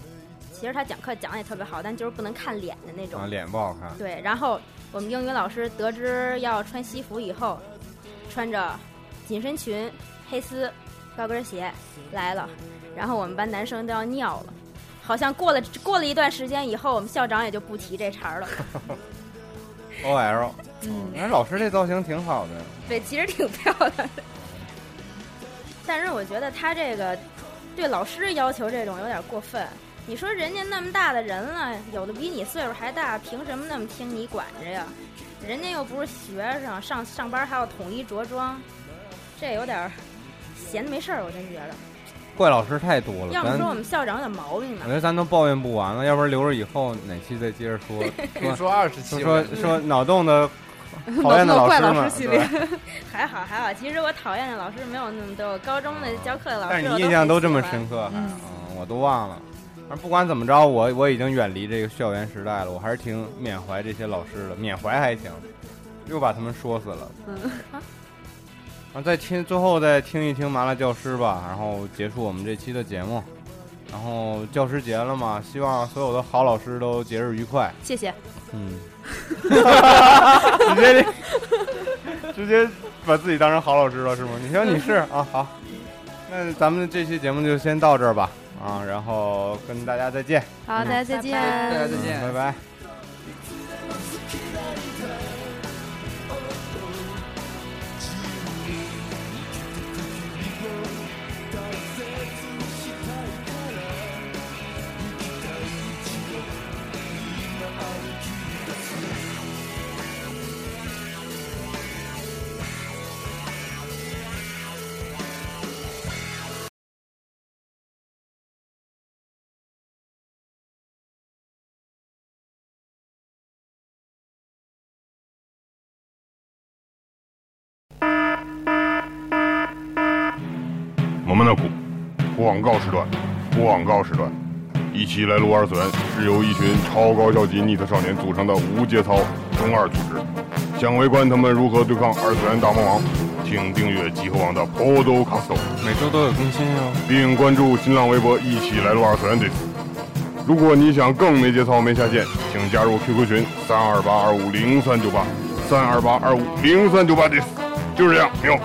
E: 其实他讲课讲得也特别好，但就是不能看脸的那
A: 啊，
E: 种。
A: 脸不好看，
E: 对，然后我们英语老师得知要穿西服以后，穿着紧身裙、黑丝、高跟鞋来了，然后我们班男生都要尿了。好像过了过了一段时间以后，我们校长也就不提这茬儿了。
A: OL，嗯，那老师这造型挺好的，
E: 对，其实挺漂亮的。但是我觉得他这个对老师要求这种有点过分。你说人家那么大的人了，有的比你岁数还大，凭什么那么听你管着呀？人家又不是学生，上上班还要统一着装，这有点儿闲的没事儿，我真觉得。
A: 怪老师太多了，
E: 要么
A: 咱
E: 说我们校长有点毛病
A: 我
E: 呢
A: 觉。得咱都抱怨不完了，要不然留着以后哪期再接着说。
F: 可以说二十期
A: 说
F: 吧
A: 说说脑洞的讨厌的老
J: 怪
A: 师
J: 老
A: 们
J: 师，系列，
A: 哎
E: 还好还好，其实我讨厌的老师没有那么多，我高中的教课的老师
A: 但是
E: 我
A: 你印象
E: 很
A: 都
E: 喜
A: 这么
E: 欢
A: 深刻，还
J: 嗯
A: 嗯，我都忘了。而不管怎么着，我我已经远离这个校园时代了，我还是挺缅怀这些老师的，缅怀还行，又把他们说死了。
J: 嗯
A: 啊，再听最后再听一听麻辣教师吧，然后结束我们这期的节目。然后教师节了嘛，希望所有的好老师都节日愉快。
J: 谢谢。
A: 嗯， 直接直接把自己当成好老师了是吗？你行，你是啊，好，那咱们这期节目就先到这儿吧啊，然后跟大家再见，
J: 好，大家再见。
F: 大家再
A: 嗯
F: 见，
A: 拜拜。
I: 「君を大切にしたいから」「
K: 们的鼓。广告时段，广告时段，一期来撸二次元是由一群超高效及逆特少年组成的无节操中二组织。想围观他们如何对抗二次元大魔王，请订阅集合网的 Podcast，
C: 每周都有更新哟。
K: 并关注新浪微博“一起来撸二次元队”。如果你想更没节操、没下限，请加入 QQ 群三二八二五零三九八三二八二五零三九八，这就是这样，没有。